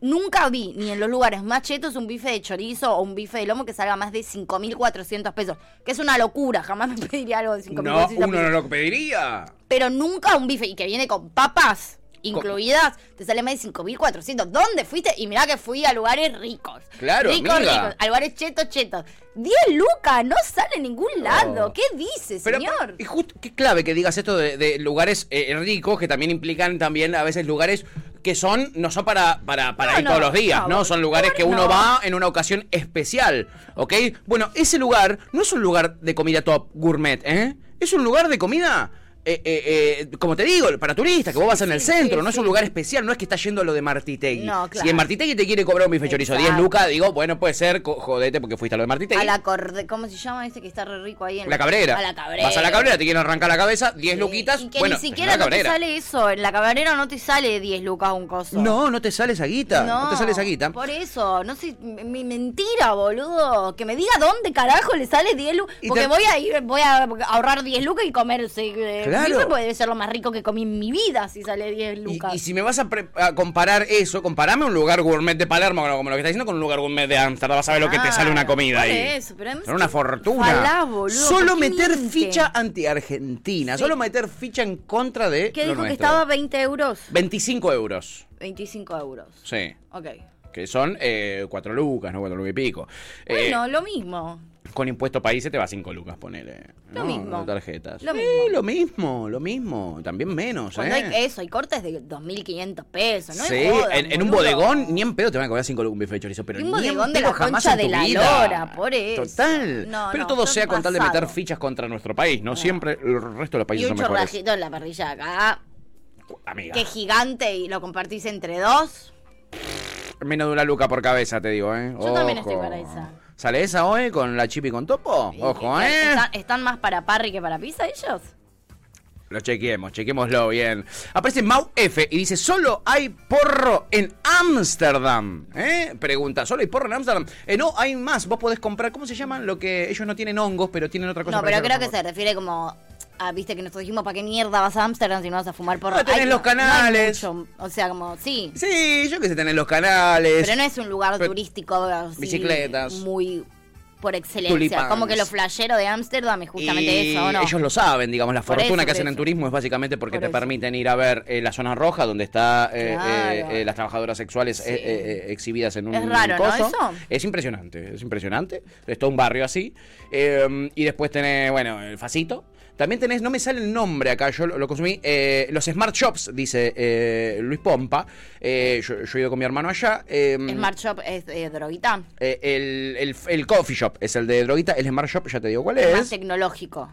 C: Nunca vi, ni en los lugares más chetos, un bife de chorizo o un bife de lomo que salga más de 5.400 pesos. Que es una locura, jamás me pediría algo de 5.400
B: No,
C: pesos.
B: uno no lo pediría.
C: Pero nunca un bife, y que viene con papas incluidas, te sale más de 5.400. ¿Dónde fuiste? Y mirá que fui a lugares ricos.
B: Claro,
C: Ricos,
B: amiga.
C: ricos. A lugares chetos, chetos. 10 lucas, no sale en ningún lado. ¿Qué dices,
B: Pero,
C: señor?
B: Y justo, qué clave que digas esto de, de lugares eh, ricos, que también implican también a veces lugares que son, no son para, para, para
L: No,
B: ir
L: no,
B: todos los días,
L: no,
B: ¿no? Son lugares que uno
L: no.
B: va en una ocasión especial, ¿ok? Bueno, ese lugar no es un lugar de comida top gourmet, ¿eh? Es un lugar de comida... eh, eh, eh, como te digo, para turistas, que vos vas en el centro, no es un lugar especial, no es que estás yendo a lo de Martitegui.
C: No, claro.
B: Si en Martitegui te quiere cobrar un bife chorizo 10
C: Exacto.
B: lucas, digo, bueno, puede ser, co- jodete porque fuiste a lo de Martitegui.
C: A la corde, ¿cómo se llama ese que está re rico ahí en
B: La cabrera.
C: A la cabrera.
B: Vas a la cabrera, te quieren arrancar la cabeza, 10 luquitas.
C: Y que
B: bueno,
C: ni
B: la
C: siquiera no te
B: cabrera.
C: sale eso. En la cabrera no te sale 10 lucas un coso.
B: no, no te sale esa guita. No, te sale esa guita.
C: Por eso, no sé, mi- mi mentira, boludo. Que me diga dónde carajo le sale 10 lucas. Porque
B: te-
C: voy a ir, voy a ahorrar 10 lucas y comer 6
B: Claro, Claro.
C: Siempre puede ser lo más rico que comí en mi vida si sale 10 lucas.
B: Y si me vas a, pre- a comparar eso, comparame un lugar gourmet de Palermo, bueno, como lo que está diciendo, con un lugar gourmet de Amsterdam. Vas a ver lo que te sale una comida
C: Ah, Por
B: ahí.
C: eso, pero además
B: Era una
C: que-
B: fortuna.
C: Ojalá, boludo,
B: solo
C: que
B: meter
C: miente.
B: ficha anti-Argentina. Solo meter ficha en contra de.
C: ¿Qué
B: lo
C: dijo que
B: nuestro.
C: estaba 20 euros?
B: 25 euros.
C: 25 euros.
B: Sí.
C: Ok.
B: Que son 4 lucas, ¿no? 4 lucas y pico. Eh,
C: Bueno, lo mismo.
B: Con impuesto país se te va 5 lucas, ponele.
C: Lo
B: ¿no?
C: mismo.
B: De Tarjetas.
C: Lo
B: Sí,
C: mismo.
B: lo mismo, lo mismo. También menos,
C: Cuando
B: ¿eh?
C: hay eso, hay cortes de 2.500 pesos, ¿no?
B: sí,
C: es joda,
B: en, en un
C: boludo.
B: bodegón ni en pedo te van a cobrar 5 lucas un bife de chorizo, pero
C: Y un
B: ni en
C: bodegón de
B: pedo
C: la
B: jamás
C: concha
B: en tu
C: de la
B: vida.
C: lora, por eso.
B: Total.
C: No,
B: pero
C: no,
B: todo
C: sos
B: sea con tal de
C: pasado. Ah.
B: meter fichas contra nuestro país, no siempre el resto de los
C: Y
B: países
C: un
B: son mejores.
C: chorrajito en la parrilla acá,
B: Amiga,
C: que es gigante y lo compartís entre dos.
B: menos de una luca por cabeza, te digo, ¿eh?
C: Yo también estoy
B: Ojo.
C: para esa.
B: ¿Sale esa hoy con la chip y con topo? Ojo, ¿eh?
C: ¿Están, están más para parry que para pizza ellos?
B: Lo chequeemos, chequémoslo bien. Aparece Mau F y dice, solo hay porro en Ámsterdam. ¿Eh? Pregunta, ¿solo hay porro en Ámsterdam? Eh, no, hay más. Vos podés comprar, ¿cómo se llaman? Lo que ellos no tienen hongos, pero tienen otra cosa.
C: No, pero
B: parecida
C: creo
B: a los
C: que se refiere como a, viste, que nosotros dijimos, ¿para qué mierda vas a Ámsterdam si no vas a fumar por
B: Ah, tenés los canales.
C: o sea, como, sí.
B: hongos. Sí, yo que sé, tenés los canales.
C: Pero no es un lugar
B: Pero-
C: turístico así,
B: Bicicletas.
C: muy por excelencia.
B: Tulipanes.
C: Como que lo flashero de Ámsterdam es justamente
B: Y
C: eso, ¿o ¿no?
B: Ellos lo saben, digamos, la
C: Por
B: fortuna que
C: eso, por
B: hacen en
C: eso.
B: turismo es básicamente porque
C: Por
B: te
C: eso.
B: permiten ir a ver eh, la zona roja donde está eh,
C: Claro.
B: eh, eh, las trabajadoras sexuales eh, eh, eh, exhibidas en un
C: Es raro, ¿no,
B: coso.
C: eso?
B: Es impresionante, es impresionante. Es todo un barrio así. Eh, y después tenés, bueno, el facito. También tenés, no me sale el nombre acá, yo lo, lo consumí, eh, los Smart Shops, dice eh, Luis Pompa. Eh, yo, yo he ido con mi hermano allá. eh,
C: Smart Shop es eh, droguita.
B: eh, el, el- el coffee shop es el de droguita, el Smart Shop, ya te digo cuál es.
C: Más tecnológico.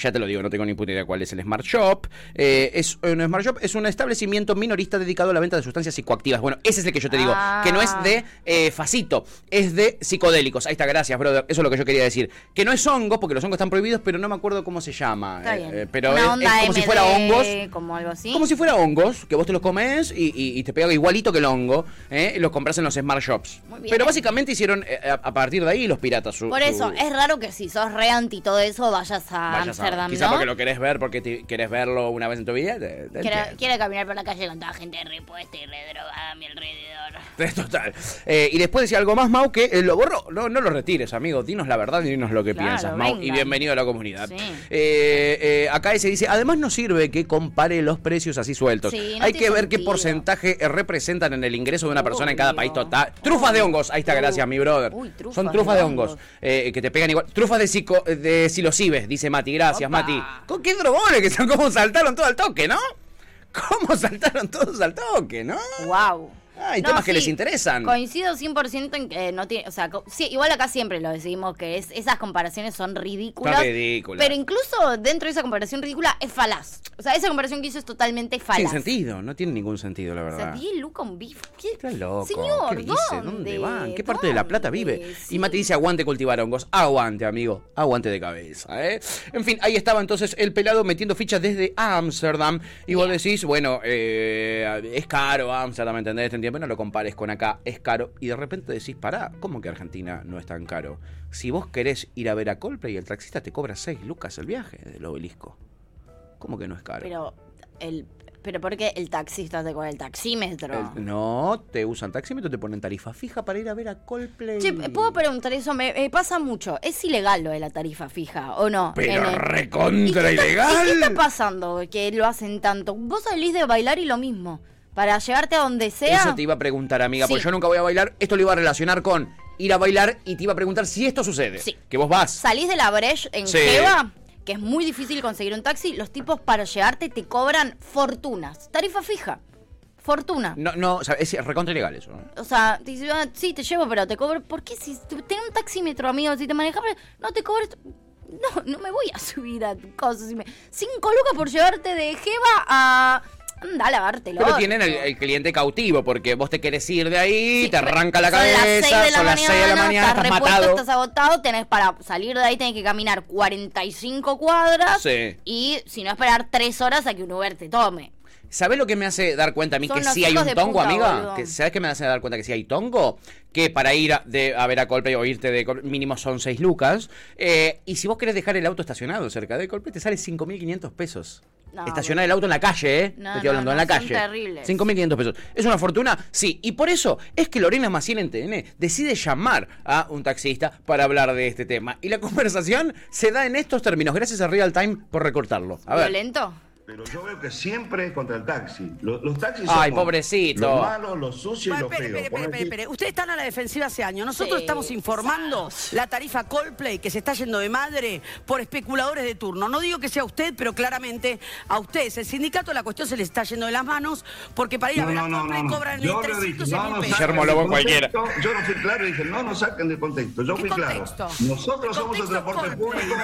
B: Ya te lo digo, no tengo ni puta idea cuál es el Smart Shop. Eh, es un Smart Shop es un establecimiento minorista dedicado a la venta de sustancias psicoactivas. Bueno, ese es el que yo te digo,
C: Ah.
B: que no es de eh, facito, es de psicodélicos. Ahí está, gracias, brother. Eso es lo que yo quería decir. Que no es hongos, porque los hongos están prohibidos, pero no me acuerdo cómo se llama.
C: Está
B: Eh,
C: bien.
B: eh, pero
C: Una
B: es, es
C: onda
B: como si
C: MD,
B: fuera hongos.
C: Como algo así.
B: Como si fuera hongos, que vos te los comes y, y- y te pega igualito que el hongo, ¿eh? y los compras en los smart shops.
C: Muy bien.
B: Pero básicamente hicieron eh, a, a partir de ahí los piratas su-
C: Por
B: su-
C: eso, es raro que si sos re anti todo eso vayas a
B: Vaya a saber.
C: Ámsterdam,
B: Quizá
C: ¿no?
B: porque lo querés ver, porque te- querés verlo una vez en tu vida. te- te
C: Quiero,
B: entiendo.
C: quiero caminar por la calle con toda gente repuesta y redrogada a mi alrededor.
B: Total. Eh, y después decía algo más, Mau, que eh, lo borró. No, no lo retires, amigo. Dinos la verdad y dinos lo que
C: Claro,
B: piensas, Mau. Y
C: venga.
B: bienvenido a la comunidad.
C: Sí.
B: Eh, eh, acá se dice, además no sirve que compare los precios así sueltos.
C: Sí, no
B: Hay que
C: tiene
B: ver qué
C: sentido. Uh,
B: porcentaje eh, representan en el ingreso de una persona en cada país total. Trufas de hongos. Ahí está, gracias, mi brother.
C: trufas
B: Son trufas
C: de
B: de hongos, eh, que te pegan igual. Trufas de, psico, de psilocibes, dice Mati. Gracias, Mati. ¿Con qué drogones que son? ¿Cómo saltaron todo al toque, no? ¿Cómo saltaron todos al toque, no?
C: ¡Wow!
B: Hay
C: No,
B: Ah, temas que
C: sí,
B: les interesan.
C: Coincido 100% en que no tiene. O sea, co- sí, igual acá siempre lo decimos que es, esas comparaciones son ridículas.
B: Está ridícula.
C: Pero incluso dentro de esa comparación ridícula es falaz. O sea, esa comparación que hizo es totalmente falaz.
B: Sin sentido, no tiene ningún sentido, la
C: O sea,
B: verdad.
C: 10 lucas un bife. ¿Qué?
B: Ah. Está loco.
C: Señor,
B: ¿Qué dice? ¿Dónde,
C: ¿dónde?
B: van? ¿Qué parte de La Plata vive? Y Mati dice, aguante cultivar hongos. Aguante, amigo. Aguante de cabeza, ¿eh? En fin, ahí estaba entonces el pelado metiendo fichas desde Ámsterdam. Y vos decís, bueno, eh, es caro Ámsterdam, ¿entendés? Te entiendo, no lo compares con acá, es caro. Y de repente decís, pará, ¿cómo que Argentina no es tan caro? Si vos querés ir a ver a Coldplay, el taxista te cobra 6 lucas el viaje del obelisco. ¿Cómo que no es caro?
C: Pero, el, pero ¿por qué el taxista te con el taxímetro?
B: El- no, te usan taxímetro, te ponen tarifa fija para ir a ver a Coldplay.
C: Che, puedo preguntar eso, me, me pasa mucho. ¿Es ilegal lo de la tarifa fija o no?
B: Pero
C: En el-
B: recontra
C: ¿Y qué está-
B: ilegal.
C: ¿Y qué está pasando que lo hacen tanto? Vos salís de bailar y lo mismo. Para llevarte a donde sea.
B: Eso te iba a preguntar, amiga,
C: Sí.
B: porque yo nunca voy a bailar. Esto lo iba a relacionar con ir a bailar y te iba a preguntar si esto sucede.
C: Sí.
B: Que vos vas.
C: Salís de la Breche en
B: Sí.
C: Jeva, que es muy difícil conseguir un taxi. Los tipos para llevarte te cobran fortunas. Tarifa fija. Fortuna.
B: No, no, o sea, es recontra ilegal eso. ¿no?
C: O sea, te dice, ah, sí, te llevo, pero te cobro. ¿Por qué? Si te- tenés un taxímetro, amigo, si te manejas, pero no te cobres. No, no me voy a subir a cosas. si me- Cinco lucas por llevarte de Jeva a. Anda a lavártelo.
B: Pero tienen el, el cliente cautivo, porque vos te querés ir de ahí, te arranca la
C: son
B: cabeza,
C: las 6 de la
B: son las
C: mañana,
B: 6 de la mañana,
C: estás
B: estás
C: repuesto,
B: matado.
C: estás agotado, tenés para salir de ahí, tenés que caminar 45 cuadras
B: Sí.
C: y si no esperar 3 horas a que un Uber te tome.
B: ¿Sabés lo que me hace dar cuenta a mí
C: Son
B: que
C: los
B: sí hay
C: hijos
B: un
C: de
B: tongo,
C: puta,
B: amiga?
C: boludo.
B: Que, ¿Sabés qué me hace dar cuenta que sí hay tongo? Que para ir a, de, a ver a Coldplay o irte de Coldplay, mínimo son 6 lucas. Eh, y si vos querés dejar el auto estacionado cerca de Coldplay, te sale 5.500 pesos.
C: No,
B: Estacionar el auto en la calle, ¿eh?
C: No,
B: Te estoy hablando
C: no,
B: en
C: no,
B: la
C: son
B: calle.
C: terribles.
B: 5.500 pesos. ¿Es una fortuna? Sí. Y por eso es que Lorena Maciel en TN decide llamar a un taxista para hablar de este tema. Y la conversación se da en estos términos. Gracias a Real Time por recortarlo. A ver.
C: ¿Violento?
M: Pero yo veo que siempre es contra el taxi. Lo- Los, taxis son
B: Ay, pobrecito.
M: los malos, los sucios y los
Q: Espere,
M: feos.
Q: espere, espere,
M: Por
Q: espere,
M: aquí-
Q: espere. Ustedes están a la defensiva hace años. Nosotros
C: Sí.
Q: estamos informando la tarifa Coldplay que se está yendo de madre por especuladores de turno. No digo que sea usted, pero claramente a ustedes, el sindicato, la cuestión se les está yendo de las manos porque para ir a ver a Coldplay cobran
M: Yo
Q: entre
M: no dije,
Q: 300 y
M: no,
Q: 1000
M: no
Q: pesos.
M: saquen de contexto. Yo no fui claro y dije, no nos saquen de contexto. Yo fui claro.
Q: contexto?
M: Nosotros somos el transporte público.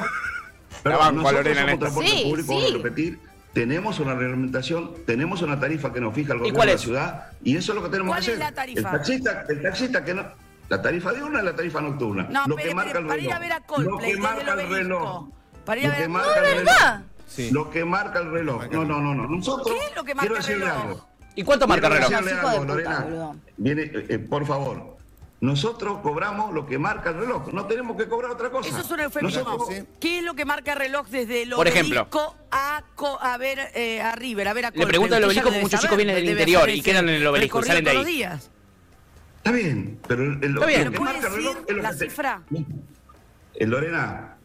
B: La banco a
M: nosotros
B: Lorena en esta.
M: somos transporte
B: Sí,
M: público,
B: sí.
M: vuelvo a repetir. Tenemos una reglamentación, tenemos una tarifa que nos fija el gobierno
B: cuál
M: de la
B: es?
M: ciudad y eso es lo que tenemos
Q: ¿Cuál
M: que
Q: es
M: hacer.
Q: la tarifa?
M: El taxista, el taxista que no. La tarifa diurna es la tarifa nocturna.
Q: No,
M: lo
Q: espere,
M: que marca
Q: espere,
M: el
Q: para ir
M: reloj.
Q: a ver a
M: lo
Q: Coldplay
M: que
Q: desde
M: marca
Q: el
M: el reloj.
Q: Para ir
M: Lo
Q: a ver
M: que
Q: a
M: marca
Q: No,
M: el reloj.
Q: ¿verdad?
M: Lo que marca el reloj. No, no, no, no. Nosotros
Q: ¿Qué es lo que marca
M: quiero
Q: el
M: decirle
Q: reloj?
M: algo.
B: ¿Y cuánto marca el
M: Quiero
B: reloj?
M: decirle
B: Hijo de
M: algo,
B: puta,
M: Lorena.
B: boludo.
M: Viene, eh, eh, por favor. Nosotros cobramos lo que marca el reloj. No tenemos que cobrar otra cosa.
Q: Eso es un eufemismo.
M: Nosotros-
Q: ¿Qué es lo que marca el reloj desde el
M: Por ejemplo.
Q: obelisco a, co- a ver eh, a River, a ver a
B: Le pregunto al
Q: Usted
B: obelisco
Q: ya lo
B: porque
Q: debe
B: muchos chicos
Q: saber,
B: vienen del
Q: debe
B: interior
Q: hacer
B: y
Q: ese
B: quedan en el obelisco y
Q: recorrido
B: salen de
Q: todos los
B: ahí.
Q: días.
M: Está bien, pero el, el-
Q: Está bien.
M: lo que
Q: ¿Pero puede
M: marca el reloj es
Q: decir
M: lo
Q: la
M: que te-
Q: cifra?
M: Eh, Lorena,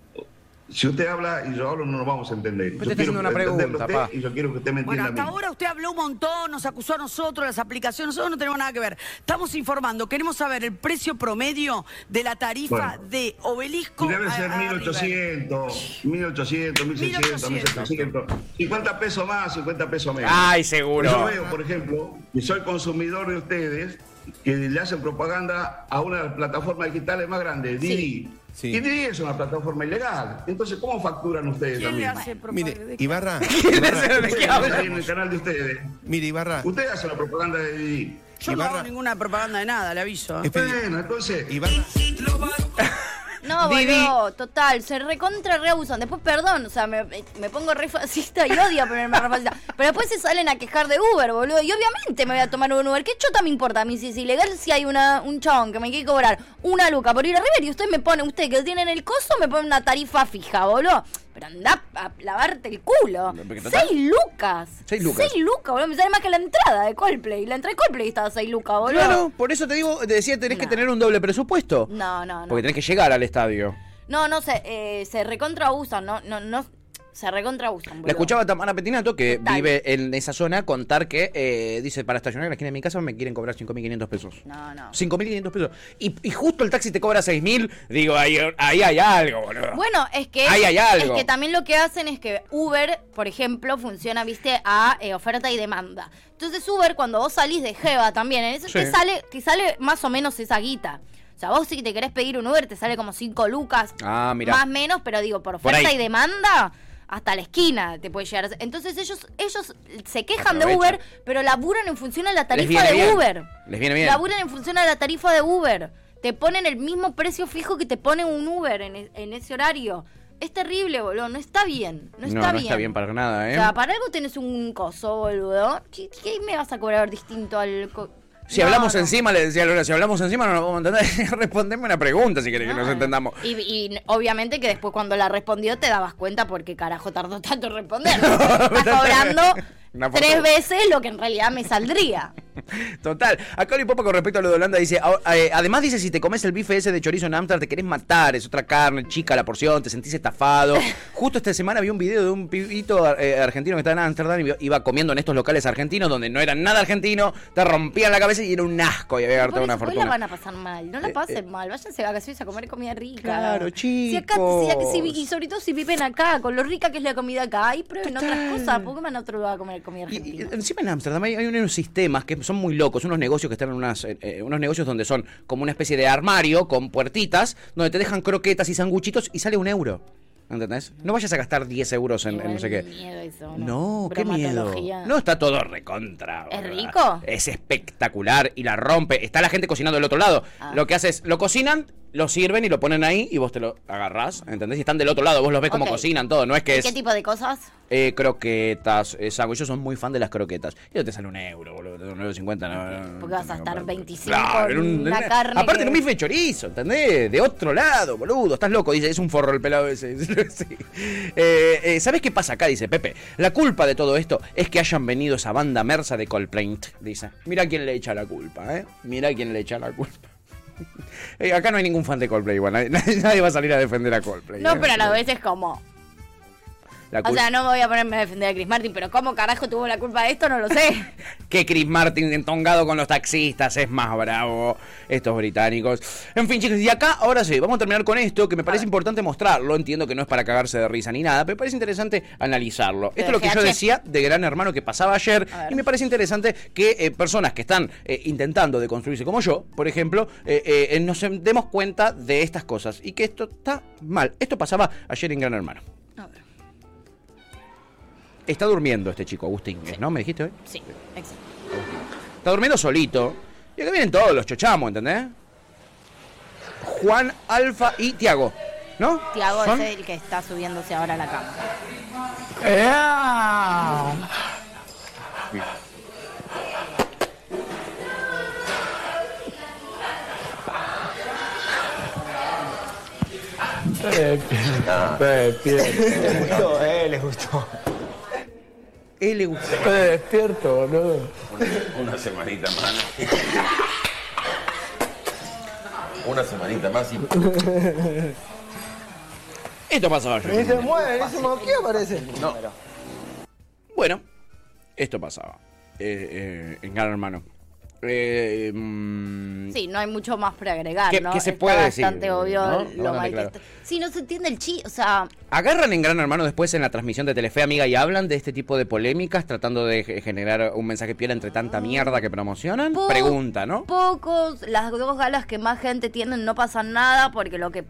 M: si usted habla y yo hablo, no nos vamos a entender.
B: te
M: yo
B: está
M: quiero
B: haciendo una
M: entenderlo
B: pregunta,
M: a usted
B: pa.
M: Y yo quiero que usted me
Q: Bueno, hasta
M: entienda a mí.
Q: ahora usted habló un montón, nos acusó a nosotros, las aplicaciones, nosotros no tenemos nada que ver. Estamos informando, queremos saber el precio promedio de la tarifa
M: Bueno.
Q: de obelisco.
M: Y debe
Q: a-
M: ser
Q: a River.
M: 1800, 1800, 1600, 1700. 50 pesos más, 50 pesos menos.
B: Ay, seguro.
M: Yo veo, por ejemplo, que soy consumidor de ustedes que le hacen propaganda a una de las plataformas digitales más grandes, Didi. Y Didi es una plataforma ilegal. Entonces, ¿cómo facturan ustedes
Q: ¿Quién le
M: también?
Q: hace propaganda?
N: Mire, Ibarra.
M: ¿De qué hablan? En el canal de ustedes.
N: Mire, Ibarra.
M: Ustedes hacen la propaganda de Didi.
Q: Yo no hago ninguna propaganda de nada, le aviso. ¿eh?
M: Bueno, entonces.
N: Este Ibarra.
C: No, boludo, total, se recontra reabusan. Después, perdón, o sea, me, me pongo re fascista y odio ponerme re fascista. Pero después se salen a quejar de Uber, boludo. Y obviamente me voy a tomar un Uber. ¿Qué chota me importa a mí si es ilegal si hay una, un chabón que me quiere cobrar una luca por ir a River y usted me pone, usted que tiene en el coso, me pone una tarifa fija, boludo. Pero andá a lavarte el culo.
B: Porque total-
C: Seis lucas.
B: Seis lucas.
C: Seis lucas, boludo. Me sale más que la entrada de Coldplay. La entrada de Coldplay estaba a seis lucas, boludo.
B: Claro, por eso te digo, te decía, tenés que tener un doble presupuesto.
C: No, no, no.
B: Porque tenés que llegar al estadio.
C: No, no, se, eh, se recontrausan, no, no, no, se recontrausan. boludo.
B: La escuchaba Tamara Petinato, que
C: Total.
B: vive en esa zona, contar que eh, dice: para estacionar en la esquina de mi casa me quieren cobrar 5.500 pesos.
C: No, no.
B: 5.500 pesos. Y, y justo el taxi te cobra 6.000. Digo, ahí, ahí hay algo, boludo.
C: Bueno, es que,
B: Ahí hay algo.
C: es que también lo que hacen es que Uber, por ejemplo, funciona, viste, a eh, oferta y demanda. Entonces Uber, cuando vos salís de Jeva también, en eso
T: Sí.
C: te, sale, te sale más o menos esa guita. O sea, vos si te querés pedir un Uber, te sale como 5 lucas,
B: Ah, mirá.
C: más menos, pero digo, por
B: Por
C: oferta
B: ahí.
C: y demanda, hasta la esquina te puede llegar. Entonces ellos, ellos se quejan de
B: Aprovechan.
C: Uber, pero laburan en función a la tarifa
B: viene
C: de
B: bien.
C: Uber.
B: Les viene bien.
C: Laburan en función a la tarifa de Uber. Te ponen el mismo precio fijo que te pone un Uber en, e- en ese horario. Es terrible, boludo. No está bien. No está
B: no,
C: bien.
B: está bien para nada,
C: O
B: ¿eh?
C: sea, para algo tenés un coso, boludo. ¿Qué, qué me vas a cobrar distinto al... co-
B: Si
C: No,
B: hablamos
C: no.
B: encima, le decía Lola, si hablamos encima no nos vamos a entender. Respondeme una pregunta si querés que nos entendamos.
C: Y, y obviamente que después cuando la respondió te dabas cuenta porque carajo tardó tanto en responder. Está cobrando
B: Una
C: tres
B: fortuna.
C: veces lo que en realidad me saldría.
B: Total. Acá Oli Popa con respecto a lo de Holanda dice, "Ah, eh, además dice, si te comes el bife ese de chorizo en Amsterdam, te querés matar, es otra carne, chica la porción, te sentís estafado. Justo esta semana vi un video de un pibito eh, argentino que está en Amsterdam y vi- iba comiendo en estos locales argentinos donde no era nada argentino, te rompían la cabeza y era un asco y había
C: Por
B: gastado una
C: eso, hoy la
B: fortuna. Eh,
C: van a pasar mal, no la pasen mal, váyanse de vacaciones a comer comida rica.
B: Claro,
C: Si acá, si acá- si vi- y sobre todo si viven acá, con lo rica que es la comida acá, y prueben otras cosas, ¿por qué van a otro lugar a comer comida
B: Y
C: argentina?
B: Encima en Amsterdam hay, hay unos sistemas que son muy locos, unos negocios que están en unas, eh, eh, unos negocios donde son como una especie de armario con puertitas, donde te dejan croquetas y sanguchitos y sale un euro. ¿Entendés? No vayas a gastar 10 euros en, en no sé qué.
C: Miedo eso,
B: No, qué miedo.
C: Bromatología.
B: No está todo recontra.
C: ¿Es
B: boluda.
C: rico?
B: Es espectacular y la rompe. Está la gente cocinando del otro lado.
C: Ah.
B: Lo que hace es, lo cocinan, lo sirven y lo ponen ahí y vos te lo agarrás, ¿entendés? Y están del otro lado, vos los ves como
C: Ok.
B: cocinan todo, no es que
C: ¿Y
B: es
C: ¿Qué tipo de cosas?
B: eh, croquetas, eh, sándwich. Yo soy muy fan de las croquetas. Y no te sale un euro, boludo, te sale un euro cincuenta. no, no, no.
C: Porque vas a estar 25
B: Claro,
C: en
B: era un-
C: una
B: era-
C: carne.
B: Aparte,
C: que-
B: no me hice chorizo, ¿entendés? De otro lado, boludo. Estás loco, dice. Es un forro el pelado ese. Sí. Eh, eh, ¿Sabes qué pasa acá? Dice Pepe. La culpa de todo esto es que hayan venido esa banda mersa de Colplaint, dice. Mira quién le echa la culpa, ¿eh? Mira quién le echa la culpa. Eh, acá no hay ningún fan de Coldplay, igual. Nadie, nadie- nadie va a salir a defender a Coldplay.
C: No,
B: ¿eh?
C: pero a la vez es como.
B: La
C: O
B: cul-
C: sea, no me voy a ponerme a defender a Chris Martin, pero ¿cómo carajo tuvo la culpa de esto? No lo sé.
B: que Chris Martin entongado con los taxistas es más bravo, estos británicos. En fin, chicos, y acá ahora sí, vamos a terminar con esto que me parece importante mostrarlo. Entiendo que no es para cagarse de risa ni nada, pero parece interesante analizarlo.
T: Pero
B: Esto es lo que yo
T: GH.
B: decía de Gran Hermano que pasaba ayer y me parece interesante que eh, personas que están eh, intentando deconstruirse como yo, por ejemplo, eh, eh, nos demos cuenta de estas cosas y que esto está mal. Esto pasaba ayer en Gran Hermano. Está durmiendo este chico, Agustín, ¿no? ¿Me dijiste hoy?
C: Sí, exacto.
B: Está durmiendo solito. Y acá vienen todos los chochamos, ¿entendés? Juan, Alfa y Tiago. ¿No?
C: Tiago es
B: Son-
C: el que está subiéndose ahora a la cama.
U: Le gustó, eh, le gustó.
B: Él le gustó.
U: despierto, boludo.
V: Una semanita más. Una semanita más y.
B: Esto pasaba
U: Ni
B: ayer.
U: se mueve, ni se moquea, parece. No.
B: Bueno, esto pasaba. Eh, eh, en Gran Hermano. Eh, mm,
C: Sí, no hay mucho más para agregar,
B: ¿Qué-
C: ¿no?
B: qué se
C: Está
B: puede decir,
C: bastante obvio
B: no?
C: lo
B: Bastante
C: mal que
B: claro.
C: está. Sí, no se entiende el chi, o sea,
B: Agarran en Gran Hermano después en la transmisión de Telefe Amiga y hablan de este tipo de polémicas, tratando de ge- generar un mensaje piola entre tanta mierda que promocionan.
C: Puta.
B: Pregunta, ¿no?
C: pocos, las dos galas que más gente tienen no pasan nada porque lo que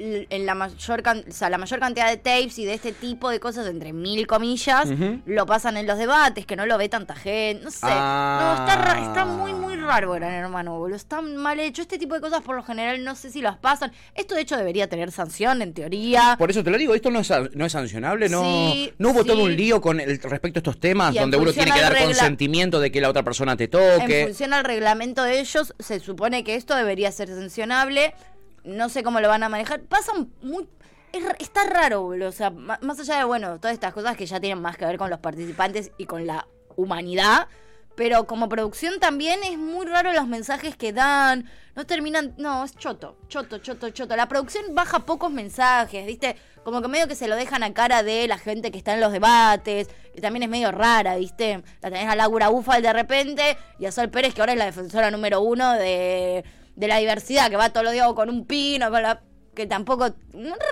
C: eh, en la mayor can- o sea, la mayor cantidad de tapes y de este tipo de cosas entre mil comillas
B: Ujú.
C: lo pasan en los debates que no lo ve tanta gente no sé no está, ra- está muy muy raro Gran Hermano boludo está mal hecho este tipo de cosas por lo general no sé si las pasan esto de hecho debería tener sanción en teoría
B: Por eso te lo digo, esto no es, san- no es sancionable, no,
C: Sí,
B: no hubo
C: sí.
B: todo un lío con el, respecto a estos temas,
C: Y en
B: donde uno
C: función
B: tiene que
C: al
B: dar
C: regla-
B: consentimiento de que la otra persona te
C: En
B: toque.
C: función al reglamento de ellos, se supone que esto debería ser sancionable. No sé cómo lo van a manejar. Pasan muy. es ra- está raro, boludo. O sea, ma- más allá de, bueno, todas estas cosas que ya tienen más que ver con los participantes y con la humanidad. Pero como producción también es muy raro los mensajes que dan. No terminan. No, es choto. Choto, choto, choto. La producción baja pocos mensajes, ¿viste? Como que medio que se lo dejan a cara de la gente que está en los debates. Que también es medio rara, ¿viste? La tenés a Laura Ufal de repente. Y a Sol Pérez, que ahora es la defensora número uno de, de la diversidad. Que va todos los días o con un pino, con la. Que tampoco.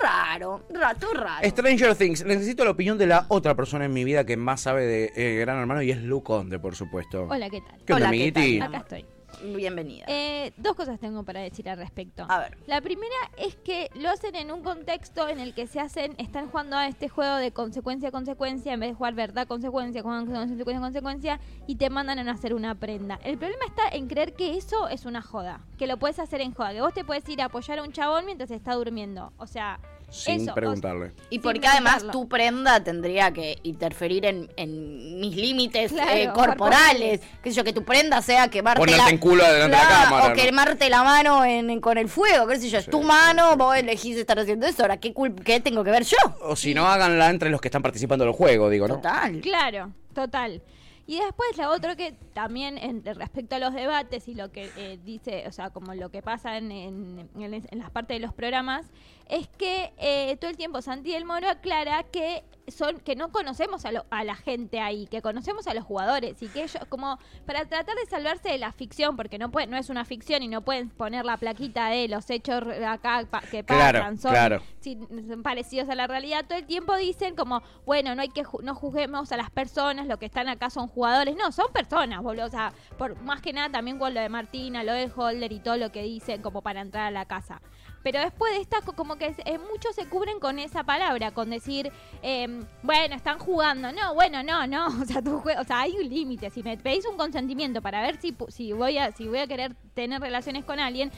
C: Raro. Raro, todo raro.
B: Stranger Things, necesito la opinión de la otra persona en mi vida que más sabe de eh, Gran Hermano y es Lu Conde, por supuesto.
J: Hola, ¿qué tal?
B: ¿Qué onda, amiguiti?
J: Acá estoy.
C: Bienvenida.
J: Eh, dos cosas tengo para decir al respecto. A ver. La primera es que lo hacen en un contexto en el que se hacen, están jugando a este juego de consecuencia consecuencia, en vez de jugar verdad consecuencia, juegan consecuencia consecuencia y te mandan a hacer una prenda. El problema está en creer que eso es una joda, que lo puedes hacer en joda, que vos te puedes ir a apoyar a un chabón mientras está durmiendo. O sea,
B: Sin
J: eso. o-
B: preguntarle.
C: Y
J: Sin
C: porque además
J: pensarlo.
C: tu prenda tendría que interferir en, en mis límites
J: Claro,
C: eh, corporales. Que yo, que tu prenda sea quemarte
B: Ponerte
C: la,
B: en culo adelante de la
C: Claro,
B: cámara,
C: O
B: ¿no?
C: quemarte la mano en- en- con el fuego, qué sé yo. Es tu mano, vos elegís estar haciendo eso. Ahora, ¿qué, cul- qué tengo que ver yo?
B: O si no, háganla entre los que están participando del juego, digo, ¿no?
C: Total.
J: Claro, total. Y después la otra que también en, respecto a los debates y lo que eh, dice, o sea, como lo que pasa en, en- en es- en las partes de los programas, es que eh, todo el tiempo Santi del Moro aclara que son que no conocemos a, lo- a la gente ahí, que conocemos a los jugadores y que ellos, como para tratar de salvarse de la ficción, porque no puede, no es una ficción y no pueden poner la plaquita de los hechos re- acá pa- que
W: Claro,
J: pasan, son
W: claro.
J: si- son parecidos a la realidad, todo el tiempo dicen como, bueno, no hay que ju- no juzguemos a las personas, lo que están acá son jugadores, no, son personas, boludo, o sea, por más que nada también con lo de Martina, lo de Holder y todo lo que dicen como para entrar a la casa. Pero después de estas, co- como que eh, muchos se cubren con esa palabra, con decir, eh, bueno, están jugando. No, bueno, no, no. O sea, tú jue- o sea, hay un límite. Si me pedís un consentimiento para ver si, pu- si, voy a, si voy a querer tener relaciones con alguien,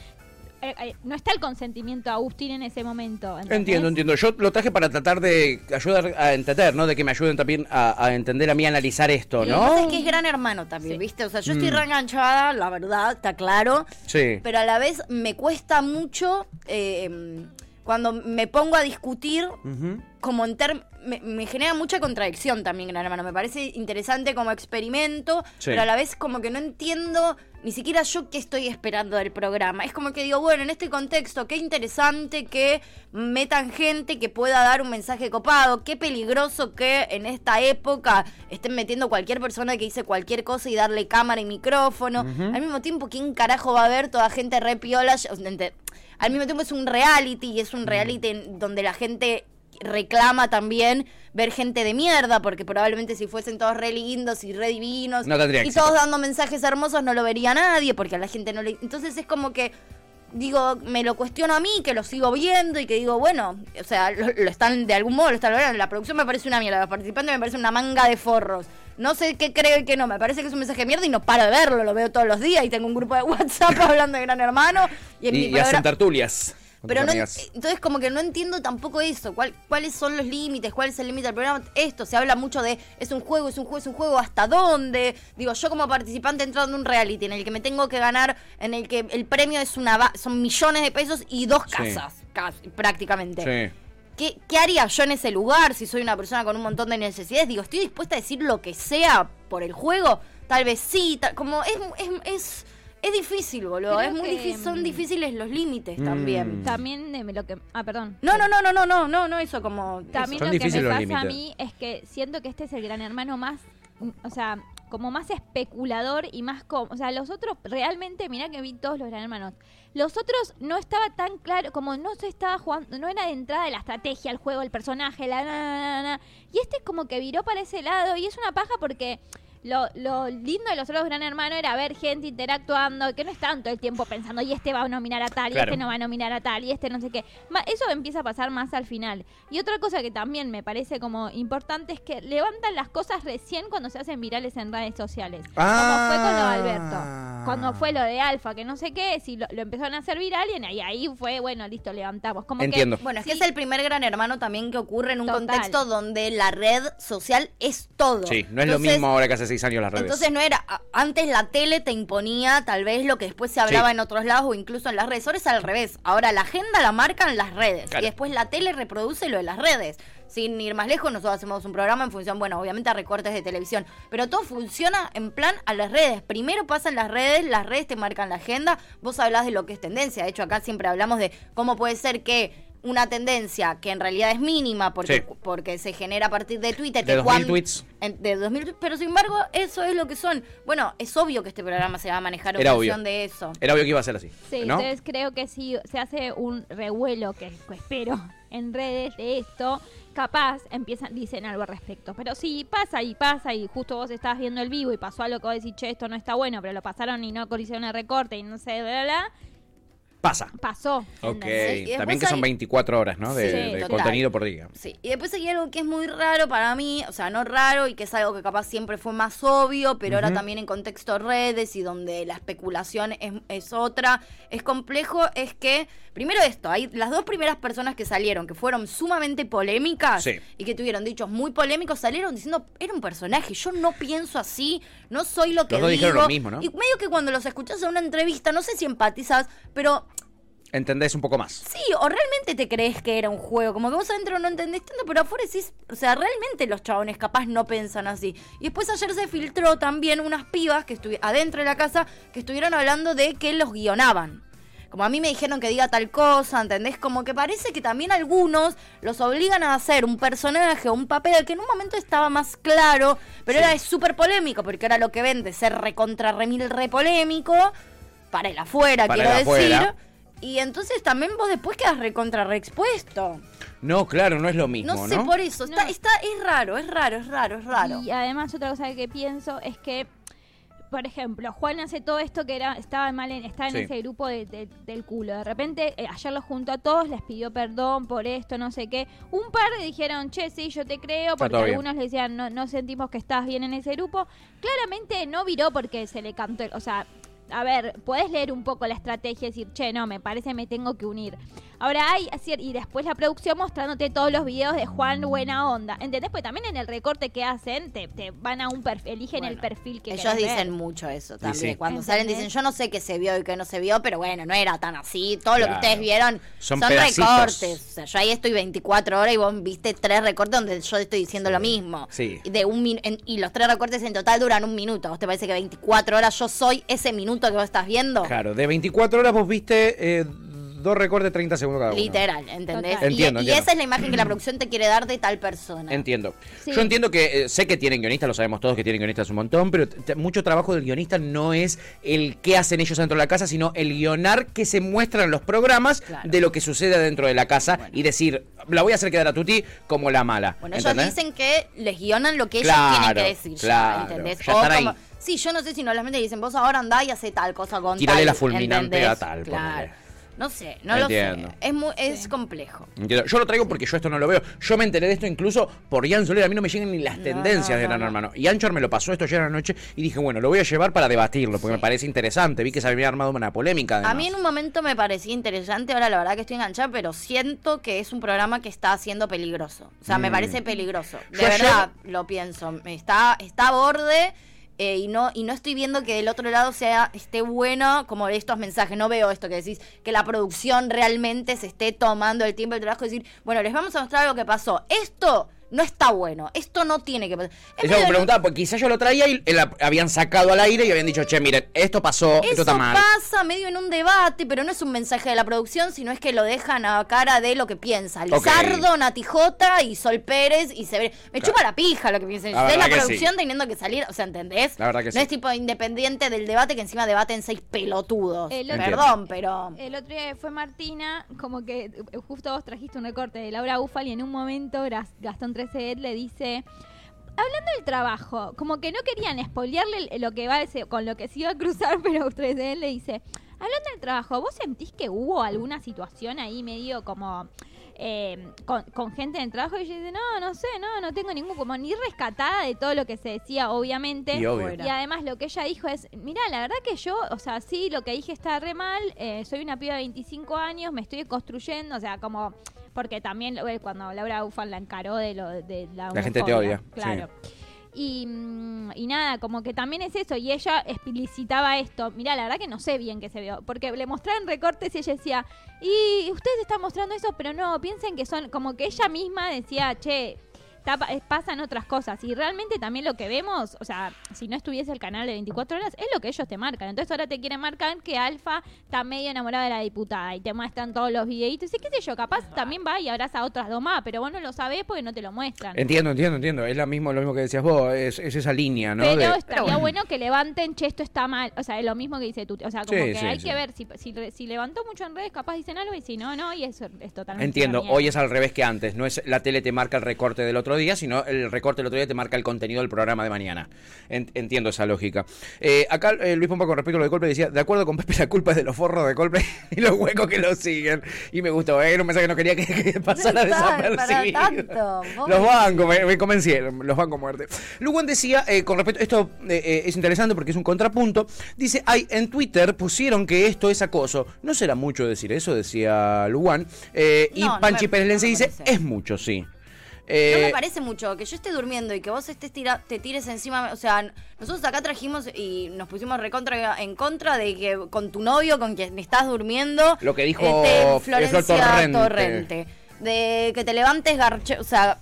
J: eh, eh, no está el consentimiento de Agustín en ese momento. ¿entendés?
B: Entiendo, entiendo. Yo lo traje para tratar de ayudar a entender, ¿no? De que me ayuden también a, a entender, a mí a analizar esto,
C: Y lo que pasa
B: ¿no?
C: es que es gran hermano también, ¿viste? O sea, yo estoy
B: Mm.
C: reenganchada, la verdad, está claro.
B: Sí.
C: Pero a la vez me cuesta mucho eh, cuando me pongo a discutir,
B: Ujú.
C: como en term- me, me genera mucha contradicción también, gran hermano. Me parece interesante como experimento,
A: Sí.
C: pero a la vez como que no entiendo ni siquiera yo qué estoy esperando del programa. Es como que digo, bueno, en este contexto, qué interesante que metan gente que pueda dar un mensaje copado, qué peligroso que en esta época estén metiendo cualquier persona que dice cualquier cosa y darle cámara y micrófono.
T: Ujú.
C: Al mismo tiempo, ¿quién carajo va a ver toda gente re piola? Yo- ente- Al mismo tiempo es un reality y es un reality en donde la gente reclama también ver gente de mierda, porque probablemente si fuesen todos re lindos y re divinos
A: No tendría
C: y
A: éxito.
C: todos dando mensajes hermosos no lo vería nadie, porque a la gente no le... Entonces es como que, digo, me lo cuestiono a mí, que lo sigo viendo y que digo, bueno, o sea, lo, lo están de algún modo, lo están logrando. La producción me parece una mierda, los participantes me parece una manga de forros. No sé qué creo y qué no, me parece que es un mensaje de mierda y no paro de verlo, lo veo todos los días y tengo un grupo de WhatsApp hablando de Gran Hermano y en
B: Y,
C: mi
B: y
C: programa-
B: hacen tertulias. con
C: pero
B: tus
C: no,
B: amigas.
C: entonces como que no entiendo tampoco eso, cuál, cuáles son los límites, cuál es el límite del programa, esto, se habla mucho de es un juego, es un juego, es un juego, ¿hasta dónde? Digo, yo como participante entrando en un reality en el que me tengo que ganar, en el que el premio es una va- son millones de pesos y dos
T: Sí.
C: casas, casi, prácticamente.
T: Sí.
C: ¿Qué, qué haría yo en ese lugar si soy una persona con un montón de necesidades? Digo, ¿estoy dispuesta a decir lo que sea por el juego? Tal vez sí, tal- como es, es, es, es difícil, boludo.
J: Creo
C: es muy
J: que,
C: difícil, son
J: mm,
C: difíciles los límites también.
J: Mm. También eh, lo que... Ah, perdón.
C: No, no, no, no, no, no, no, no, eso como...
J: También
C: eso.
J: lo que me pasa a mí es que siento que este es el gran hermano más, mm, o sea, como más especulador y más como, o sea, los otros realmente, mirá que vi todos los gran hermanos. Los otros no estaba tan claro, como no se estaba jugando, no era de entrada la estrategia, el juego, el personaje, la na, na, na, na. Y este como que viró para ese lado y es una paja porque lo, lo lindo de los otros gran hermanos era ver gente interactuando, que no estaban todo el tiempo pensando, y este va a nominar a
T: Claro.
J: tal, y este no va a nominar a tal, y este no sé qué. Ma- Eso empieza a pasar más al final. Y otra cosa que también me parece como importante es que levantan las cosas recién cuando se hacen virales en redes sociales. Como fue con lo de Alberto. Cuando fue lo de Alfa, que no sé qué, si lo, lo empezaron a hacer viral y en- y ahí fue, bueno, listo, levantamos. Como
B: Entiendo.
J: Que,
C: Bueno, es que es el primer gran hermano también que ocurre en un
J: Total.
C: contexto donde la red social es todo.
B: Sí, no es lo
C: Entonces,
B: mismo ahora que hace seis años las redes.
C: Entonces no era, a- antes la tele te imponía tal vez lo que después se hablaba
B: Sí.
C: en otros lados o incluso en las redes, ahora es al revés, ahora la agenda la marcan las redes
T: Claro.
C: y después la tele reproduce lo de las redes. Sin ir más lejos, nosotros hacemos un programa en función, bueno, obviamente a recortes de televisión, pero todo funciona en plan a las redes. Primero pasan las redes, las redes te marcan la agenda, vos hablás de lo que es tendencia, de hecho acá siempre hablamos de cómo puede ser que una tendencia que en realidad es mínima porque,
B: Sí.
C: porque se genera a partir de Twitter,
B: de
C: que
B: 2000
C: cuan-
B: tweets.
C: en- de 2000, pero sin embargo, eso es lo que son. Bueno, es obvio que este programa se va a manejar en
B: Era obvio.
C: función de eso.
B: Era obvio que iba a ser así.
J: Sí,
B: ¿no?
J: entonces creo que si se hace un revuelo, que que espero, en redes de esto, capaz empiezan, dicen algo al respecto. Pero sí, pasa y pasa y justo vos estás viendo el vivo y pasó algo que vos decís, che, esto no está bueno, pero lo pasaron y no hicieron el recorte y no sé, bla, bla, bla,
B: Pasa.
J: pasó.
B: Ok.
J: ¿entendés?
B: También que son 24 horas, ¿no? De,
C: Sí,
B: de
C: total.
B: contenido por día.
C: Sí, y después hay algo que es muy raro para mí, o sea, no raro y que es algo que capaz siempre fue más obvio, pero ahora
T: Ujú.
C: también en contexto redes y donde la especulación es, es otra, es complejo, es que, primero esto, hay las dos primeras personas que salieron, que fueron sumamente polémicas
T: Sí.
C: y que tuvieron dichos muy polémicos, salieron diciendo, era un personaje, yo no pienso así, no soy lo que
B: dos
C: digo.
B: dijeron lo mismo, ¿no?
C: Y medio que cuando los escuchás en una entrevista, no sé si empatizas, pero
B: Entendés un poco más.
C: Sí, o realmente te crees que era un juego. Como que vos adentro no entendés tanto, pero afuera decís. O sea, realmente los chabones capaz no piensan así. Y después ayer se filtró también unas pibas que estuvieron adentro de la casa que estuvieron hablando de que los guionaban. Como a mí me dijeron que diga tal cosa, ¿entendés? Como que parece que también algunos los obligan a hacer un personaje o un papel que en un momento estaba más claro, pero era súper polémico, porque ahora lo que ven de ser recontra remil re polémico, para el afuera,
B: Para
C: quiero
B: el afuera.
C: decir. Y entonces también vos después quedas recontra reexpuesto.
B: No, claro, no es lo mismo, ¿no?
C: no sé por eso. Está, está, es raro, es raro, es raro, es raro.
J: Y además otra cosa que pienso es que, por ejemplo, Juan hace todo esto que era estaba mal en, estaba en
T: Sí.
J: ese grupo de- de- del culo. De repente eh, ayer los juntó a todos, les pidió perdón por esto, no sé qué. Un par le dijeron, che, sí, yo te creo, porque
T: Ah, todo bien.
J: algunos le decían, no, no sentimos que estás bien en ese grupo. Claramente no viró porque se le cantó, el- o sea... a ver, puedes leer un poco la estrategia y decir, che, no, me parece me tengo que unir. Ahora hay, así- y después la producción mostrándote todos los videos de Juan Buena Onda. ¿Entendés? Pues también en el recorte que hacen, te, te van a un perfil, eligen el perfil que
C: Ellos
J: querés ver.
C: dicen mucho eso también.
B: sí.
C: Cuando salen dicen, yo no sé qué se vio y qué no se vio, pero bueno, no era tan así. Todo lo que
B: Claro.
C: ustedes vieron
B: Son
C: son,
B: pedacitos.
C: recortes. O sea, yo ahí estoy 24 horas y vos viste tres recortes donde yo estoy diciendo lo mismo.
B: Sí.
C: De un min- en- y los tres recortes en total duran un minuto. ¿Vos te parece que 24 horas yo soy ese minuto que vos estás viendo?
B: Claro, de 24 horas vos viste eh, dos recortes de 30 segundos cada uno.
C: Literal, ¿entendés?
B: Total.
C: Y-
B: Entiendo,
C: y,
B: entiendo.
C: esa es la imagen que la producción te quiere dar de tal persona.
B: Entiendo.
C: Sí.
B: Yo entiendo que eh, sé que tienen guionistas, lo sabemos todos que tienen guionistas un montón, pero t- t- mucho trabajo del guionista no es el qué hacen ellos dentro de la casa, sino el guionar que se muestra en los programas de lo que sucede dentro de la casa y decir, la voy a hacer quedar a Tuti como la mala.
C: Bueno, ellos
B: ¿entendés?
C: dicen que les guionan lo que ellos
B: Claro,
C: tienen que decir. ya,
B: claro,
C: ¿entendés?
B: ya están ahí.
C: sí, yo no sé si no las mentes dicen, vos ahora andá y hace tal cosa con
B: Tírale
C: tal,
B: la fulminante
C: ¿entendés?
B: a tal.
C: Claro.
B: ponele.
C: No sé, no
B: Entiendo.
C: lo sé. Es, muy, es complejo.
B: Entiendo. Yo lo traigo porque yo esto no lo veo. Yo me enteré de esto incluso por Ian Soler. A mí no me llegan ni las tendencias de Gran Hermano. Y Anchor me lo pasó esto ayer a la noche y dije, bueno, lo voy a llevar para debatirlo porque me parece interesante. Vi que se había armado una polémica.
C: A mí en un momento me parecía interesante, ahora la verdad que estoy enganchada, pero siento que es un programa que está siendo peligroso. O sea, me
B: Mm.
C: parece peligroso. De
B: Yo ayer-
C: verdad, lo pienso. Me Está, está a borde eh, y no y no estoy viendo que del otro lado sea esté bueno como estos mensajes. No veo esto que decís, que la producción realmente se esté tomando el tiempo y el trabajo de decir, bueno, les vamos a mostrar lo que pasó. Esto no está bueno. Esto no tiene que pasar. Es
B: Eso me
C: medio-
B: preguntaba, porque quizás yo lo traía y eh, la- habían sacado al aire y habían dicho, che, miren, esto pasó, esto
C: Eso
B: está mal.
C: pasa medio en un debate, pero no es un mensaje de la producción, sino es que lo dejan a cara de lo que piensa. Lizardo, Nati Jota y Sol Pérez y se ve. Me
B: Claro.
C: chupa la pija lo que piensan.
B: La
C: Es la
B: verdad que
C: producción
B: sí.
C: teniendo que salir, o sea, ¿entendés?
B: La verdad que
C: no
B: sí.
C: es tipo independiente del debate que encima debaten seis pelotudos.
J: El otro-
C: Perdón, pero.
J: El otro día fue Martina, como que eh, justo vos trajiste un recorte de Laura Ufal y en un momento Gra- Gastón Trecedet le dice, hablando del trabajo, como que no querían spoilearle el- lo que va a ese- con lo que se iba a cruzar, pero Trecedet le dice, hablando del trabajo, ¿vos sentís que hubo alguna situación ahí medio como... eh, con, con gente en el trabajo y ella dice, no, no sé, no, no tengo ningún, como ni rescatada de todo lo que se decía, obviamente.
A: Y obvio.
J: Y además lo que ella dijo es, mira, la verdad que yo, o sea, sí, lo que dije está re mal, eh, soy una piba de 25 años, me estoy construyendo, o sea, como, porque también eh, cuando Laura Ufan la encaró de lo de la...
B: La gente te
J: homofobia,
B: odia,
J: Claro. Y, mm, y nada, como que también es eso. Y ella explicitaba esto. Mirá, la verdad que no sé bien qué se vio. Porque le mostraron recortes y ella decía, y ustedes están mostrando eso, pero no, piensen que son, como que ella misma decía, che, tapa- eh, pasan otras cosas. Y realmente también lo que vemos, o sea, si no estuviese el canal de 24 horas, es lo que ellos te marcan. Entonces ahora te quieren marcar que Alfa está medio enamorada de la diputada y te muestran todos los videitos. Y qué sé yo, capaz también va y abraza a otras dos más, pero vos no lo sabés porque no te lo muestran.
B: Entiendo, entiendo, entiendo. Es la mismo, lo mismo que decías vos, es, es esa línea, ¿no?
J: Pero
B: De-
J: estaría bueno. que levanten, che, esto está mal. O sea, es lo mismo que dice tú. O sea, como
B: Sí,
J: que
B: sí,
J: hay
B: sí.
J: que ver si, si, re- si levantó mucho en redes, capaz dicen algo y si no, no, y eso es totalmente.
B: Entiendo,
J: una
B: hoy es
J: mierda.
B: al revés que antes, no es la tele te marca el recorte del otro día, sino el recorte del otro día te marca el contenido del programa de mañana. En- entiendo esa lógica. Eh, acá eh, Luis Pompa con respecto a lo de Colpe decía, de acuerdo con Pepe, la culpa es de los forros de Colpe y los huecos que lo siguen. Y me gustó, eh, era un mensaje que no quería que, que pasara
C: Ay, para
B: desapercibido.
C: tanto. vos-
B: Los bancos, me, me convencieron, los bancos muerte. Lugan decía, eh, con respecto, esto eh, eh, es interesante porque es un contrapunto, dice, ay, en Twitter pusieron que esto es acoso. No será mucho decir eso, decía Lugan. Eh, y
C: No, no
B: Panchi
C: me-
B: Pérez
C: no
B: Lense
C: me
B: dice,
C: parece.
B: es mucho, sí.
C: No
B: Eh,
C: me parece mucho que yo esté durmiendo y que vos estés tira- te tires encima. O sea, n- nosotros acá trajimos y nos pusimos recontra en contra de que con tu novio, con quien estás durmiendo.
B: Lo que dijo
C: este,
B: Flor
C: Florencia
B: Torrente.
C: Torrente. De que te levantes garche. O sea,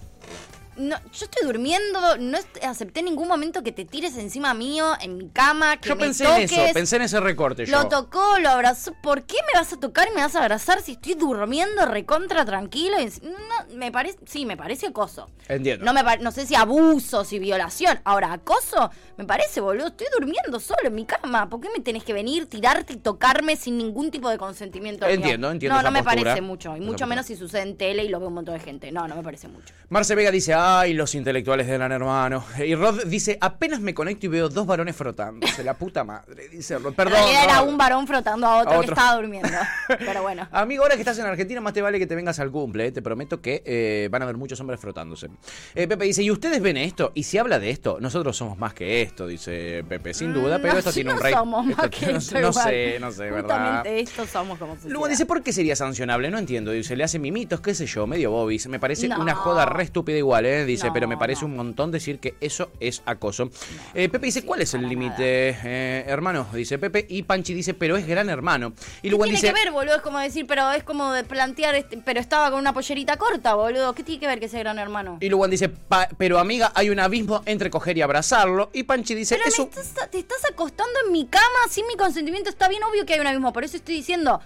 C: no, yo estoy durmiendo. No est- acepté en ningún momento que te tires encima mío, en mi cama. Que
B: yo
C: me
B: pensé
C: toques.
B: en eso, pensé en ese recorte yo.
C: Lo tocó, lo abrazó. ¿Por qué me vas a tocar y me vas a abrazar si estoy durmiendo recontra tranquilo? Y es- No, me parece, sí, me parece acoso.
B: Entiendo.
C: No, me pa- no sé si abuso, si violación. Ahora, acoso, me parece, boludo. Estoy durmiendo solo en mi cama. ¿Por qué me tenés que venir, tirarte y tocarme sin ningún tipo de consentimiento? mío?
B: Entiendo, entiendo
C: No,
B: esa
C: no me
B: postura.
C: parece mucho. Y
B: Esa
C: mucho
B: postura.
C: menos si sucede en tele y lo ve un montón de gente. No, no me parece mucho.
B: Marce Vega dice, Ay, los intelectuales de Gran Hermano. Y Rod dice, apenas me conecto y veo dos varones frotándose. La puta madre, dice Rod. Perdón.
C: En realidad era
B: Rod.
C: un varón frotando a otro,
B: A
C: que
B: otro.
C: estaba durmiendo. Pero bueno.
B: Amigo, ahora que estás en Argentina, más te vale que te vengas al cumple. ¿eh? Te prometo que eh, van a haber muchos hombres frotándose. Eh, Pepe dice, ¿y ustedes ven esto? Y si habla de esto, nosotros somos más que esto, dice Pepe, sin duda, pero
C: No,
B: esto
C: sí
B: tiene
C: no
B: un rey.
C: Mm, somos más
B: esto-
C: que
B: no,
C: esto
B: no
C: igual.
B: sé, no sé, ¿verdad?
C: Justamente esto somos como sociedad.
B: Luego dice, ¿por qué sería sancionable? No entiendo. Dice, le hace mimitos, qué sé yo, medio bobis. Me parece
C: No.
B: una joda re estúpida igual, ¿eh? Dice, pero me parece un montón decir que eso es acoso. Eh, Pepe dice, ¿cuál es el límite, eh, hermano? Dice Pepe. Y Panchi dice, pero es gran hermano. Y luego
C: tiene
B: dice,
C: que ver, boludo, es como decir, pero es como de plantear, este, pero estaba con una pollerita corta, boludo. ¿Qué tiene que ver que ese gran hermano?
B: Y Luan Eh, dice, "Pa- pero amiga, hay un abismo entre coger y abrazarlo. Y Panchi dice,
C: Pero
B: es
C: me
B: un...
C: estás- te estás acostando en mi cama sin mi consentimiento. Está bien obvio que hay un abismo, por eso estoy diciendo.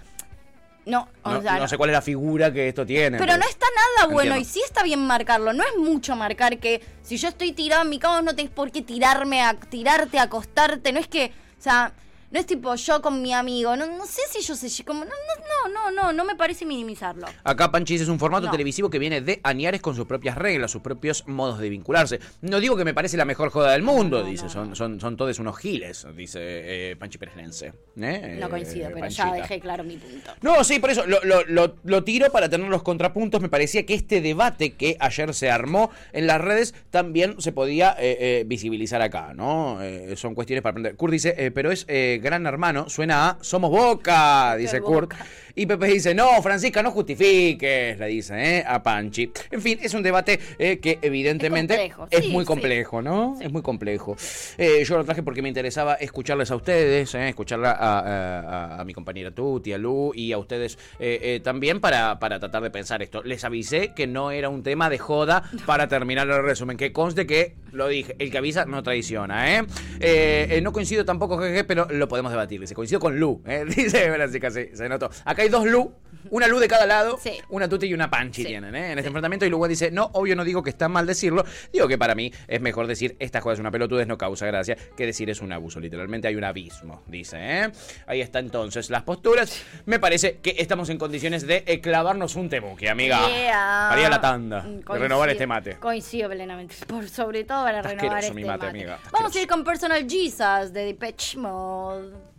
C: No, o
B: No,
C: sea,
B: no sé cuál es la figura que esto tiene.
C: Oh, Pero no está nada bueno y
B: Entiendo.
C: sí está bien marcarlo. No es mucho marcar que si yo estoy tirado en mi cama no tenés por qué tirarme a tirarte, a acostarte. No es que, o sea, no es tipo yo con mi amigo. No, no sé si yo sé, como no, no, no, no, no, no me parece minimizarlo.
B: Acá Panchi dice, es un formato
C: No.
B: televisivo que viene de Añares con sus propias reglas, sus propios modos de vincularse. No digo que me parece la mejor joda del mundo, dice, son, son, son todos unos giles, dice eh, Panchi Pergenense. ¿Eh?
C: No coincido,
B: Eh,
C: pero ya
B: Panchita.
C: dejé claro mi punto.
B: No, sí, por eso lo, lo- lo- lo tiro para tener los contrapuntos. Me parecía que este debate que ayer se armó en las redes también se podía eh, eh, visibilizar acá, ¿no? Eh, son cuestiones para aprender. Kurt dice, eh, pero es eh, gran hermano, suena a Somos Boca, dice Kurt. Y Pepe dice, no, Francisca, no justifiques, le dice eh, a Panchi. En fin, es un debate eh, que evidentemente es,
A: complejo, sí,
B: muy
A: sí.
B: complejo, ¿no? Es muy complejo. Eh, yo lo traje porque me interesaba escucharles a ustedes, eh, escucharla a, a- a- a mi compañera Tuti, a Lu y a ustedes eh, eh, también para, para tratar de pensar esto. Les avisé que no era un tema de joda para terminar el resumen. Que conste que lo dije, el que avisa no traiciona, ¿eh? Eh, eh, no coincido tampoco, jeje, pero lo podemos debatir. Dice, coincido con Lu, ¿eh? dice Francisca, sí, se notó. Acá hay dos Lu, una Lu de cada lado, una Tuti y una Panchi tienen, ¿eh? En este enfrentamiento. Y luego dice, no, obvio no digo que está mal decirlo. Digo que para mí es mejor decir, esta joda es una pelotudez, no causa gracia, que decir es un abuso. Literalmente hay un abismo, dice, ¿eh? Ahí está entonces las posturas. Me parece que estamos en condiciones de eh, clavarnos un tebuque, amiga.
C: Yeah.
B: Haría la tanda. de
C: Coincido.
B: Renovar este mate.
C: Coincido plenamente. Por, sobre todo para renovar
B: Asqueroso
C: este
B: mi mate,
C: mate.
B: amiga.
C: Vamos a ir con Personal Jesus de Depeche Mode.